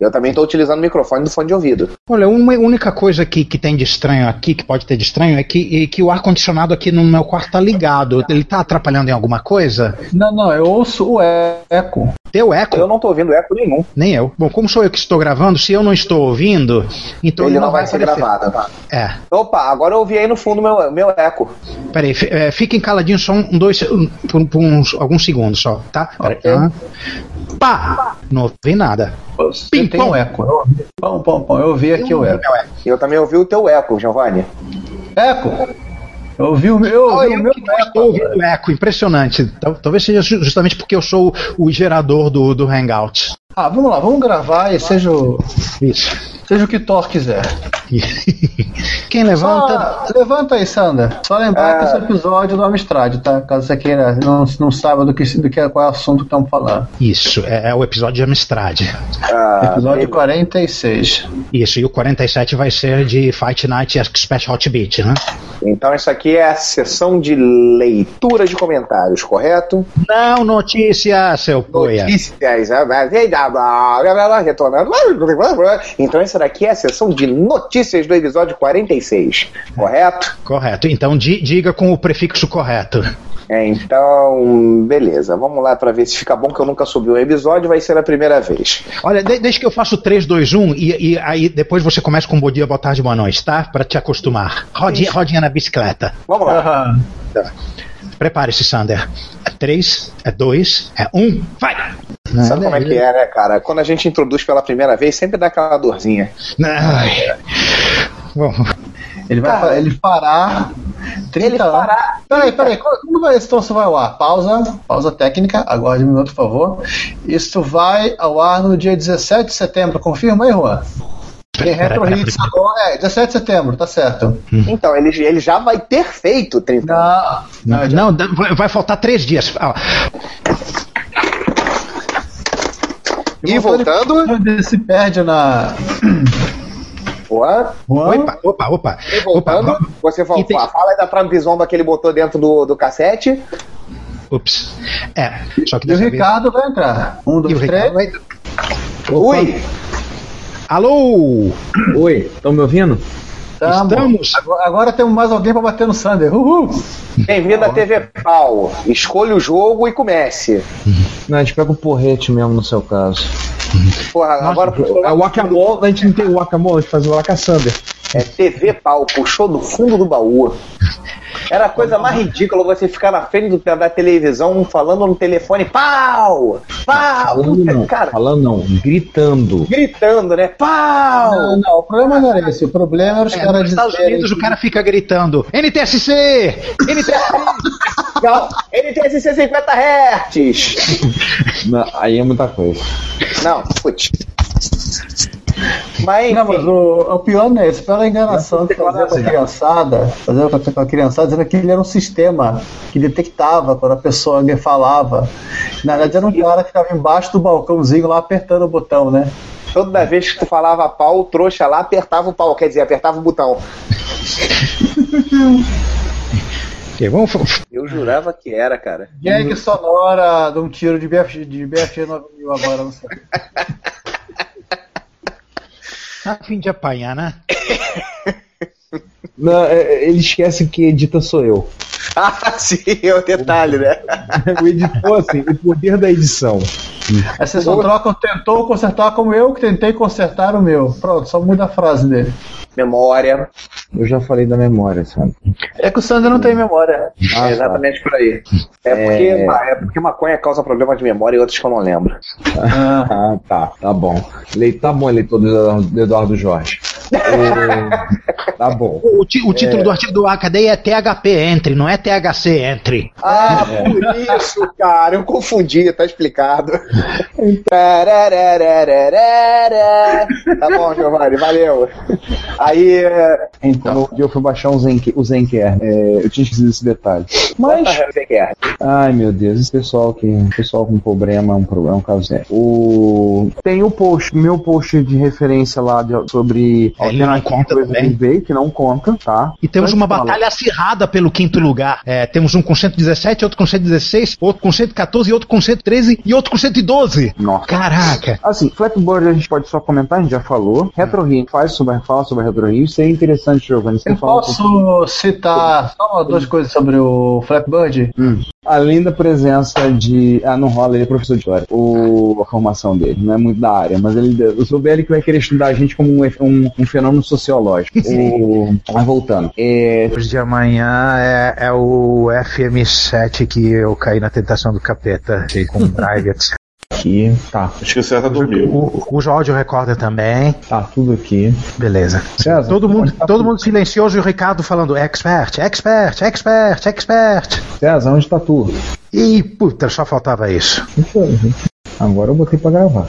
Speaker 9: Eu também tô utilizando o microfone do fone de ouvido.
Speaker 6: Olha, uma única coisa que, que tem de estranho aqui, que pode ter de estranho, é que, é que o ar-condicionado aqui no meu quarto tá ligado. Ele tá atrapalhando em alguma coisa?
Speaker 7: Não, não, eu ouço o eco.
Speaker 6: Teu eco? Eu
Speaker 9: não tô ouvindo eco nenhum.
Speaker 6: Nem eu. Bom, como sou eu que estou gravando, se eu não estou ouvindo, então
Speaker 9: Ele não vai ser
Speaker 6: aparecer.
Speaker 9: gravado. tá?
Speaker 6: É.
Speaker 9: Opa, agora eu ouvi aí no fundo meu, meu eco.
Speaker 6: Peraí, fi- é, fiquem caladinhos só um, dois, um, por, por uns, alguns segundos só, tá? Peraí. Ah. Pá! Não ouvi nada.
Speaker 7: Você tem um eco. Eu ouvi- Pão, pão, pão. Eu ouvi aqui o eco.
Speaker 9: Eu também ouvi o teu eco, Giovanni.
Speaker 7: Eco? Eu ouvi o meu. Eu ouvi o meu
Speaker 6: Estou ouvindo eco, impressionante. Tal- Talvez seja ju- justamente porque eu sou o, o gerador do, do Hangout.
Speaker 7: Ah, vamos lá, vamos gravar e seja o.
Speaker 6: Isso.
Speaker 7: Seja o que Thor quiser.
Speaker 6: Quem
Speaker 7: levanta. levanta aí, Sandra. Só lembrar que esse episódio é do Amstrad, tá? Caso você queira, não, não saiba do que, do que qual é o assunto que estamos falando.
Speaker 6: Isso, é, é o episódio de Amstrad.
Speaker 9: Ah,
Speaker 7: Episódio 46.
Speaker 6: Isso, e o 47 vai ser de Fight Night Expert Hot Beat, né?
Speaker 9: Então isso aqui é a sessão de leitura de comentários, correto?
Speaker 6: Não, notícia, seu poia.
Speaker 9: Notícias. ah, mas, ei, blá, blá, blá, blá, blá, Retornando. blá, blá, blá. Então isso daqui é a sessão de notícias do episódio 46, correto?
Speaker 6: Correto, então di- diga com o prefixo correto.
Speaker 9: É, então, beleza. Vamos lá pra ver se fica bom que eu nunca subi um episódio, vai ser a primeira vez.
Speaker 6: Olha, de- deixa que eu faço 3, 2, 1 e, e aí depois você começa com bom dia, boa tarde, boa noite, tá? Pra te acostumar. Rodinha, rodinha na bicicleta.
Speaker 9: Vamos
Speaker 7: lá.
Speaker 6: Tá. Prepare-se, Sander.
Speaker 1: três, é dois, é um, vai!
Speaker 9: Sabe como é que é, né, cara? Quando a gente introduz pela primeira vez, sempre dá aquela dorzinha.
Speaker 1: Ai. Bom,
Speaker 7: Ele vai fa- ele fará 30 ele fará... Peraí, peraí, quando quando vai, esse troço vai ao ar? Pausa, pausa técnica, aguarde um minuto, por favor. Isso vai ao ar no dia 17 de setembro, confirma aí, Juan? Tem Retro Hits agora, é, 17 de setembro, tá certo.
Speaker 9: Então, ele, ele já vai ter feito 30
Speaker 7: Não,
Speaker 1: não, dá- vai- vai faltar três dias. Ah,
Speaker 9: E voltando.
Speaker 7: Se perde na.
Speaker 9: Juan?
Speaker 1: Opa, opa, opa.
Speaker 9: E voltando, você voltou. A fala é da Trambizomba que ele botou dentro do, do cassete.
Speaker 1: Ups. É, só que
Speaker 7: E o Ricardo vai entrar. Um, dois, três.
Speaker 9: Oi!
Speaker 1: Alô!
Speaker 3: Oi, estão me ouvindo?
Speaker 7: tá Estamos. Agora, agora temos mais alguém pra bater no Sander. Uhul!
Speaker 9: Bem-vindo à TV Pau. Escolha o jogo e comece.
Speaker 3: Não, a gente pega um porrete mesmo no seu caso.
Speaker 9: Porra, agora
Speaker 3: É o Wacamole, a gente não tem o Wacamole, a gente faz o Wacasander.
Speaker 9: é TV Pau, puxou do fundo do baú. Era a coisa mais ridícula você ficar na frente do- da televisão falando no telefone, pau! Pau!
Speaker 3: Falando não,
Speaker 9: Cara,
Speaker 3: falando não, gritando.
Speaker 9: gritando, né? Pau!
Speaker 7: Não, não, o problema não era esse. O problema era os
Speaker 1: É,
Speaker 7: caras
Speaker 1: nos Estados
Speaker 7: dizerem
Speaker 1: Unidos
Speaker 7: que-
Speaker 1: o cara fica gritando NTSC! NTSC!
Speaker 9: Não, NTSC 50 Hz!
Speaker 3: Não, aí é muita coisa.
Speaker 9: Não, putz. Mas,
Speaker 7: não, mas o, o pior não é isso, pela enganação que fazia com a criançada, fazia com a- com a criançada, dizendo que ele era um sistema que detectava quando a pessoa alguém falava. Na verdade era um cara que ficava embaixo do balcãozinho lá apertando o botão, né?
Speaker 9: Toda vez que tu falava pau, o trouxa lá apertava o pau, quer dizer, apertava o botão.
Speaker 1: Ok, vamos f-
Speaker 9: Eu jurava que era, cara.
Speaker 7: Gag sonora de um tiro de BF, de BF 9000 agora, não sei.
Speaker 1: tá a fim de apanhar, né?
Speaker 3: Não, é- é- ele esquece que edita sou eu.
Speaker 9: Ah, sim, é o detalhe, né?
Speaker 3: o editor, assim, o poder da edição.
Speaker 7: Aí vocês só trocam, tentou consertar como eu que tentei consertar o meu. Pronto, só muda a frase dele.
Speaker 9: Memória.
Speaker 3: Eu já falei da memória, sabe?
Speaker 7: É que o Sander não tem memória.
Speaker 3: Ah, tá.
Speaker 9: É exatamente por aí. É porque,
Speaker 3: É.
Speaker 10: tá,
Speaker 9: ma- é porque maconha causa problema de memória e outros que eu não lembro.
Speaker 3: Ah, tá, tá bom. Lei, tá bom, eleitor do Eduardo- do Eduardo Jorge. É, tá bom.
Speaker 1: O, ti- o título do artigo do AKD é THP Entre, não é THC Entre.
Speaker 9: Ah, por isso, cara, eu confundi, tá explicado. Tarararararara. tá bom, Giovanni, valeu. Aí, é,
Speaker 3: Então, um dia eu fui baixar o Zenk- o Zenker. É, eu tinha esquecido esse detalhe.
Speaker 9: mas. Você quer?
Speaker 3: Ai, meu Deus, esse pessoal que pessoal com problema, é um problema, é um caso sério. O tem o post, meu post de referência lá de- sobre
Speaker 1: Ele não conta também.
Speaker 3: eBay, que não conta, tá?
Speaker 1: E temos
Speaker 3: Mas
Speaker 1: uma
Speaker 3: fala.
Speaker 1: batalha acirrada pelo quinto lugar. É, temos um com 117, outro com 116, outro com 114, outro com 113 e outro com 112.
Speaker 3: Nossa.
Speaker 1: Caraca.
Speaker 3: Assim, Flatboard a gente pode só comentar, a gente já falou.
Speaker 7: É.
Speaker 3: Retro Rio, faz sobre, fala sobre Retro Rio, seria interessante, Giovanni. Você
Speaker 7: Eu
Speaker 3: fala um
Speaker 7: posso citar só duas coisas sobre o Flapbird?
Speaker 3: Além da presença de. Ah, não rola, ele é professor de história. O... A formação dele, não é muito da área, mas ele eu soube ele que vai querer estudar a gente como um, efe- um- um fenômeno sociológico. O... Mas voltando. É...
Speaker 6: Depois de amanhã é, é o FM7 que eu caí na tentação do capeta. Fiquei com o drive, etc.
Speaker 3: Aqui, tá.
Speaker 6: Acho que o César dormiu. O, o áudio recorda também.
Speaker 3: Tá, tudo aqui.
Speaker 6: Beleza.
Speaker 3: César,
Speaker 6: todo mundo, todo mundo silencioso e o Ricardo falando expert, expert, expert, expert.
Speaker 3: César, onde tá tu?
Speaker 6: Ih, puta, só faltava isso.
Speaker 3: Agora eu botei pra gravar.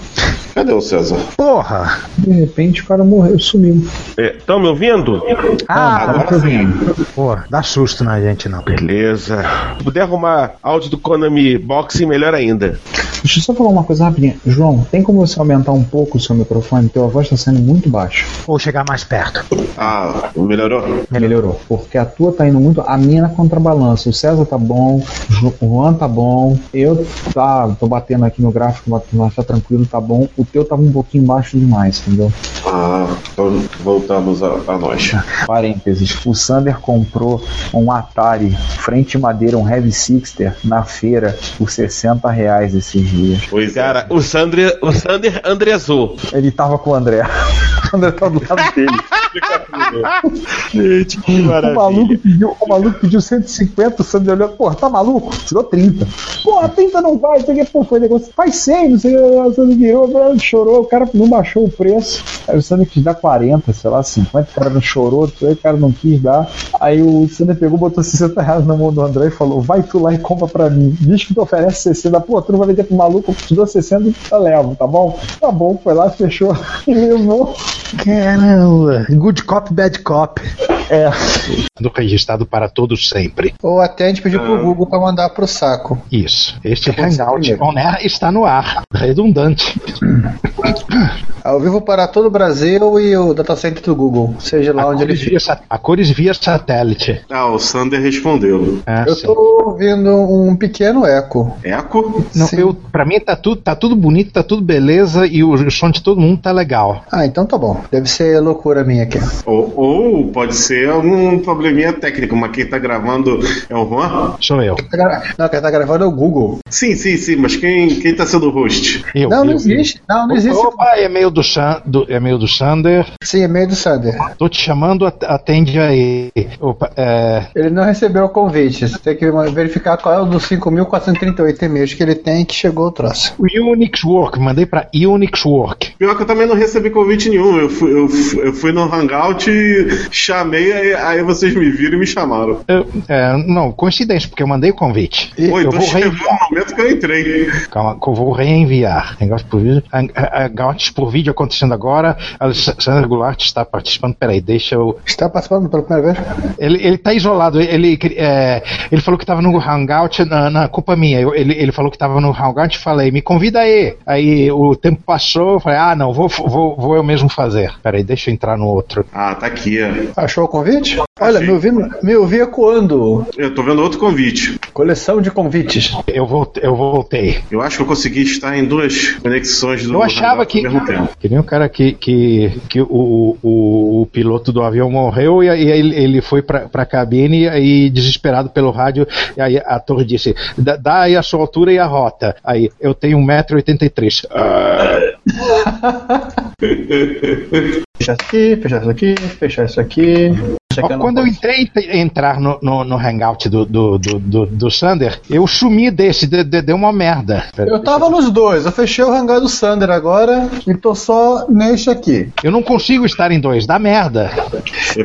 Speaker 10: Cadê o César?
Speaker 6: Porra!
Speaker 3: De repente o cara morreu, sumiu.
Speaker 10: Estão É, me ouvindo?
Speaker 6: Ah,
Speaker 10: agora
Speaker 6: tá
Speaker 10: sim.
Speaker 6: Pô, dá susto na gente não.
Speaker 10: Beleza. Se puder arrumar áudio do Konami Boxing, melhor ainda.
Speaker 3: Deixa eu só falar uma coisa rapidinha. João, tem como você aumentar um pouco o seu microfone? Teu voz tá sendo muito baixa.
Speaker 6: Ou chegar mais perto.
Speaker 10: Ah, melhorou?
Speaker 3: Melhorou. Porque a tua tá indo muito. A minha na contrabalança. O César tá bom, o Ju- o Juan tá bom, eu tá, tô batendo aqui no gráfico, mas- mas tá tranquilo, tá bom. O teu tava um pouquinho baixo demais, entendeu?
Speaker 10: Ah, então voltamos a, a nós.
Speaker 3: Parênteses, o Sander comprou um Atari frente madeira, um Heavy Sixter, na feira, por 60 reais esses dias.
Speaker 10: Pois é. Cara, o Sander, o Sander Andrezou.
Speaker 3: Ele tava com o André. O André tá do lado dele.
Speaker 6: Gente, que maravilha. O maluco pediu, o maluco pediu 150, o Sandro olhou, pô, tá maluco? Tirou 30. Porra, 30 não vai, não sei o que, pô, foi negócio. Faz 100, não sei o que, o Sandro virou, blá, chorou, o cara não baixou o preço. Aí o Sandro quis dar 40, sei lá, 50, o cara não chorou, aí o cara não quis dar. Aí o Sandro pegou, botou 60 reais na mão do André e falou, vai tu lá e compra pra mim. Diz que tu oferece 60, pô, tu não vai vender pro maluco, eu te dou 60 eu levo, tá bom? Tá bom, foi lá, fechou e levou.
Speaker 1: Caramba, good cop, bad cop.
Speaker 6: É.
Speaker 1: Do registrado para todos sempre.
Speaker 7: Ou até a gente pedir pro Google pra mandar pro saco. Tipo, é,
Speaker 1: Isso. Este Tipo, Hangout on Air está no ar. Redundante.
Speaker 7: Ao vivo para todo o Brasil e o datacenter do Google, seja lá onde ele
Speaker 1: Cores via sa- a cores via satélite.
Speaker 10: Ah, o Sander respondeu. É,
Speaker 1: Ah,
Speaker 7: Eu
Speaker 1: sim.
Speaker 7: tô ouvindo um pequeno eco.
Speaker 10: Eco?
Speaker 1: Não, eu, pra mim tá tudo, tá tudo bonito, tá tudo beleza e o, o som de todo mundo tá legal.
Speaker 7: Ah, então tá bom. Deve ser loucura minha aqui.
Speaker 10: Ou, ou pode ser algum probleminha técnico, mas quem tá gravando é o Juan?
Speaker 1: Sou eu.
Speaker 7: Não, quem tá gravando é o Google.
Speaker 10: Sim, sim, sim, mas quem, quem tá sendo o host?
Speaker 1: Eu,
Speaker 7: não, não
Speaker 1: eu,
Speaker 7: existe. Não, não
Speaker 1: eu.
Speaker 7: existe.
Speaker 1: Opa, e-mail do, San, do, e-mail do Sander.
Speaker 7: Sim, e-mail do Sander.
Speaker 1: Tô te chamando, at- atende aí. Opa, é,
Speaker 7: Ele não recebeu o convite. Você tem que verificar qual é o dos 5.438 e-mails que ele tem que chegou o troço.
Speaker 1: O Unix Work, mandei pra Unix Work.
Speaker 10: Pior que eu também não recebi convite nenhum. Eu fui, eu, fui- eu fui no Hangout e chamei, aí, aí vocês me viram e me chamaram.
Speaker 1: Eu- é, não, coincidência, porque eu mandei o convite.
Speaker 10: Pô,
Speaker 1: eu
Speaker 10: então
Speaker 1: vou
Speaker 10: chegou
Speaker 1: reenviar.
Speaker 10: o momento que eu entrei.
Speaker 1: Calma, que eu vou reenviar. Negócio por vídeo. Ah, ah, Gautes por vídeo acontecendo agora. Alessandro Goulart está participando. Peraí, deixa eu.
Speaker 7: Está participando pela primeira vez?
Speaker 1: Ele, ele tá isolado. Ele, é, ele falou que tava no Hangout, na, na culpa minha. Eu- ele, ele falou que tava no Hangout falei, me convida aí. Aí o tempo passou, eu falei, ah, não, vou, vou, vou eu mesmo fazer. Peraí, deixa eu entrar no outro.
Speaker 10: Ah, tá aqui. ó.
Speaker 7: Achou o convite? Olha, me ouvi, me ouvi ecoando.
Speaker 10: Eu tô vendo outro convite.
Speaker 7: Coleção de convites.
Speaker 1: Eu, voltei, eu voltei.
Speaker 10: Eu acho que eu consegui estar em duas conexões do
Speaker 1: Eu achava
Speaker 10: Hangout
Speaker 1: que-
Speaker 10: ao mesmo tempo.
Speaker 1: Que nem o cara que, que, que o, o, o- o piloto do avião morreu e aí ele, ele foi pra, pra cabine e aí, desesperado pelo rádio, e aí a torre disse, dá, dá aí a sua altura e a rota. Aí, eu tenho 1,83m. Ah,
Speaker 7: Fechar isso aqui, fechar isso aqui, fechar isso aqui.
Speaker 1: Ó, Quando eu entrei entrar no, no, no hangout do, do, do, do, do Sander, eu sumi desse, de- de- deu uma merda.
Speaker 7: Eu tava nos dois, eu fechei o hangar do Sander agora e tô só neste aqui.
Speaker 1: Eu não consigo estar em dois, dá merda.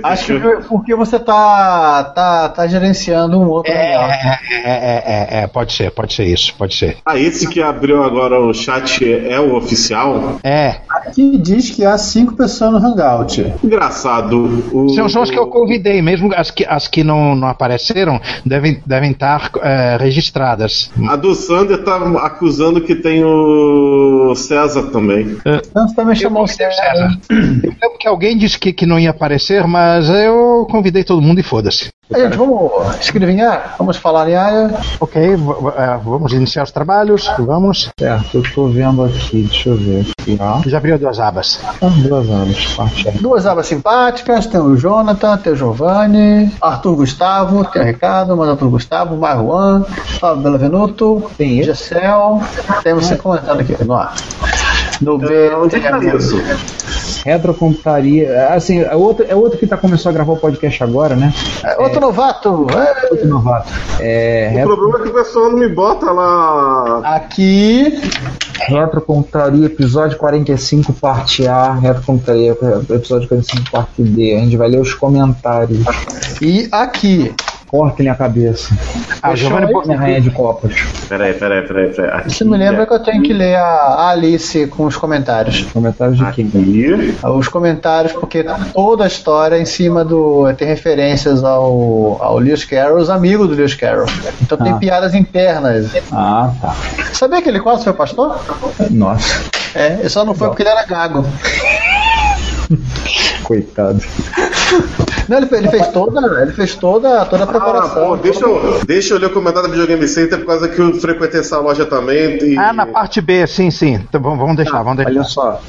Speaker 7: Acho que foi porque você tá, tá, tá gerenciando um outro hangar.
Speaker 1: É, é, é, pode ser, pode ser isso, pode ser.
Speaker 10: Ah, esse que abriu agora o chat é é o oficial?
Speaker 1: É.
Speaker 7: Aqui diz que há cinco pessoas no hangout.
Speaker 10: Engraçado. O,
Speaker 1: São só as que eu convidei, mesmo as que, as que não, não apareceram devem, devem estar eh, registradas.
Speaker 10: A do Sander tá acusando que tem o César também.
Speaker 7: Não, Então, você também chamou o César.
Speaker 1: Eu lembro que alguém disse que, que não ia aparecer, mas eu convidei todo mundo e foda-se.
Speaker 7: Aí, gente, vamos escrevinhar? Vamos falar em área?
Speaker 1: Ok, v- v-
Speaker 7: é,
Speaker 1: eh, vamos iniciar os trabalhos, vamos.
Speaker 6: Certo, eu tô vendo aqui, deixa eu ver aqui, ó.
Speaker 1: Já abriu duas abas.
Speaker 6: Ah, duas abas, parte é. aí.
Speaker 7: Duas abas simpáticas, tem o Jonathan, tem o Giovanni, Arthur Gustavo, tem o Ricardo, manda pro Gustavo, Marwan, Fábio Belavenuto, tem Gessel, temos você comentando aqui no ar. No B, tem a minha-
Speaker 6: Retrocomputaria. é, Assim, é outro, é outro que tá, começou a gravar o podcast agora, né?
Speaker 7: É, outro novato! é.
Speaker 6: Outro novato. É,
Speaker 10: O
Speaker 6: retro,
Speaker 10: problema é que o pessoal não me bota lá.
Speaker 7: Aqui.
Speaker 6: Retrocomputaria, episódio 45, parte A. Retrocomputaria, episódio 45, parte D. A gente vai ler os comentários.
Speaker 7: E aqui.
Speaker 6: Cortem a cabeça.
Speaker 1: Ah, Giovanni
Speaker 6: Deixa eu-
Speaker 1: Bonaventura.
Speaker 6: Rainha de Copas.
Speaker 10: Peraí, peraí, peraí, peraí. Aqui,
Speaker 7: Você me lembra que eu tenho que ler a Alice com os comentários.
Speaker 6: Comentários de
Speaker 10: Ah,
Speaker 6: quem?
Speaker 7: Os comentários, porque tá toda a história é em cima do. tem referências ao, ao Lewis Carroll, os amigos do Lewis Carroll. Então tem
Speaker 6: Ah.
Speaker 7: piadas internas.
Speaker 6: Ah, tá.
Speaker 7: Sabia que ele quase foi pastor?
Speaker 6: Nossa,
Speaker 7: É, ele só não foi porque ele era gago.
Speaker 6: coitado.
Speaker 7: Não, ele, fe- ele fez toda, ele fez toda, toda a preparação.
Speaker 10: Ah, Pô, deixa eu, deixa eu ler o comentário da Videogame Center por causa que eu frequentei essa loja também. E...
Speaker 6: Ah, na parte B, sim, sim. Então, vamos, vamos deixar, vamos deixar. Olha
Speaker 10: só.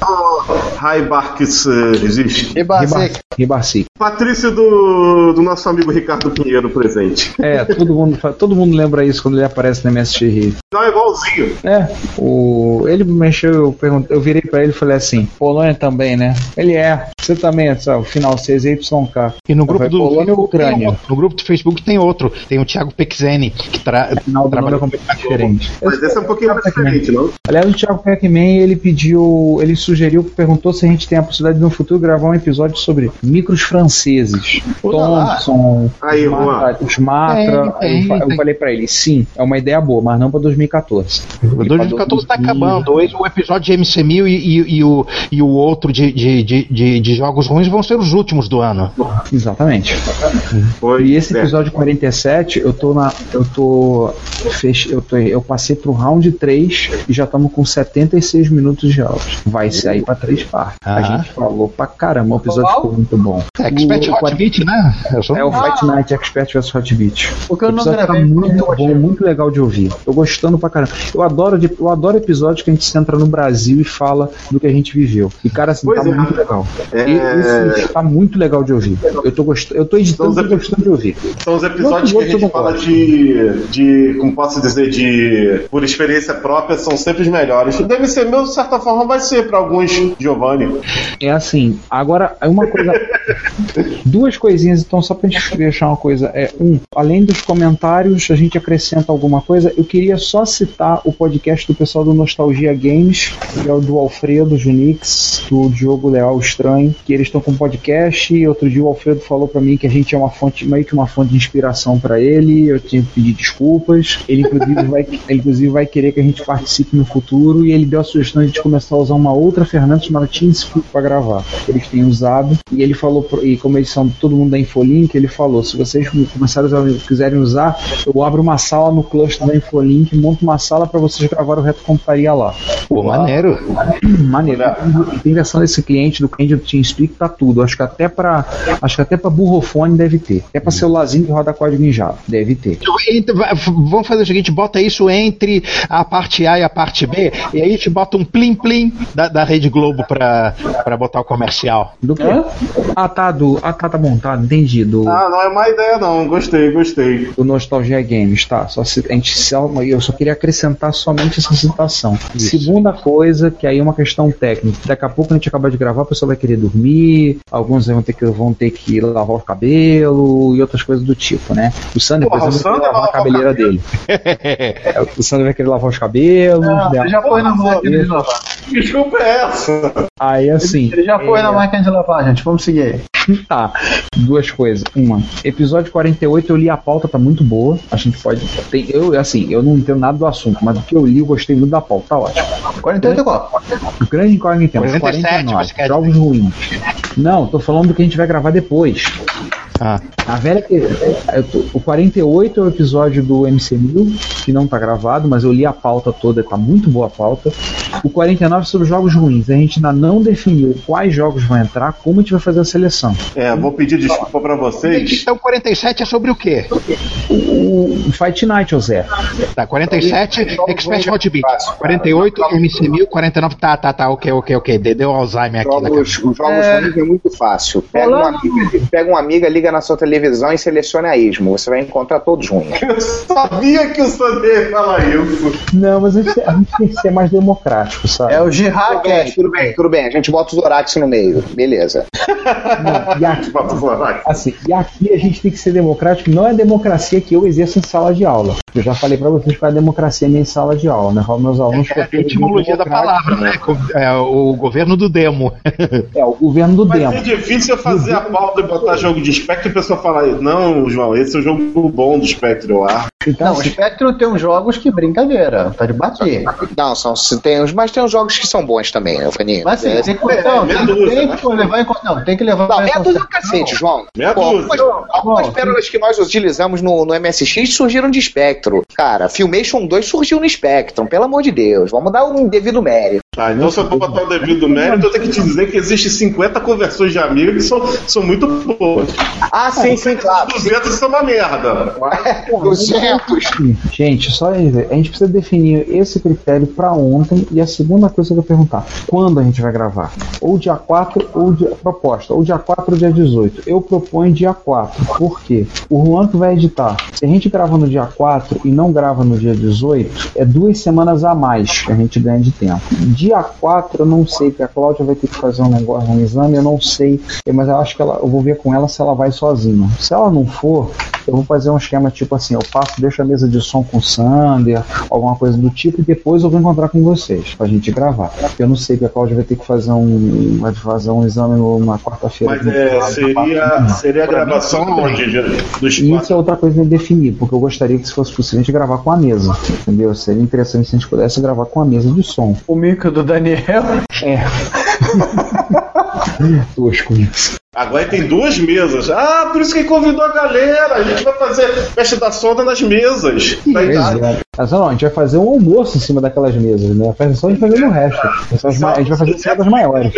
Speaker 10: Raibarques eh, existe.
Speaker 7: Ribarsic.
Speaker 10: Ribarsic. Patrício do, do nosso amigo Ricardo Pinheiro presente.
Speaker 3: É, todo mundo, fa- todo mundo lembra isso quando ele aparece na MSX Rio.
Speaker 10: Não é igualzinho.
Speaker 3: É, o, ele mexeu, eu, perguntei, eu virei pra ele e falei assim: Polônia também, né? Ele é, você também, sabe, o final 6YK.
Speaker 6: E no grupo do
Speaker 3: Polônia e Ucrânia.
Speaker 6: No grupo do Facebook tem outro, tem o Thiago Pexeni, que tra trabalha
Speaker 3: com diferente.
Speaker 10: Mas esse é um pouquinho mais diferente, não?
Speaker 3: Aliás, o Thiago Pac-Man, ele pediu, ele sugeriu, perguntou se a gente tem a possibilidade de no futuro gravar um episódio sobre micros franceses. Thompson,
Speaker 10: Aí,
Speaker 3: os Matra.
Speaker 10: Juan.
Speaker 3: os Matra.
Speaker 10: Tem, tem,
Speaker 3: eu, fa- eu
Speaker 10: tem.
Speaker 3: falei pra ele, sim, é uma ideia boa, mas não pra 2014.
Speaker 6: O 2014 tá acabando. Hoje o episódio de MC1000 e, e- e o, e o outro de, de, de, de- de jogos ruins vão ser os últimos do ano.
Speaker 3: Exatamente. e
Speaker 10: é.
Speaker 3: esse episódio 47, eu tô na. Eu tô. Fech, eu, tô eu passei pro round 3 e já estamos com 76 minutos de áudio. Vai sair pra três partes. A gente falou pra caramba, o episódio ficou muito bom.
Speaker 6: Ah. É, Expert Hot Beat, né?
Speaker 3: É o Fight Night Expert vs Hot Beat.
Speaker 7: Porque eu não
Speaker 3: tá
Speaker 7: gravei,
Speaker 3: muito bom, muito legal de ouvir. Tô gostando pra caramba. Eu adoro, de- eu adoro episódios que a gente centra no Brasil e fala do que a gente viveu. E cara, assim, tá
Speaker 10: é.
Speaker 3: muito legal.
Speaker 10: É.
Speaker 3: E, esse tá muito legal de ouvir. Eu tô gostando, eu tô editando,
Speaker 10: Então,
Speaker 3: tô gostando de ouvir.
Speaker 10: São os episódios que a gente fala de, de. Como posso dizer, de. Por experiência própria, são sempre os melhores. Deve ser meu, de certa forma, vai ser pra alguns, Giovanni.
Speaker 3: É assim, agora é uma coisa. duas coisinhas, então, só pra gente deixar uma coisa. É, um, além dos comentários, a gente acrescenta alguma coisa. Eu queria só citar o podcast do pessoal do Nostalgia Games, que é o do Alfredo Junix, do Diogo Leal Estranho, que eles estão com um podcast. E outro dia o Alfredo falou pra mim que a gente é uma fonte, meio que uma fonte de inspiração pra ele. Eu tinha que pedir desculpas. Ele, inclusive, vai, ele, inclusive, vai querer que a gente participe no futuro. E ele deu a sugestão de a gente começar a usar uma outra ferramenta chamada Teamspeak pra gravar. Eles têm usado. E ele falou, pro- e como eles são todo mundo da Infolink, ele falou: se vocês começarem a usar, quiserem usar, eu abro uma sala no cluster da Infolink, monto uma sala pra vocês gravar o Reto Computaria lá.
Speaker 6: Pô, maneiro.
Speaker 3: Maneiro. Tem versão desse cliente, do cliente do TeamSpeak, tá tudo. Acho que até pra, acho que até pra burrofone deve ter. Até pra celularzinho que roda código em Java, deve ter.
Speaker 6: Então, vai- f- vamos fazer o seguinte: bota isso entre a parte A e a parte B, e aí a gente bota um plim-plim da, da Rede Globo pra, pra botar o comercial.
Speaker 3: Do quê? Ah, tá, do, ah, tá, tá bom, tá, entendi. Do,
Speaker 10: Ah, não é má ideia, não. Gostei, gostei.
Speaker 3: do Nostalgia Games, tá? Só se, a gente só, eu só queria acrescentar somente essa citação. Segunda coisa, que aí é uma questão técnica. Daqui a pouco a gente acaba de gravar, o pessoal vai querer dormir, alguns vão ter que, vão ter que lavar o cabelo e outras coisas do tipo, né? O Sander, por
Speaker 10: Porra,
Speaker 3: exemplo,
Speaker 10: o
Speaker 3: vai
Speaker 10: Sander
Speaker 3: lavar a cabeleira dele. É, o Sander vai querer lavar os cabelos. né?
Speaker 7: Ah, já foi na
Speaker 3: Porra,
Speaker 7: máquina de lavar.
Speaker 10: Desculpa é essa.
Speaker 3: Aí assim.
Speaker 7: Ele já foi
Speaker 3: é-
Speaker 7: na máquina de lavar, gente. Vamos seguir aí.
Speaker 3: tá. Duas coisas. Uma, episódio 48 eu li a pauta, tá muito boa. A gente pode. Tem, eu, assim, eu não entendo nada do assunto, mas o que eu li, eu gostei muito da pauta, tá ótimo.
Speaker 7: 48 é qual?
Speaker 3: O grande incógnito é os
Speaker 7: 47,
Speaker 3: 49. Jogos ruins. Não, tô falando do que a gente vai gravar depois.
Speaker 6: Ah.
Speaker 3: A velha que. eu tô- O 48 é o episódio do MC1000, que não tá gravado, mas eu li a pauta toda, tá muito boa a pauta. O 49 é sobre jogos ruins. A gente ainda não definiu quais jogos vão entrar, como a gente vai fazer a seleção.
Speaker 10: É, vou pedir desculpa pra vocês.
Speaker 6: Então 47 é sobre o quê?
Speaker 3: O, o Fight Night, ô Zé.
Speaker 6: Tá, 47, Expert Hot Beat. 48, MC1000, 49, tá, tá, tá, ok, ok, ok. de- Deu Alzheimer aqui na
Speaker 1: Jogos,
Speaker 6: cabeça.
Speaker 1: jogos ruins é muito fácil. Pega uma, amiga, pega uma amiga, liga na sua televisão e seleciona a esmo. Você vai encontrar todos ruins.
Speaker 10: Eu sabia que o Sander ia falar isso.
Speaker 3: Não, mas a gente, a gente tem que ser mais democrático, sabe?
Speaker 7: É o
Speaker 1: Tudo
Speaker 7: Jihad.
Speaker 1: bem, tudo bem, tudo bem. A gente bota o Zorax no meio. Beleza.
Speaker 3: E aqui, assim, e aqui a gente tem que ser democrático. Não é a democracia que eu exerço em sala de aula. Eu já falei pra vocês qual é a democracia minha em sala de aula, né? Falo meus alunos que eu
Speaker 6: É a
Speaker 3: tenho
Speaker 6: etimologia da palavra, né? Co- É o governo do demo.
Speaker 3: É, o governo do
Speaker 10: Mas é difícil eu fazer a pauta e botar jogo de espectro e a pessoa falar, não, João, esse é o jogo bom do espectro, eu acho.
Speaker 7: Então, não, o Spectrum tem uns jogos que brincadeira, tá de bater.
Speaker 1: Não, são, tem uns, mas tem uns jogos que são bons também, né, Vaninho.
Speaker 7: Mas sim,
Speaker 1: É,
Speaker 7: tem que, não, tem, tem
Speaker 10: né?
Speaker 7: que levar em conta. Não, tem que levar
Speaker 1: Não,
Speaker 7: em
Speaker 1: meia
Speaker 7: conta.
Speaker 1: dúzia é o cacete, João.
Speaker 7: Meia
Speaker 1: Pô,
Speaker 7: dúzia.
Speaker 1: Algumas, algumas pérolas que nós utilizamos no, no MSX surgiram de Spectrum. Cara, Filmation 2 surgiu no Spectrum, pelo amor de Deus. Vamos dar um devido mérito.
Speaker 10: Ah, então se eu for botar o devido mérito, eu tenho que te dizer que existem 50 conversões de amigo que são, são muito boas.
Speaker 1: Ah, sim, sim, claro.
Speaker 10: 200 são uma merda.
Speaker 1: 200.
Speaker 3: Gente, só aí, velho. a gente precisa definir esse critério pra ontem e a segunda coisa que eu vou perguntar, quando a gente vai gravar? Ou dia 4 ou dia proposta, ou dia 4 ou dia 18. Eu proponho dia 4. Por quê? O Juan que vai editar. Se a gente grava no dia 4 e não grava no dia 18, é duas semanas a mais que a gente ganha de tempo. Dia 4 eu não sei, porque a Cláudia vai ter que fazer um negócio, um exame, eu não sei, mas eu acho que ela, eu vou ver com ela se ela vai sozinha. Se ela não for, eu vou fazer um esquema tipo assim, eu faço, deixo a mesa de som com o Sander, alguma coisa do tipo, e depois eu vou encontrar com vocês pra gente gravar. é Eu não sei que a Cláudia vai ter que fazer um. Vai fazer um exame no- na quarta-feira.
Speaker 10: Mas é, seria, seria a gravação onde? Dos
Speaker 3: Isso é outra coisa a definir, porque eu gostaria que se fosse possível a gente gravar com a mesa, entendeu? Seria interessante se a gente pudesse gravar com a mesa de som.
Speaker 7: O micro do Daniel.
Speaker 3: É. Tosco.
Speaker 10: Agora tem duas mesas. Ah, por isso que convidou a galera. A gente vai fazer festa da sonda nas mesas. Tá
Speaker 3: Pois
Speaker 10: ligado?
Speaker 3: é. Mas não, a gente vai fazer um almoço em cima daquelas mesas, né? A festa só a gente vai ver no resto. Essas ma- A gente vai fazer em cima das maiores.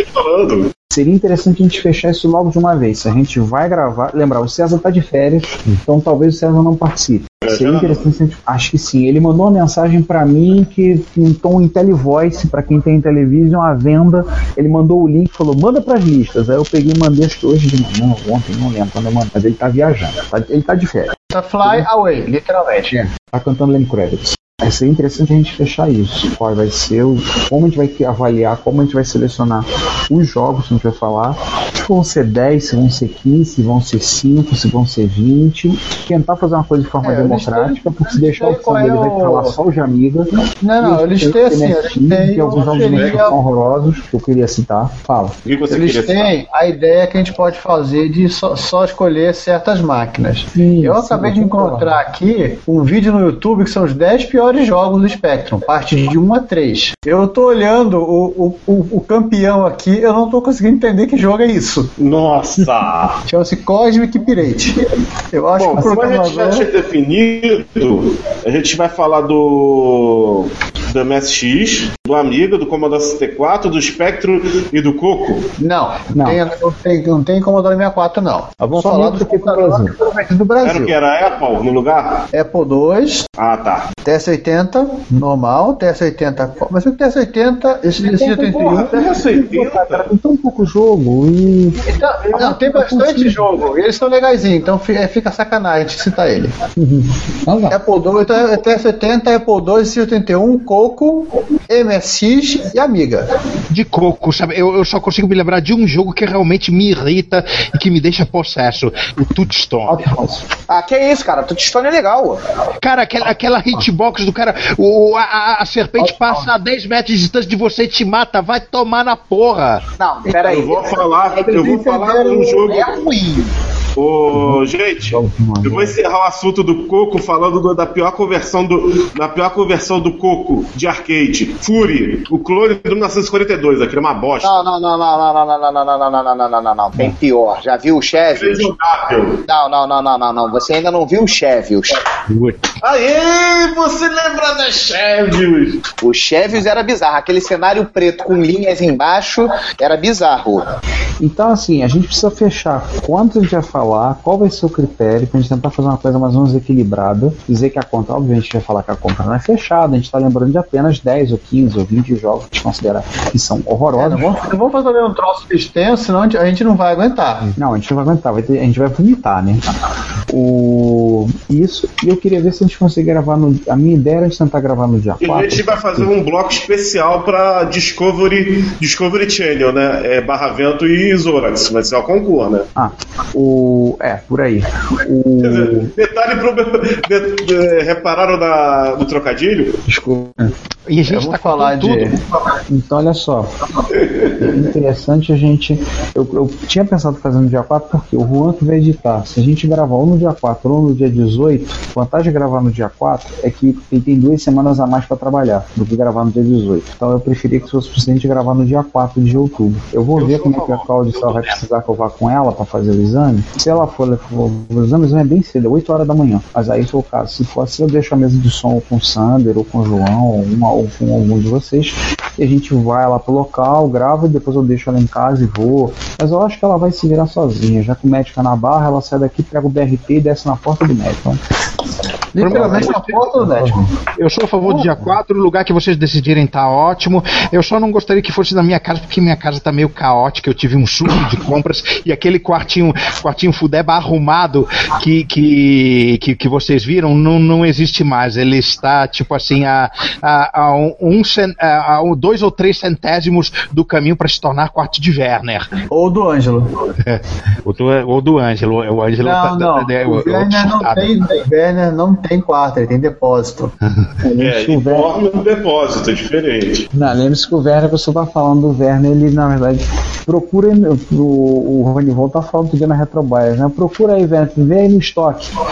Speaker 3: Seria interessante a gente fechar isso logo de uma vez. Se a gente vai gravar. Lembrar, o César tá de férias, então talvez o César não participe. Seria interessante se a gente. Acho que sim. Ele mandou uma mensagem pra mim que em tom IntelliVoice, pra quem tem Intellivision, à venda. Ele mandou o link falou: manda pras listas. Aí eu peguei e mandei acho que hoje de manhã, ou ontem, não lembro quando eu mandei. Mas ele tá viajando. tá- Ele tá de férias.
Speaker 7: Tá fly away, literalmente.
Speaker 3: É, tá cantando Lane Kravitz. Vai ser interessante a gente fechar isso. Qual vai ser, o, como a gente vai que- avaliar, como a gente vai selecionar os jogos que a gente vai falar. Se vão ser 10, se vão ser 15, se vão ser 5, se vão ser 20. Tentar fazer uma coisa de forma
Speaker 7: É, eu
Speaker 3: democrática, porque se deixar o
Speaker 7: qual
Speaker 3: Sandro, ele
Speaker 7: é
Speaker 3: vai
Speaker 7: o-
Speaker 3: falar só o de Amiga.
Speaker 7: Não, não, eu listei assim, eu listei
Speaker 3: Tem alguns
Speaker 7: o
Speaker 3: jogos de
Speaker 7: Amiga.
Speaker 3: Nintendo que são horrorosos que eu queria citar. Fala.
Speaker 7: Eles têm a ideia que a gente pode fazer de só, só escolher certas máquinas. eu acabei de encontrar aqui um vídeo no YouTube que são os 10 piores jogos do Spectrum, parte de 1 a 3. Eu tô olhando o, o, o- o campeão aqui, eu não tô conseguindo entender que jogo é isso.
Speaker 10: Nossa!
Speaker 7: Chama-se Cosmic Pirate. Eu acho
Speaker 10: Bom,
Speaker 7: que o
Speaker 10: como a
Speaker 7: programador...
Speaker 10: gente já tinha definido, a gente vai falar do, do MSX, do Amiga, do Commodore 64, do Spectrum e do Coco.
Speaker 7: Não, não. Tá Tem, não, tem, não tem Commodore 64, não. Nós vamos
Speaker 10: Só
Speaker 7: falar
Speaker 10: mesmo
Speaker 7: dos computadores é do
Speaker 10: Era o
Speaker 7: Brasil.
Speaker 10: que era Apple no lugar?
Speaker 7: Apple II.
Speaker 10: Ah, tá.
Speaker 7: TS-80, normal, TS-80, co- mas o TS-80, esse esse de 81...
Speaker 3: Cara, tem tão pouco jogo e.
Speaker 7: Então, não, tem bastante jogo, eles são legaisinhos, então fi- é, fica sacanagem de citar ele. Apple II, então é TS-80, Apple II, 81, Coco, MSX e Amiga.
Speaker 6: De coco, sabe? Eu, eu só consigo me lembrar de um jogo que realmente me irrita e que me deixa possesso: o Tootstone.
Speaker 1: Ah, que isso, cara? Tootstone é legal.
Speaker 6: Cara, aquela, aquela hitbox do cara, o, a, a- a serpente passa a 10 metros de distância de você e te mata, vai tomar na porra.
Speaker 1: Não,
Speaker 6: peraí.
Speaker 10: Eu vou falar, eu vou falar de um jogo. Ô, gente, eu vou encerrar o assunto do Coco falando do- da pior conversão do da pior conversão do Coco de arcade. Fury, o clone do 1942, aquele é uma bosta.
Speaker 1: Não, não, não, não, não, não, não, não, não, não, não, não, não, não, não, não. Tem pior. Já viu o Chevios? Não, não, não, não, não, não. Você ainda não viu o Chevios.
Speaker 10: Aê, você lembra da Chevios?
Speaker 1: O Chevios era bizarro. Aquele cenário preto com linhas embaixo era bizarro.
Speaker 3: Então, assim, a gente precisa fechar quanto a gente vai falar, qual vai ser o critério, pra gente tentar fazer uma coisa mais ou menos equilibrada. Dizer que a conta, obviamente, a gente vai falar que a conta não é fechada, a gente tá lembrando de apenas 10 ou 15 ou 20 jogos que a gente considera que são horrorosos.
Speaker 7: É, Não vamos, não vamos fazer um troço extenso, senão a gente- a gente não vai
Speaker 6: Uhum.
Speaker 7: aguentar.
Speaker 3: Não, a gente não vai aguentar, vai ter- a gente vai vomitar, né? O... Isso, e eu queria ver se a gente consegue gravar no. A minha ideia era de tentar gravar no dia
Speaker 10: E
Speaker 3: 4.
Speaker 10: a gente vai fazer um bloco especial pra Discovery, Discovery Channel, né? É, Barra Vento e Zorax, vai ser o concurso, né?
Speaker 3: Ah, o. É, por aí. O.
Speaker 10: Detalhe pro. de- de- repararam na- no trocadilho?
Speaker 3: Desculpa.
Speaker 6: E a gente
Speaker 3: tá falar
Speaker 10: de- tudo.
Speaker 3: Então, olha só. É interessante a gente. Eu, eu tinha pensado fazer no dia 4 porque o Juan que vai editar. Se a gente gravar ou no no dia 4 ou no dia 18, a vantagem de gravar no dia 4 é que ele tem duas semanas a mais pra trabalhar do que gravar no dia 18. Então eu preferia que fosse possível gravar no dia 4 de outubro. Eu vou ver como é que a Claudia só vai precisar que eu vá com ela pra fazer o exame. Se ela for, ela for- o exame o exame é bem cedo, é 8 horas da manhã. Mas aí se o caso, se for assim, eu deixo a mesa de som com o Sander ou com o João ou, uma- ou com algum de vocês e a gente vai lá pro local, grava e depois eu deixo ela em casa e vou. Mas eu acho que ela vai se virar sozinha. Já que o médico tá na barra, ela sai daqui, pega o BRT e desce na porta do médico.
Speaker 6: Literalmente na
Speaker 3: porta do médico.
Speaker 6: Eu sou a favor do dia 4, o lugar que vocês decidirem tá ótimo. Eu só não gostaria que fosse na minha casa, porque minha casa tá meio caótica. Eu tive um surto de compras e aquele quartinho, quartinho fudeba arrumado que, que, que, que vocês viram não, não existe mais. Ele está, tipo assim, a, a, a um- um, cen- a, a um- dois ou três centésimos do caminho para se tornar quarto de Werner.
Speaker 48: Ou do Ângelo.
Speaker 6: ou, do, é, ou do Ângelo. O Ângelo tá-
Speaker 48: Não,
Speaker 6: tá-
Speaker 48: não.
Speaker 6: tá- é,
Speaker 48: O
Speaker 6: outro
Speaker 48: Werner não
Speaker 6: surtado.
Speaker 48: tem, o Werner não tem quarto, ele tem depósito.
Speaker 10: É, e forma um depósito, é diferente.
Speaker 3: Não, lembre-se que o Werner, você tá falando do Werner, ele na verdade procura o, o Ronivon tá falando outro dia na Retrobias, né? Procura aí, Werner, vê aí no estoque.
Speaker 6: Tá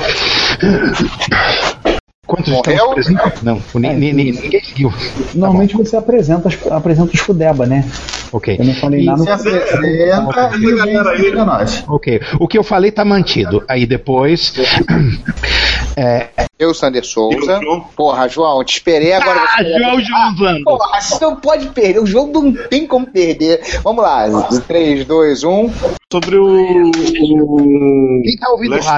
Speaker 6: Quantos estamos presentes? Não, ni- ni- ni- ninguém seguiu.
Speaker 3: Normalmente você apresenta, as- apresenta os Fudeba, né?
Speaker 6: Ok.
Speaker 3: Eu não falei
Speaker 6: E
Speaker 3: nada.
Speaker 6: se apresenta
Speaker 3: e vem nós.
Speaker 6: Ok. O que eu falei tá mantido. Aí depois. é,
Speaker 1: Eu, Sander
Speaker 10: um
Speaker 1: Souza. Porra, João, te esperei agora.
Speaker 6: Ah,
Speaker 1: você- Ah,
Speaker 6: João, João Vando.
Speaker 1: Porra, você não pode perder. O jogo não tem como perder. Vamos lá. um. 3, 2, 1.
Speaker 10: Sobre o.
Speaker 6: Quem tá ouvindo
Speaker 10: Last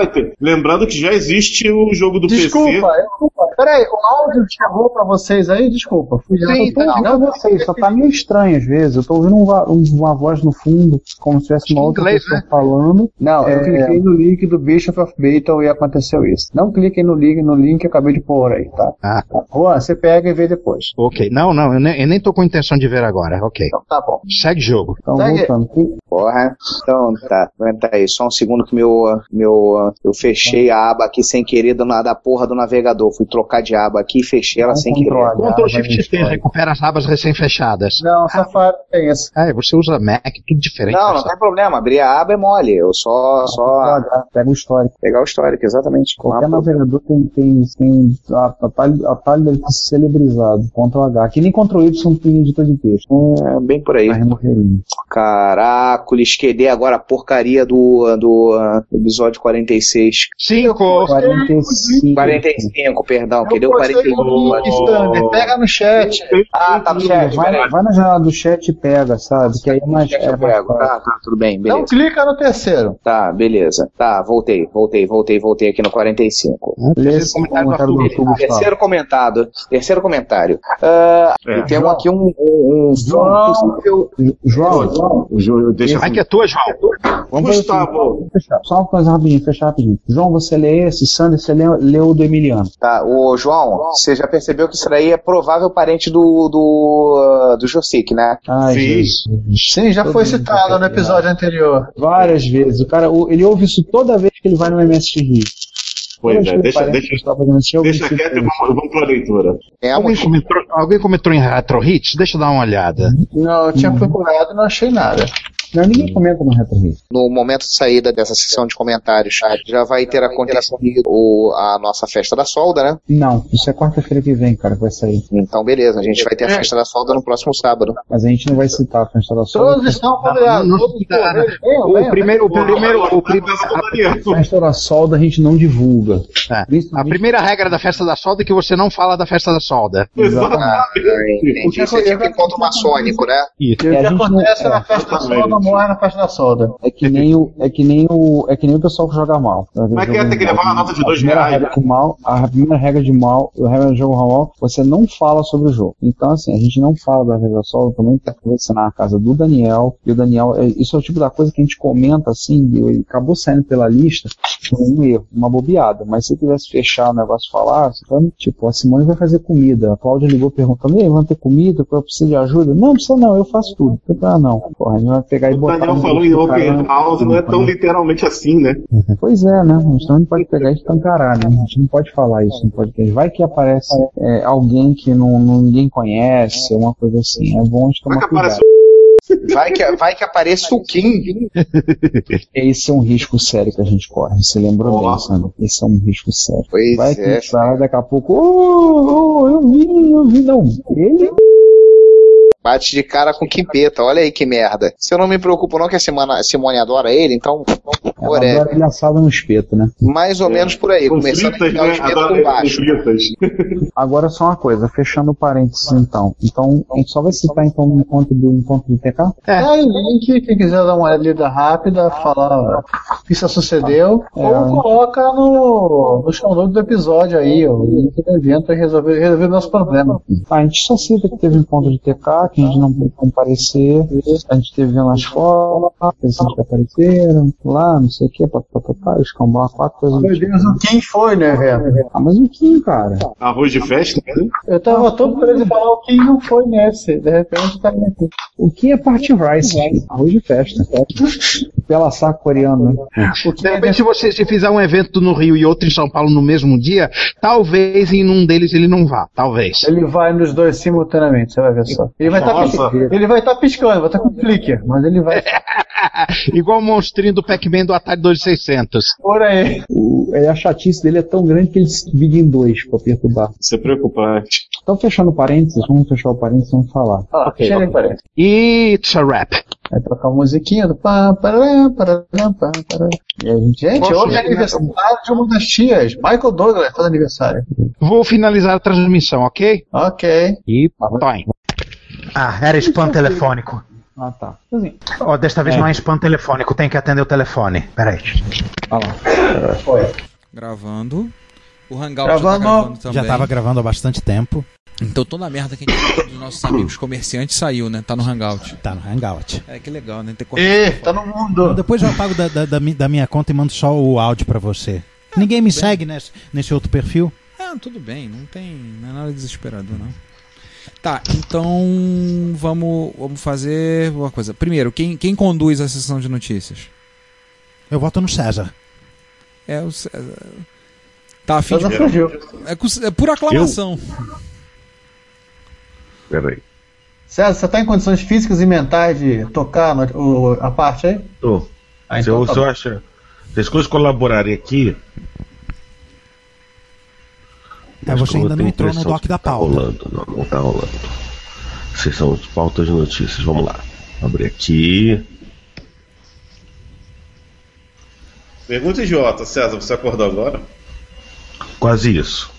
Speaker 10: Fighter, Lembrando que já existe o jogo do
Speaker 7: Desculpa,
Speaker 10: PC.
Speaker 7: eu- desculpa. Peraí, o áudio chegou pra vocês aí? Desculpa. Fui
Speaker 3: Eu tô
Speaker 1: então.
Speaker 3: ouvindo vocês, só tá meio estranho às vezes. Eu tô ouvindo um uma, uma voz no fundo, como se tivesse uma outra pessoa
Speaker 6: né?
Speaker 3: falando.
Speaker 49: Não, eu
Speaker 3: É.
Speaker 49: cliquei no link do Bishop of Beaton e aconteceu isso. Não cliquem no link, no link que eu acabei de pôr aí, tá?
Speaker 6: Ah,
Speaker 49: Juan, você pega e vê depois.
Speaker 6: ok. Não, não, eu nem, eu nem tô com intenção de ver agora. Ok.
Speaker 1: tá bom.
Speaker 6: Segue jogo.
Speaker 7: Então,
Speaker 1: Porra. Então tá, aguenta aí, só um segundo que meu. meu eu fechei a aba aqui sem querer do, na- da porra do navegador. Fui trocar de aba aqui e fechei ela sem querer.
Speaker 6: Ctrl Shift T, né? recupera as abas recém-fechadas.
Speaker 7: Não, Safari tem isso.
Speaker 6: Ah, você usa Mac, tudo diferente.
Speaker 1: Não, não tem problema. Abrir a aba é mole. Eu só. só
Speaker 3: Pega o histórico.
Speaker 1: Pegar o histórico, exatamente.
Speaker 3: Qualquer navegador tem, tem, tem a- atalho, atalho deve ser celebrizado. Ctrl H. Que nem Ctrl Y tem editor de texto.
Speaker 1: É, bem por aí.
Speaker 3: morrerinho.
Speaker 1: Caraca, esquedei agora a porcaria do, do ah, episódio 46.
Speaker 6: 5!
Speaker 3: 45.
Speaker 1: 45, perdão, que deu
Speaker 7: postei
Speaker 1: 45.
Speaker 7: o link, Sander, pega no chat.
Speaker 1: Ah, tá no chat,
Speaker 3: um Vai,
Speaker 1: peraí.
Speaker 3: vai na janela do chat e pega, sabe? Que aí é mais.
Speaker 1: Deixa
Speaker 3: É
Speaker 1: eu
Speaker 3: mais
Speaker 1: pego.
Speaker 3: fácil.
Speaker 1: Tá, tá, tudo bem, beleza.
Speaker 3: Não
Speaker 1: clica no terceiro. Tá, beleza. Tá, voltei, voltei, voltei, voltei aqui no 45.
Speaker 3: Lê esse comentário do Arthur Gustavo.
Speaker 1: Terceiro comentado. Terceiro comentário. Ah,
Speaker 3: É.
Speaker 1: Temos aqui um. um, um João,
Speaker 3: João,
Speaker 10: João,
Speaker 3: deixa-
Speaker 6: Vai um que é tua, João.
Speaker 3: Vamos Gustavo. Fechar, só uma coisa rapidinho, fechar rapidinho. João, você lê esse, Sander, você lê, lê o do Emiliano.
Speaker 1: Tá, o João, você já percebeu que isso daí é provável parente do do, ah, do Josic, né?
Speaker 3: Ai,
Speaker 7: Sim, já foi citado tá no episódio anterior.
Speaker 3: Várias vezes. O cara, o- ele ouve isso toda vez que ele vai no MSX.
Speaker 10: Pois
Speaker 3: Toda vez que
Speaker 10: é,
Speaker 3: ele
Speaker 10: deixa-
Speaker 3: aparece,
Speaker 10: deixa-
Speaker 3: ele tá fazendo assim, eu ouvi
Speaker 10: Deixa
Speaker 3: isso.
Speaker 10: quieto e vamos, vamos pra leitura.
Speaker 6: Alguém comentou, alguém comentou em Retro Hits? Deixa eu dar uma olhada.
Speaker 7: Não, eu tinha procurado e não achei nada.
Speaker 3: Não, ninguém comenta no Retro Hits.
Speaker 1: No momento de saída dessa sessão de comentários, já vai ter acontecido o- a nossa festa da solda, né?
Speaker 3: Não, isso é quarta-feira que vem, cara, que vai sair.
Speaker 1: Então, beleza, a gente vai ter a festa da solda no próximo sábado.
Speaker 3: Mas a gente não vai citar a festa da solda.
Speaker 7: Todos estão convidados. todos estão- Venham,
Speaker 6: O
Speaker 7: venham,
Speaker 6: primeiro, o
Speaker 7: venham.
Speaker 6: primeiro, o primeiro.
Speaker 3: A festa da solda a gente não divulga.
Speaker 50: É,
Speaker 6: A primeira regra da festa da solda é que você não fala da festa da solda.
Speaker 1: Exatamente. Entendi. Isso é tipo encontro maçônico, né?
Speaker 6: Isso.
Speaker 3: E a gente não- é,
Speaker 7: festa da solda, morre na festa da solda.
Speaker 3: É que nem o, é que nem o, é que nem o pessoal que joga mal.
Speaker 7: Mas quem tem é que levar uma nota de dois
Speaker 3: a primeira
Speaker 7: reais,
Speaker 3: Regra
Speaker 7: né?
Speaker 3: com mal, a primeira regra de mal, a regra do jogo mal, você não fala sobre o jogo. Então assim, a gente não fala da regra só, eu também tá conversando na casa do Daniel, e o Daniel, é- isso é o tipo da coisa que a gente comenta assim, e acabou saindo pela lista por um erro, uma bobeada, mas se eu tivesse fechado o negócio e falar, você fala, tipo, a Simone vai fazer comida, a Cláudia ligou perguntando, ei, vão ter comida, eu preciso de ajuda? Não, precisa não, eu faço tudo. Eu falei, Ah, não, porra, a gente vai pegar e
Speaker 10: O
Speaker 3: botar... um
Speaker 10: Daniel
Speaker 6: um
Speaker 3: no-
Speaker 10: falou em
Speaker 3: no
Speaker 10: Open
Speaker 3: cara-
Speaker 10: House, não é tão literalmente assim, né?
Speaker 3: Pois é, né? A gente não pode pegar e escancarar, né? A gente não pode falar isso no podcast. Vai que aparece é, alguém que não, não- ninguém conhece, uma coisa assim. É bom a gente tomar cuidado.
Speaker 10: Parece um
Speaker 1: Vai que, vai que apareça o Kim.
Speaker 3: Esse é um risco sério que a gente corre. Você lembrou bem, Sandro? Esse é um risco sério.
Speaker 1: Pois
Speaker 3: Vai
Speaker 1: é.
Speaker 3: que sai daqui a pouco. Oh, oh, eu vi, eu vi, não. Ele.
Speaker 1: Bate de cara com Quimpeta, olha aí que merda. Se eu não me preocupo não que a Simona- Simone adora ele, então...
Speaker 3: Ela adora ele assado é no espeto, né?
Speaker 1: Mais ou menos por aí,
Speaker 3: Com
Speaker 1: começando a
Speaker 3: fritas,
Speaker 1: tirar o
Speaker 3: né?
Speaker 1: espeto
Speaker 3: Adora
Speaker 1: por
Speaker 3: ele
Speaker 1: baixo.
Speaker 3: Agora só uma coisa, fechando o parênteses então. Então, a gente só vai citar então o encontro do encontro do TK?
Speaker 7: É. Tá aí o link, quem quiser dar uma lida rápida, falar o que isso sucedeu, ou coloca no, no show notes do episódio aí, o link do evento e resolver, resolver o nosso problema.
Speaker 3: Tá, a gente só cita que teve encontro de TK, que a gente não pôde comparecer, a gente teve vendo as fotos, pessoas que apareceram, lá, não sei o que, papapá, escambau, quatro coisas.
Speaker 7: Meu Deus, o Kim foi, né, velho?
Speaker 3: Ah, mas o Kim, cara.
Speaker 51: Arroz de festa?
Speaker 10: né?
Speaker 7: Eu tava todo preso em falar o Kim não foi nesse, de repente tá aqui.
Speaker 3: O que é parte rice? Arroz de festa. Pela saco coreana.
Speaker 7: É.
Speaker 50: De repente, se você se fizer um evento no Rio e outro em São Paulo no mesmo dia, talvez em um deles ele não vá. Talvez.
Speaker 7: Ele vai nos dois simultaneamente, você vai ver só. Ele vai
Speaker 50: Nossa.
Speaker 7: estar piscando, vai estar com clique, mas ele vai.
Speaker 50: Igual o monstrinho do Pac-Man do Atari 2600.
Speaker 7: Por aí.
Speaker 3: O, é, a chatice dele é tão grande que ele se divide em dois pra perturbar.
Speaker 51: Isso é preocupante.
Speaker 3: Então, fechando parênteses, vamos fechar o parênteses e vamos falar.
Speaker 7: Ah, okay. chega aí, parece.
Speaker 50: It's a rap.
Speaker 7: Vai tocar a É musiquinha do pá, parará, parará, pá, parará. Gente,
Speaker 50: Posso
Speaker 7: hoje é
Speaker 50: chegar-
Speaker 7: aniversário de uma das tias. Michael Douglas faz aniversário.
Speaker 50: Vou finalizar a transmissão, ok?
Speaker 7: Ok.
Speaker 50: E põe.
Speaker 52: Ah, era spam telefônico.
Speaker 3: Ah, tá. Assim,
Speaker 52: Ó, desta vez
Speaker 3: É.
Speaker 52: não é spam telefônico, tem que atender o telefone. Peraí.
Speaker 9: Gravando. O Hangout já tá
Speaker 6: Gravando.
Speaker 9: gravando também.
Speaker 6: Já tava gravando há bastante tempo.
Speaker 9: Então toda a merda que a gente fez dos nossos amigos comerciantes saiu, né? Tá no Hangout.
Speaker 6: Tá no Hangout.
Speaker 9: É, que legal, né? Ter cortado
Speaker 7: Ê,
Speaker 9: essa
Speaker 7: tá no mundo.
Speaker 6: Depois eu apago da, da- da mi- da minha conta e mando só o áudio pra você.
Speaker 9: É,
Speaker 6: Ninguém me segue nesse, nesse outro perfil.
Speaker 9: Ah, tudo bem, não tem não é nada desesperador, não. Tá, então vamos, vamos fazer uma coisa. Primeiro, quem, quem conduz a sessão de notícias?
Speaker 6: Eu voto no César.
Speaker 9: É o César. Tá,
Speaker 7: Então
Speaker 9: afim de...
Speaker 6: César fugiu.
Speaker 9: é, com- é por aclamação.
Speaker 10: Peraí.
Speaker 7: César, você tá em condições físicas e mentais de tocar no- o- a parte aí?
Speaker 10: Tô.
Speaker 7: Ah,
Speaker 10: se
Speaker 7: então
Speaker 10: eu,
Speaker 7: tá
Speaker 10: se eu
Speaker 7: bom.
Speaker 10: achar- se as coisas colaborarem aqui.
Speaker 6: É,
Speaker 10: Acho
Speaker 6: você
Speaker 10: que eu
Speaker 6: ainda não
Speaker 10: tenho
Speaker 6: entrou no
Speaker 10: impressão
Speaker 6: doc
Speaker 10: que
Speaker 6: da
Speaker 10: tá
Speaker 6: pauta.
Speaker 10: rolando, não, não tá rolando. Vocês são pautas de notícias, vamos lá. Abre aqui.
Speaker 53: Pergunta idiota, César, você acordou agora?
Speaker 10: Quase isso.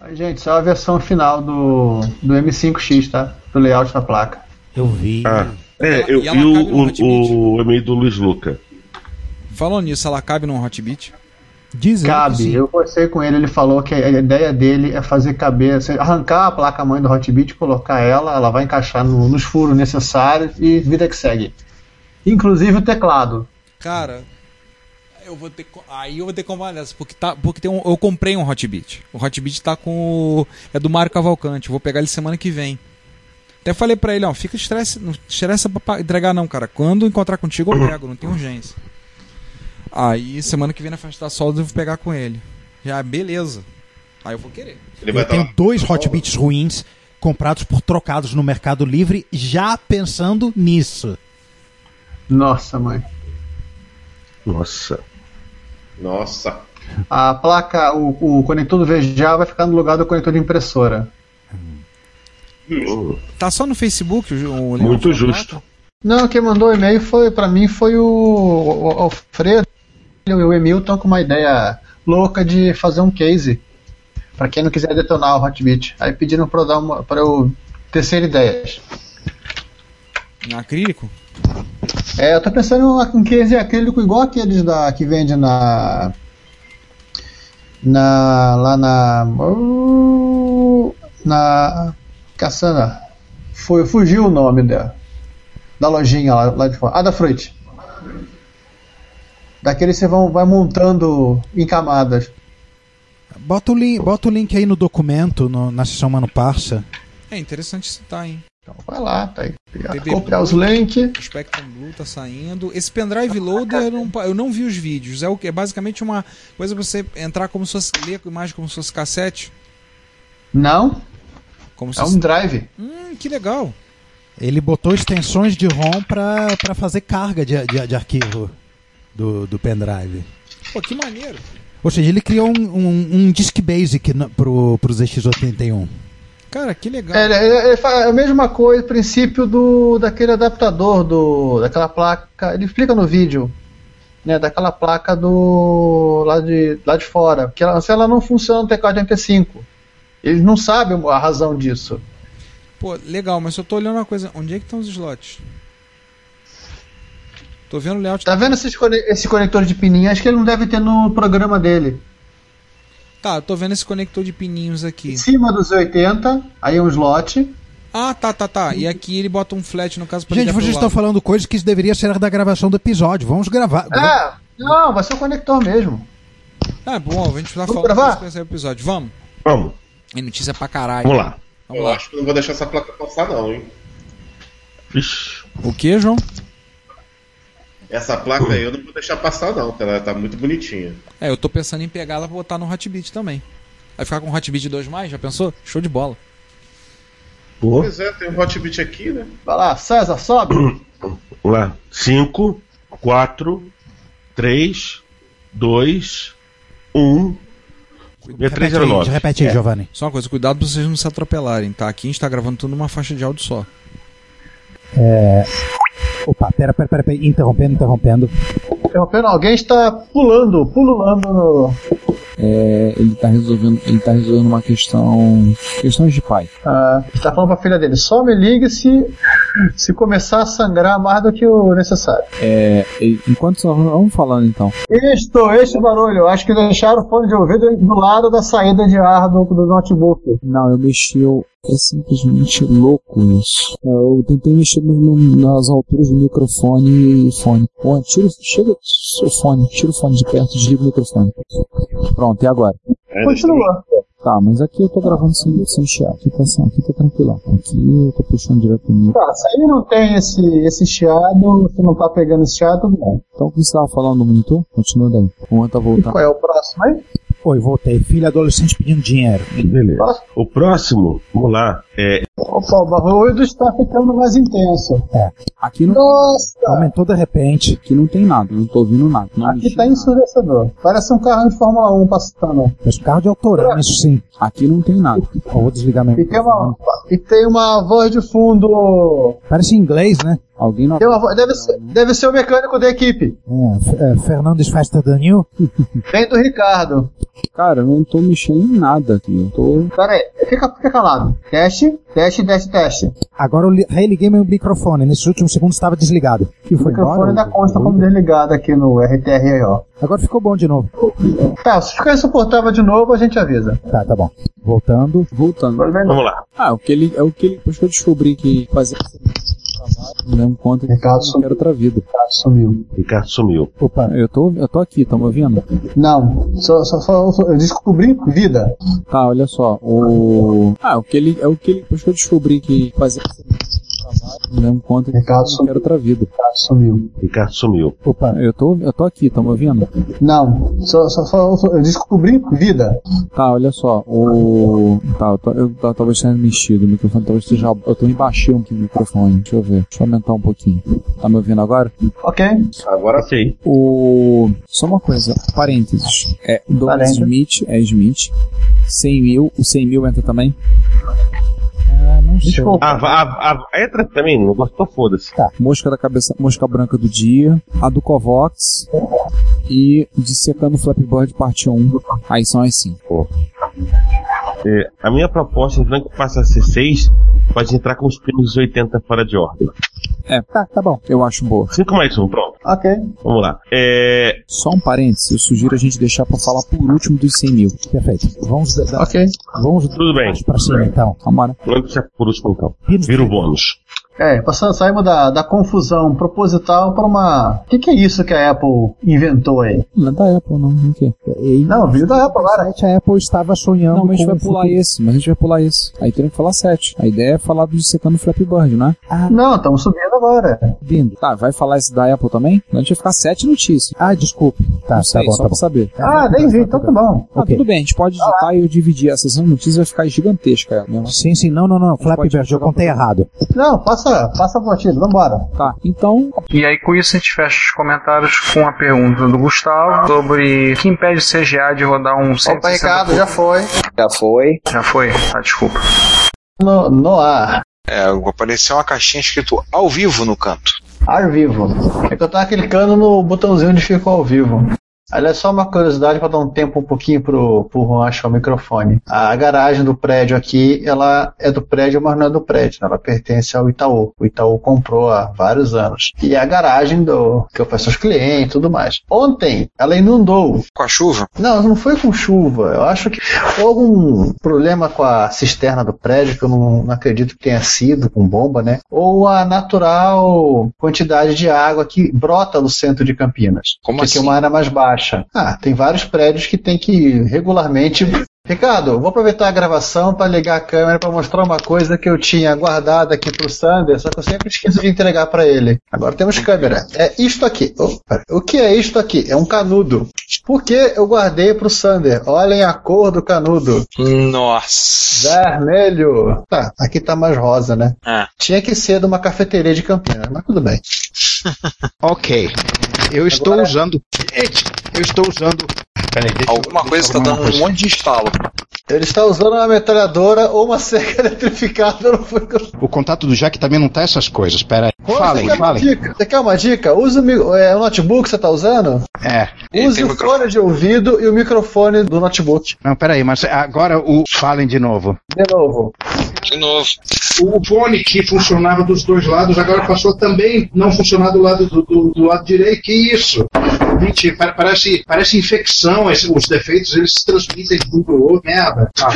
Speaker 7: Aí, gente, só a versão final do, do M5X, tá? Do layout da placa.
Speaker 6: Eu vi.
Speaker 10: Ah, é, eu
Speaker 9: E ela
Speaker 10: vi
Speaker 9: cabe no
Speaker 10: o,
Speaker 9: Hot
Speaker 10: o, o e-mail do Luiz Luca.
Speaker 9: Falando nisso, ela cabe num hotbit?
Speaker 6: Dizem
Speaker 9: que sim.
Speaker 7: Cabe, eu conversei com ele, ele falou que a ideia dele é fazer caber, assim, arrancar a placa mãe do Hotbit, colocar ela, ela vai encaixar no- nos furos necessários e vida que segue. Inclusive o teclado.
Speaker 9: Cara, eu vou ter. co- Aí eu vou ter que comprar dessa, porque, tá, porque tem um, eu comprei um Hotbit. O Hotbit tá com. o- É do Mário Cavalcante, eu vou pegar ele semana que vem. Até falei pra ele, ó, fica estresse, não estressa pra pa- entregar não, cara. Quando encontrar contigo, eu pego, não tem urgência. Aí semana que vem na festa da solda eu vou pegar com ele. Já, beleza. Aí eu vou querer.
Speaker 6: eu tenho dois hotbits ruins comprados por trocados no Mercado Livre já pensando nisso.
Speaker 7: Nossa, mãe.
Speaker 10: Nossa.
Speaker 53: Nossa.
Speaker 7: A placa, o, o conector do VGA vai ficar no lugar do conector de impressora.
Speaker 9: Tá só no Facebook o, o
Speaker 10: Muito justo.
Speaker 7: Não, quem mandou o e-mail foi para mim foi o, o- o Alfredo e o Emilton com uma ideia louca de fazer um case para quem não quiser detonar o Hotbit. Aí pediram para eu, dar uma- pra eu tecer ideias.
Speaker 9: Em acrílico?
Speaker 7: É, eu tô pensando em um case acrílico igual aqueles da que vende na na lá na uh, na Caçana. Foi fugiu o nome dela. Da lojinha lá, lá de fora. Ah, da Fruit. Daqueles você vão, vai montando em camadas.
Speaker 6: Bota o, link, bota o link aí no documento, no- na sessão Mano Parça.
Speaker 9: É interessante citar, hein?
Speaker 7: Então vai lá, tá aí.
Speaker 9: TB
Speaker 7: Copiar
Speaker 9: Blue,
Speaker 7: os links.
Speaker 9: Spectrum Blue tá saindo. Esse pendrive loader eu não, pa- eu não vi os vídeos. É o que? É basicamente uma coisa pra você entrar como se fosse. ler a imagem como se fosse cassete.
Speaker 7: Não?
Speaker 9: Como
Speaker 7: É um drive.
Speaker 9: Hum, que legal.
Speaker 6: Ele botou extensões de ROM pra, pra fazer carga de, de, de arquivo do, do pendrive.
Speaker 9: Pô, que maneiro.
Speaker 6: Ou seja, ele criou um, um, um disk basic no, pro, pro ZX81.
Speaker 9: Cara, que legal.
Speaker 7: É, ele- ele fala a mesma coisa, o princípio do daquele adaptador do daquela placa. Ele explica no vídeo, né, daquela placa do lá de lá de fora, que ela, se ela não funciona no TK85. Eles não sabem a razão disso.
Speaker 9: Pô, legal, mas eu tô olhando uma coisa. Onde é que estão os slots? Tô vendo o layout.
Speaker 7: Tá vendo esses, cone- esse conector de pininha? Acho que ele não deve ter no programa dele.
Speaker 9: Tá, eu tô vendo esse conector de pininhos aqui.
Speaker 7: Em cima dos 80, aí um slot.
Speaker 9: Ah, tá, tá, tá. E aqui ele bota um flat, no caso, pra
Speaker 6: Gente,
Speaker 9: ligar pro
Speaker 6: vocês estão
Speaker 9: lado.
Speaker 6: falando coisas que deveria ser da gravação do episódio. Vamos gravar.
Speaker 7: É, não, vai ser o conector mesmo.
Speaker 9: Ah, bom, a gente tá
Speaker 7: Vamos
Speaker 9: falando
Speaker 7: gravar?
Speaker 9: disso nesse episódio. Vamos?
Speaker 10: Vamos.
Speaker 9: É notícia pra caralho.
Speaker 10: Vamos lá.
Speaker 9: Vamos
Speaker 10: eu
Speaker 9: lá.
Speaker 10: acho que não vou deixar essa placa passar, não, hein?
Speaker 9: O que, João?
Speaker 10: Essa placa aí eu não vou deixar passar, não, cara. Ela tá muito bonitinha.
Speaker 9: É, eu tô pensando em pegar ela pra botar no Hotbit também. Vai ficar com o Hotbit 2 mais? Já pensou? Show de bola.
Speaker 10: Pois é, tem um hotbit aqui, né?
Speaker 7: Vai lá, César, sobe.
Speaker 10: Vamos lá. 5, 4, 3, 2, 1.
Speaker 6: Repete aí, repete aí,
Speaker 9: É.
Speaker 6: Giovanni.
Speaker 9: Só uma coisa, cuidado pra vocês não se atropelarem, tá? Aqui a gente tá gravando tudo numa faixa de áudio só.
Speaker 6: É... Opa, pera, pera, pera, pera, interrompendo, interrompendo.
Speaker 7: Interrompendo, alguém está pulando, pululando no.
Speaker 3: É, ele tá resolvendo, ele tá resolvendo uma questão, questões de pai.
Speaker 7: Ah, tá falando pra filha dele, só me ligue se, se começar a sangrar mais do que o necessário.
Speaker 3: É, e- enquanto só vamos falando então.
Speaker 7: Isto, este barulho, acho que deixaram o fone de ouvido do lado da saída de ar do, do notebook.
Speaker 3: Não, eu mexi, eu, é simplesmente louco isso. É, Eu tentei mexer no- no- nas alturas do microfone e fone. Pô, tira, chega, o fone, tira o fone de perto, desliga o microfone. Pronto, e agora?
Speaker 7: Continua.
Speaker 3: Tá, mas aqui eu tô gravando sem, sem chiar, aqui tá, assim, aqui tá tranquilo. Aqui eu tô puxando direto no microfone.
Speaker 7: Tá, se aí não tem esse, esse chiado, se não tá pegando esse chiado, tudo bom.
Speaker 3: Então o que você tava falando no monitor? Continua daí. O Juan tá voltando.
Speaker 7: Qual é o próximo aí?
Speaker 6: Oi, voltei. Filho adolescente pedindo dinheiro.
Speaker 10: Beleza. O próximo, vamos lá. É,
Speaker 7: Opa, o barulho está ficando mais intenso.
Speaker 6: É.
Speaker 3: Aqui não
Speaker 7: Nossa!
Speaker 6: Aumentou de repente.
Speaker 3: Aqui não tem nada, não tô ouvindo nada. Não
Speaker 7: Aqui tá ensurdecedor. Parece um carro de Fórmula 1 passando.
Speaker 6: Mas carro de autorama, isso sim.
Speaker 3: Aqui não tem nada.
Speaker 6: Eu vou desligar mesmo.
Speaker 7: E tem uma, e tem uma voz de fundo.
Speaker 6: Parece inglês, né?
Speaker 3: Alguém não.
Speaker 7: Tem uma voz- deve, ser, deve ser o mecânico da equipe.
Speaker 6: É, F- é, Fernandes Faster than you?
Speaker 7: Vem do Ricardo.
Speaker 3: Cara, eu não tô mexendo em nada aqui. Eu tô.
Speaker 7: Pera aí, fica, fica calado. Teste, teste, teste, teste.
Speaker 6: Agora eu li- religuei meu microfone. Nesses últimos segundos estava desligado. E
Speaker 7: O
Speaker 6: foi
Speaker 7: microfone
Speaker 6: embora?
Speaker 7: ainda consta como desligado aqui no RTR aí, ó.
Speaker 6: Agora ficou bom de novo.
Speaker 7: Tá, se ficar insuportável de novo, a gente avisa.
Speaker 6: Tá, tá bom. Voltando.
Speaker 3: Voltando.
Speaker 7: Vamos
Speaker 10: lá.
Speaker 3: Ah, o que ele. É o que ele. Depois que eu descobri que fazer não lembro conta que eu quero outra vida.
Speaker 7: Ricardo sumiu.
Speaker 10: Ricardo sumiu.
Speaker 6: Opa.
Speaker 3: Eu tô, eu tô aqui, tá me ouvindo?
Speaker 7: Não, só, só, só- só- eu descobri vida.
Speaker 3: Tá, olha só. O. Ah, o que ele. É o que ele. Depois que eu descobri que fazer não lembro conta que eu quero outra vida.
Speaker 7: sumiu.
Speaker 10: Ricardo sumiu.
Speaker 6: Opa.
Speaker 3: Eu tô, eu tô aqui, tá me ouvindo?
Speaker 7: Não, só, só, só- só- eu descobri vida.
Speaker 3: Tá, olha só, o. Tá, eu, tô, eu tá, talvez tenha mexido o microfone, talvez seja. Eu tô embaixinho aqui no microfone, deixa eu ver, deixa eu aumentar um pouquinho. Tá me ouvindo agora?
Speaker 7: Ok.
Speaker 10: Agora sim.
Speaker 3: O. Só uma coisa, parênteses. É, o Douglas
Speaker 7: Parênteses.
Speaker 3: Smith é Smith. 100 mil, o 100 mil entra também?
Speaker 10: Desculpa. Ah, va- ah, ah, entra também, não gostou, foda-se.
Speaker 3: Tá. Mosca da cabeça, mosca branca do dia, a do Covox e Dissecando Flap Bird parte 1. Aí são as 5.
Speaker 10: É, a minha proposta, então, que passa a ser 6, pode entrar com os primos 80 fora de ordem. Assim
Speaker 3: É.
Speaker 6: Tá, tá bom.
Speaker 3: Eu acho boa.
Speaker 10: 5 mais 1, pronto.
Speaker 7: Ok.
Speaker 10: Vamos lá. É...
Speaker 3: Só um parênteses, eu sugiro a gente deixar pra falar por último dos 100 mil.
Speaker 6: Perfeito. Vamos. Da, da-
Speaker 7: Ok.
Speaker 6: Vamos
Speaker 10: Tudo bem.
Speaker 6: pra cima então.
Speaker 3: Vamos
Speaker 10: Vamos deixar por último, então. Vira o bônus.
Speaker 7: É, passando, saímos da, da confusão proposital para uma. O que, que é isso que a Apple inventou aí?
Speaker 3: Não é da Apple, não. O quê? É,
Speaker 7: Não, viu da Apple agora.
Speaker 3: A Apple estava sonhando. Não, mas a gente
Speaker 7: com
Speaker 3: vai
Speaker 7: o
Speaker 3: pular
Speaker 7: futuro.
Speaker 3: esse, mas a gente vai pular esse. Aí tem que falar 7. A ideia é falar do secando Flappy Bird, né? Ah,
Speaker 7: não, estamos subindo agora.
Speaker 3: Subindo. Tá, vai falar esse da Apple também? Não, a gente vai ficar 7 notícias. Ah, desculpe. Tá, não sei, bom, só tá pra bom. saber.
Speaker 7: Ah, nem vi, então tá bom.
Speaker 3: Ah, tudo bem, a gente pode digitar e dividir. A sessão de notícias vai ficar gigantesca. né? Ela, mesmo.
Speaker 7: Sim, sim, não, não, não. Flappy Bird, eu contei errado. Não, passa, passa a partida, vambora.
Speaker 3: Tá, então.
Speaker 54: E aí com isso a gente fecha os comentários com a pergunta do Gustavo sobre o que impede o CGA de rodar um 160
Speaker 55: Opa, Ricardo, já foi.
Speaker 56: Já foi.
Speaker 54: Já foi? Ah, desculpa.
Speaker 7: No, no ar.
Speaker 1: É, apareceu uma caixinha escrito ao vivo no canto.
Speaker 7: Ao vivo. É que eu tava clicando no botãozinho onde ficou ao vivo. Aliás, só uma curiosidade para dar um tempo um pouquinho pro, pro Juan achar o microfone. A garagem do prédio aqui, ela é do prédio, mas não é do prédio, né? ela pertence ao Itaú. O Itaú comprou há vários anos. E é a garagem do que eu faço aos clientes e tudo mais. Ontem, ela inundou.
Speaker 1: Com a chuva?
Speaker 7: Não, não foi com chuva. Eu acho que foi algum problema com a cisterna do prédio, que eu não, não acredito que tenha sido com bomba, né? Ou a natural quantidade de água que brota no centro de Campinas.
Speaker 1: Como
Speaker 7: que
Speaker 1: assim?
Speaker 7: é uma área mais baixa. Ah, tem vários prédios que tem que regularmente. Ricardo, vou aproveitar a gravação para ligar a câmera para mostrar uma coisa que eu tinha guardada aqui pro Sander, só que eu sempre esqueço de entregar para ele. Agora temos câmera. É isto aqui. Oh, pera. o que é isto aqui? É um canudo. Por que eu guardei pro Sander? Olhem a cor do canudo.
Speaker 1: Nossa.
Speaker 7: Vermelho. Tá, aqui tá mais rosa, né?
Speaker 1: Ah.
Speaker 7: Tinha que ser de uma cafeteria de Campinas, mas tudo bem.
Speaker 6: Ok. Eu estou
Speaker 3: é-
Speaker 6: usando. Gente, eu estou usando. tá Peraí, deixa
Speaker 1: Alguma coisa está dando um monte de estalo.
Speaker 7: Ele está usando uma metralhadora ou uma cerca eletrificada. eu Não foi...
Speaker 6: O contato do Jack também não tá essas coisas. Pera aí.
Speaker 7: Pô,
Speaker 6: Falem,
Speaker 7: você quer uma
Speaker 6: falem.
Speaker 7: dica? Você quer uma dica? Use o, mi- é, o notebook que você está usando?
Speaker 6: É.
Speaker 7: Use o fone de ouvido e o microfone do notebook.
Speaker 6: Não, peraí, mas agora o. Falem de novo.
Speaker 7: De novo.
Speaker 1: De novo.
Speaker 6: O fone que funcionava dos dois lados agora passou também não funcionar do lado do, do- do lado direito. Que isso? Mentira, pa- parece, parece infecção. esse- os defeitos eles se transmitem de um para o outro. Merda. Ah,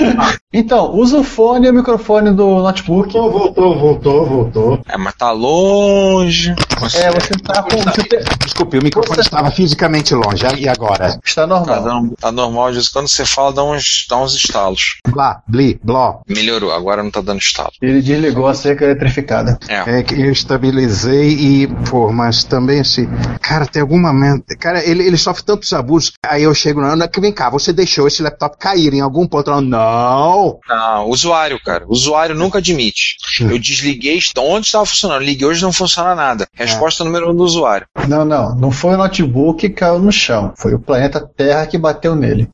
Speaker 7: Então, usa o fone e o microfone do notebook.
Speaker 6: Voltou, voltou, voltou.
Speaker 1: É, mas tá longe.
Speaker 7: É, você tá com. Você tem-
Speaker 6: ah, Desculpe, o microfone estava fisicamente longe. E agora?
Speaker 7: Está normal.
Speaker 1: Tá, dando- tá normal, de vez em quando você fala, dá uns, dá uns estalos.
Speaker 6: Blá, bli, bló.
Speaker 1: Melhorou, agora não tá dando estalo.
Speaker 7: Ele desligou a cerca eletrificada.
Speaker 6: É. que eu estabilizei e, pô, mas também assim, cara, tem alguma merda. Cara, ele, ele sofre tantos abusos. Aí eu chego na hora que vem cá, você deixou esse laptop cair em algum ponto. Ela, Não!
Speaker 1: Não, Ah, usuário, cara. Usuário nunca admite.
Speaker 6: Hum.
Speaker 1: Eu desliguei, est- onde estava funcionando? Liguei hoje não funciona nada. Resposta número um do usuário.
Speaker 7: Não, não. Não foi o notebook que caiu no chão. Foi o planeta Terra que bateu nele.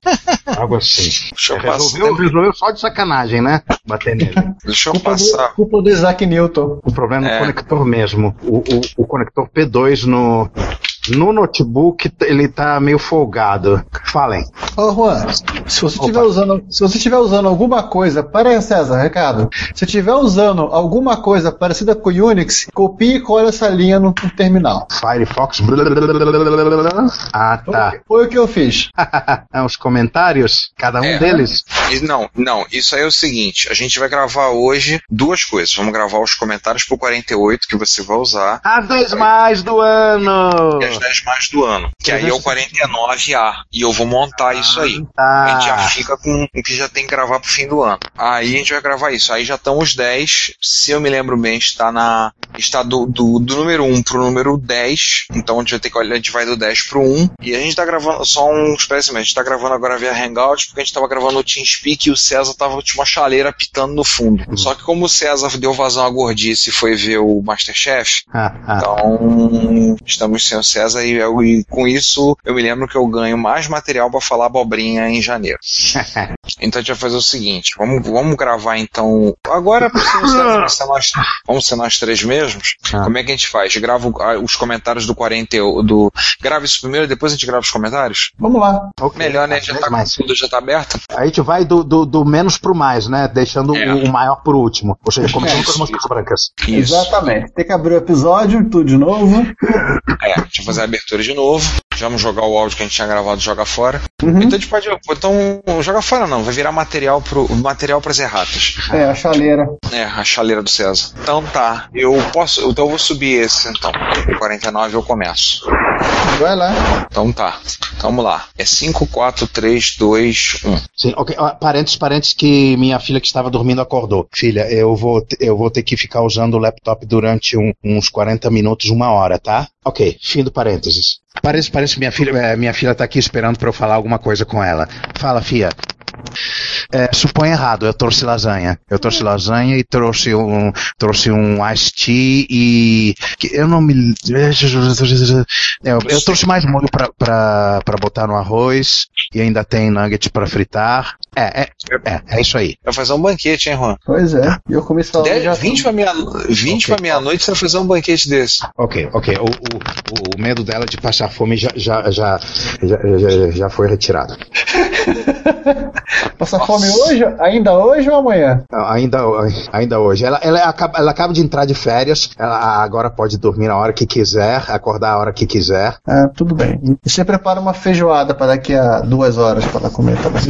Speaker 6: Algo assim.
Speaker 1: Deixa eu
Speaker 6: Resolveu, resolveu só de sacanagem, né? Bater nele.
Speaker 1: Deixa eu
Speaker 7: passar. Culpa do Isaac Newton.
Speaker 6: O problema é o conector mesmo. O, o, o conector P2 no, no notebook, ele tá meio folgado. Falem.
Speaker 7: Ô Juan, se você estiver usando, se você tiver usando alguma coisa, para aí, César, Ricardo. Se tiver usando alguma coisa parecida com o Unix, copie e cole essa linha no, no terminal.
Speaker 6: Firefox. Ah, tá.
Speaker 7: Foi o que eu fiz.
Speaker 6: Os comentários, cada um
Speaker 1: É.
Speaker 6: deles.
Speaker 1: E não, não, isso aí é o seguinte: a gente vai gravar hoje duas coisas. Vamos gravar os comentários pro 48 que você vai usar.
Speaker 6: As 10 mais do ano!
Speaker 1: E as 10 mais do ano. Que aí é o 49A. E eu vou montar isso aí.
Speaker 6: tá.
Speaker 1: A gente já fica com o que já tem que gravar pro fim do ano. Aí a gente vai gravar isso. Aí já estão os 10. Se eu me lembro bem, está na. Está do, do, do número 1 pro número 10. Então a gente vai ter que olhar, a gente vai do 10 pro 1. E a gente tá gravando. Só um espécime, a gente tá gravando agora via Hangout, porque a gente tava gravando o TeamSpeak e o César tava tinha uma chaleira pitando no fundo. Só que como o César deu vazão à gordice e foi ver o Masterchef, então, estamos sem o César e, eu- e com isso eu me lembro que eu ganho mais material para falar abobrinha em janeiro. então a gente vai fazer o seguinte: vamos, vamos gravar então. Agora, se o César vai ser nós- vamos ser nós três mesmos?
Speaker 3: Ah.
Speaker 1: Como é que a gente faz? Grava o- ah, os comentários do 40. e- Do, grava isso primeiro e depois a gente grava os comentários?
Speaker 7: Vamos lá.
Speaker 1: Melhor, né? Já tá, com tudo já tá aberto?
Speaker 6: A gente vai do, do, do menos pro mais, né? Deixando o, o maior por último. Ou seja, começando com as moscas brancas.
Speaker 7: Exatamente. Tem que abrir o episódio, tudo de novo.
Speaker 1: É, deixa eu fazer a abertura de novo.
Speaker 5: vamos jogar o áudio que a gente tinha gravado e joga fora.
Speaker 7: Uhum.
Speaker 5: Então a gente pode. Então, joga fora não, vai virar material pro material pras erratas.
Speaker 57: É, a chaleira.
Speaker 5: É, a chaleira do César. Então tá, eu posso. Então eu vou subir esse então. 49 eu começo.
Speaker 7: Vai lá.
Speaker 5: Então tá. Então, vamos lá. É 5, 4, 3, 2, 1.
Speaker 6: Sim, ok. Ah, Parênteses, parênteses que minha filha que estava dormindo acordou. Filha, eu vou, te- eu vou ter que ficar usando o laptop durante um- uns 40 minutos, uma hora, tá? Ok, fim do parênteses. Parece, parece que minha filha, eh, minha filha tá aqui esperando para eu falar alguma coisa com ela. Fala, filha. É, suponho errado, eu trouxe lasanha. Eu trouxe lasanha e trouxe um, trouxe um iced tea e. que Eu não me. Eu, eu trouxe mais molho pra, pra, pra botar no arroz e ainda tem nugget pra fritar. É, é, é, é isso aí.
Speaker 5: Vai fazer um banquete, hein, Juan?
Speaker 7: Pois é. E eu comecei a
Speaker 5: 10, 20 pra meia- 20 pra meia-noite você vai fazer um banquete desse.
Speaker 6: Ok, ok. O, o- o- o medo dela de passar fome já, já, já, já, já, já foi retirado.
Speaker 7: Passar fome hoje? Ainda hoje ou amanhã?
Speaker 6: Não, Ainda, ho- ainda hoje. Ela, ela, acaba, ela acaba de entrar de férias. Ela agora pode dormir a hora que quiser, acordar a hora que quiser.
Speaker 7: Ah, tá tudo bem. E você prepara uma feijoada pra daqui a duas horas pra ela comer também.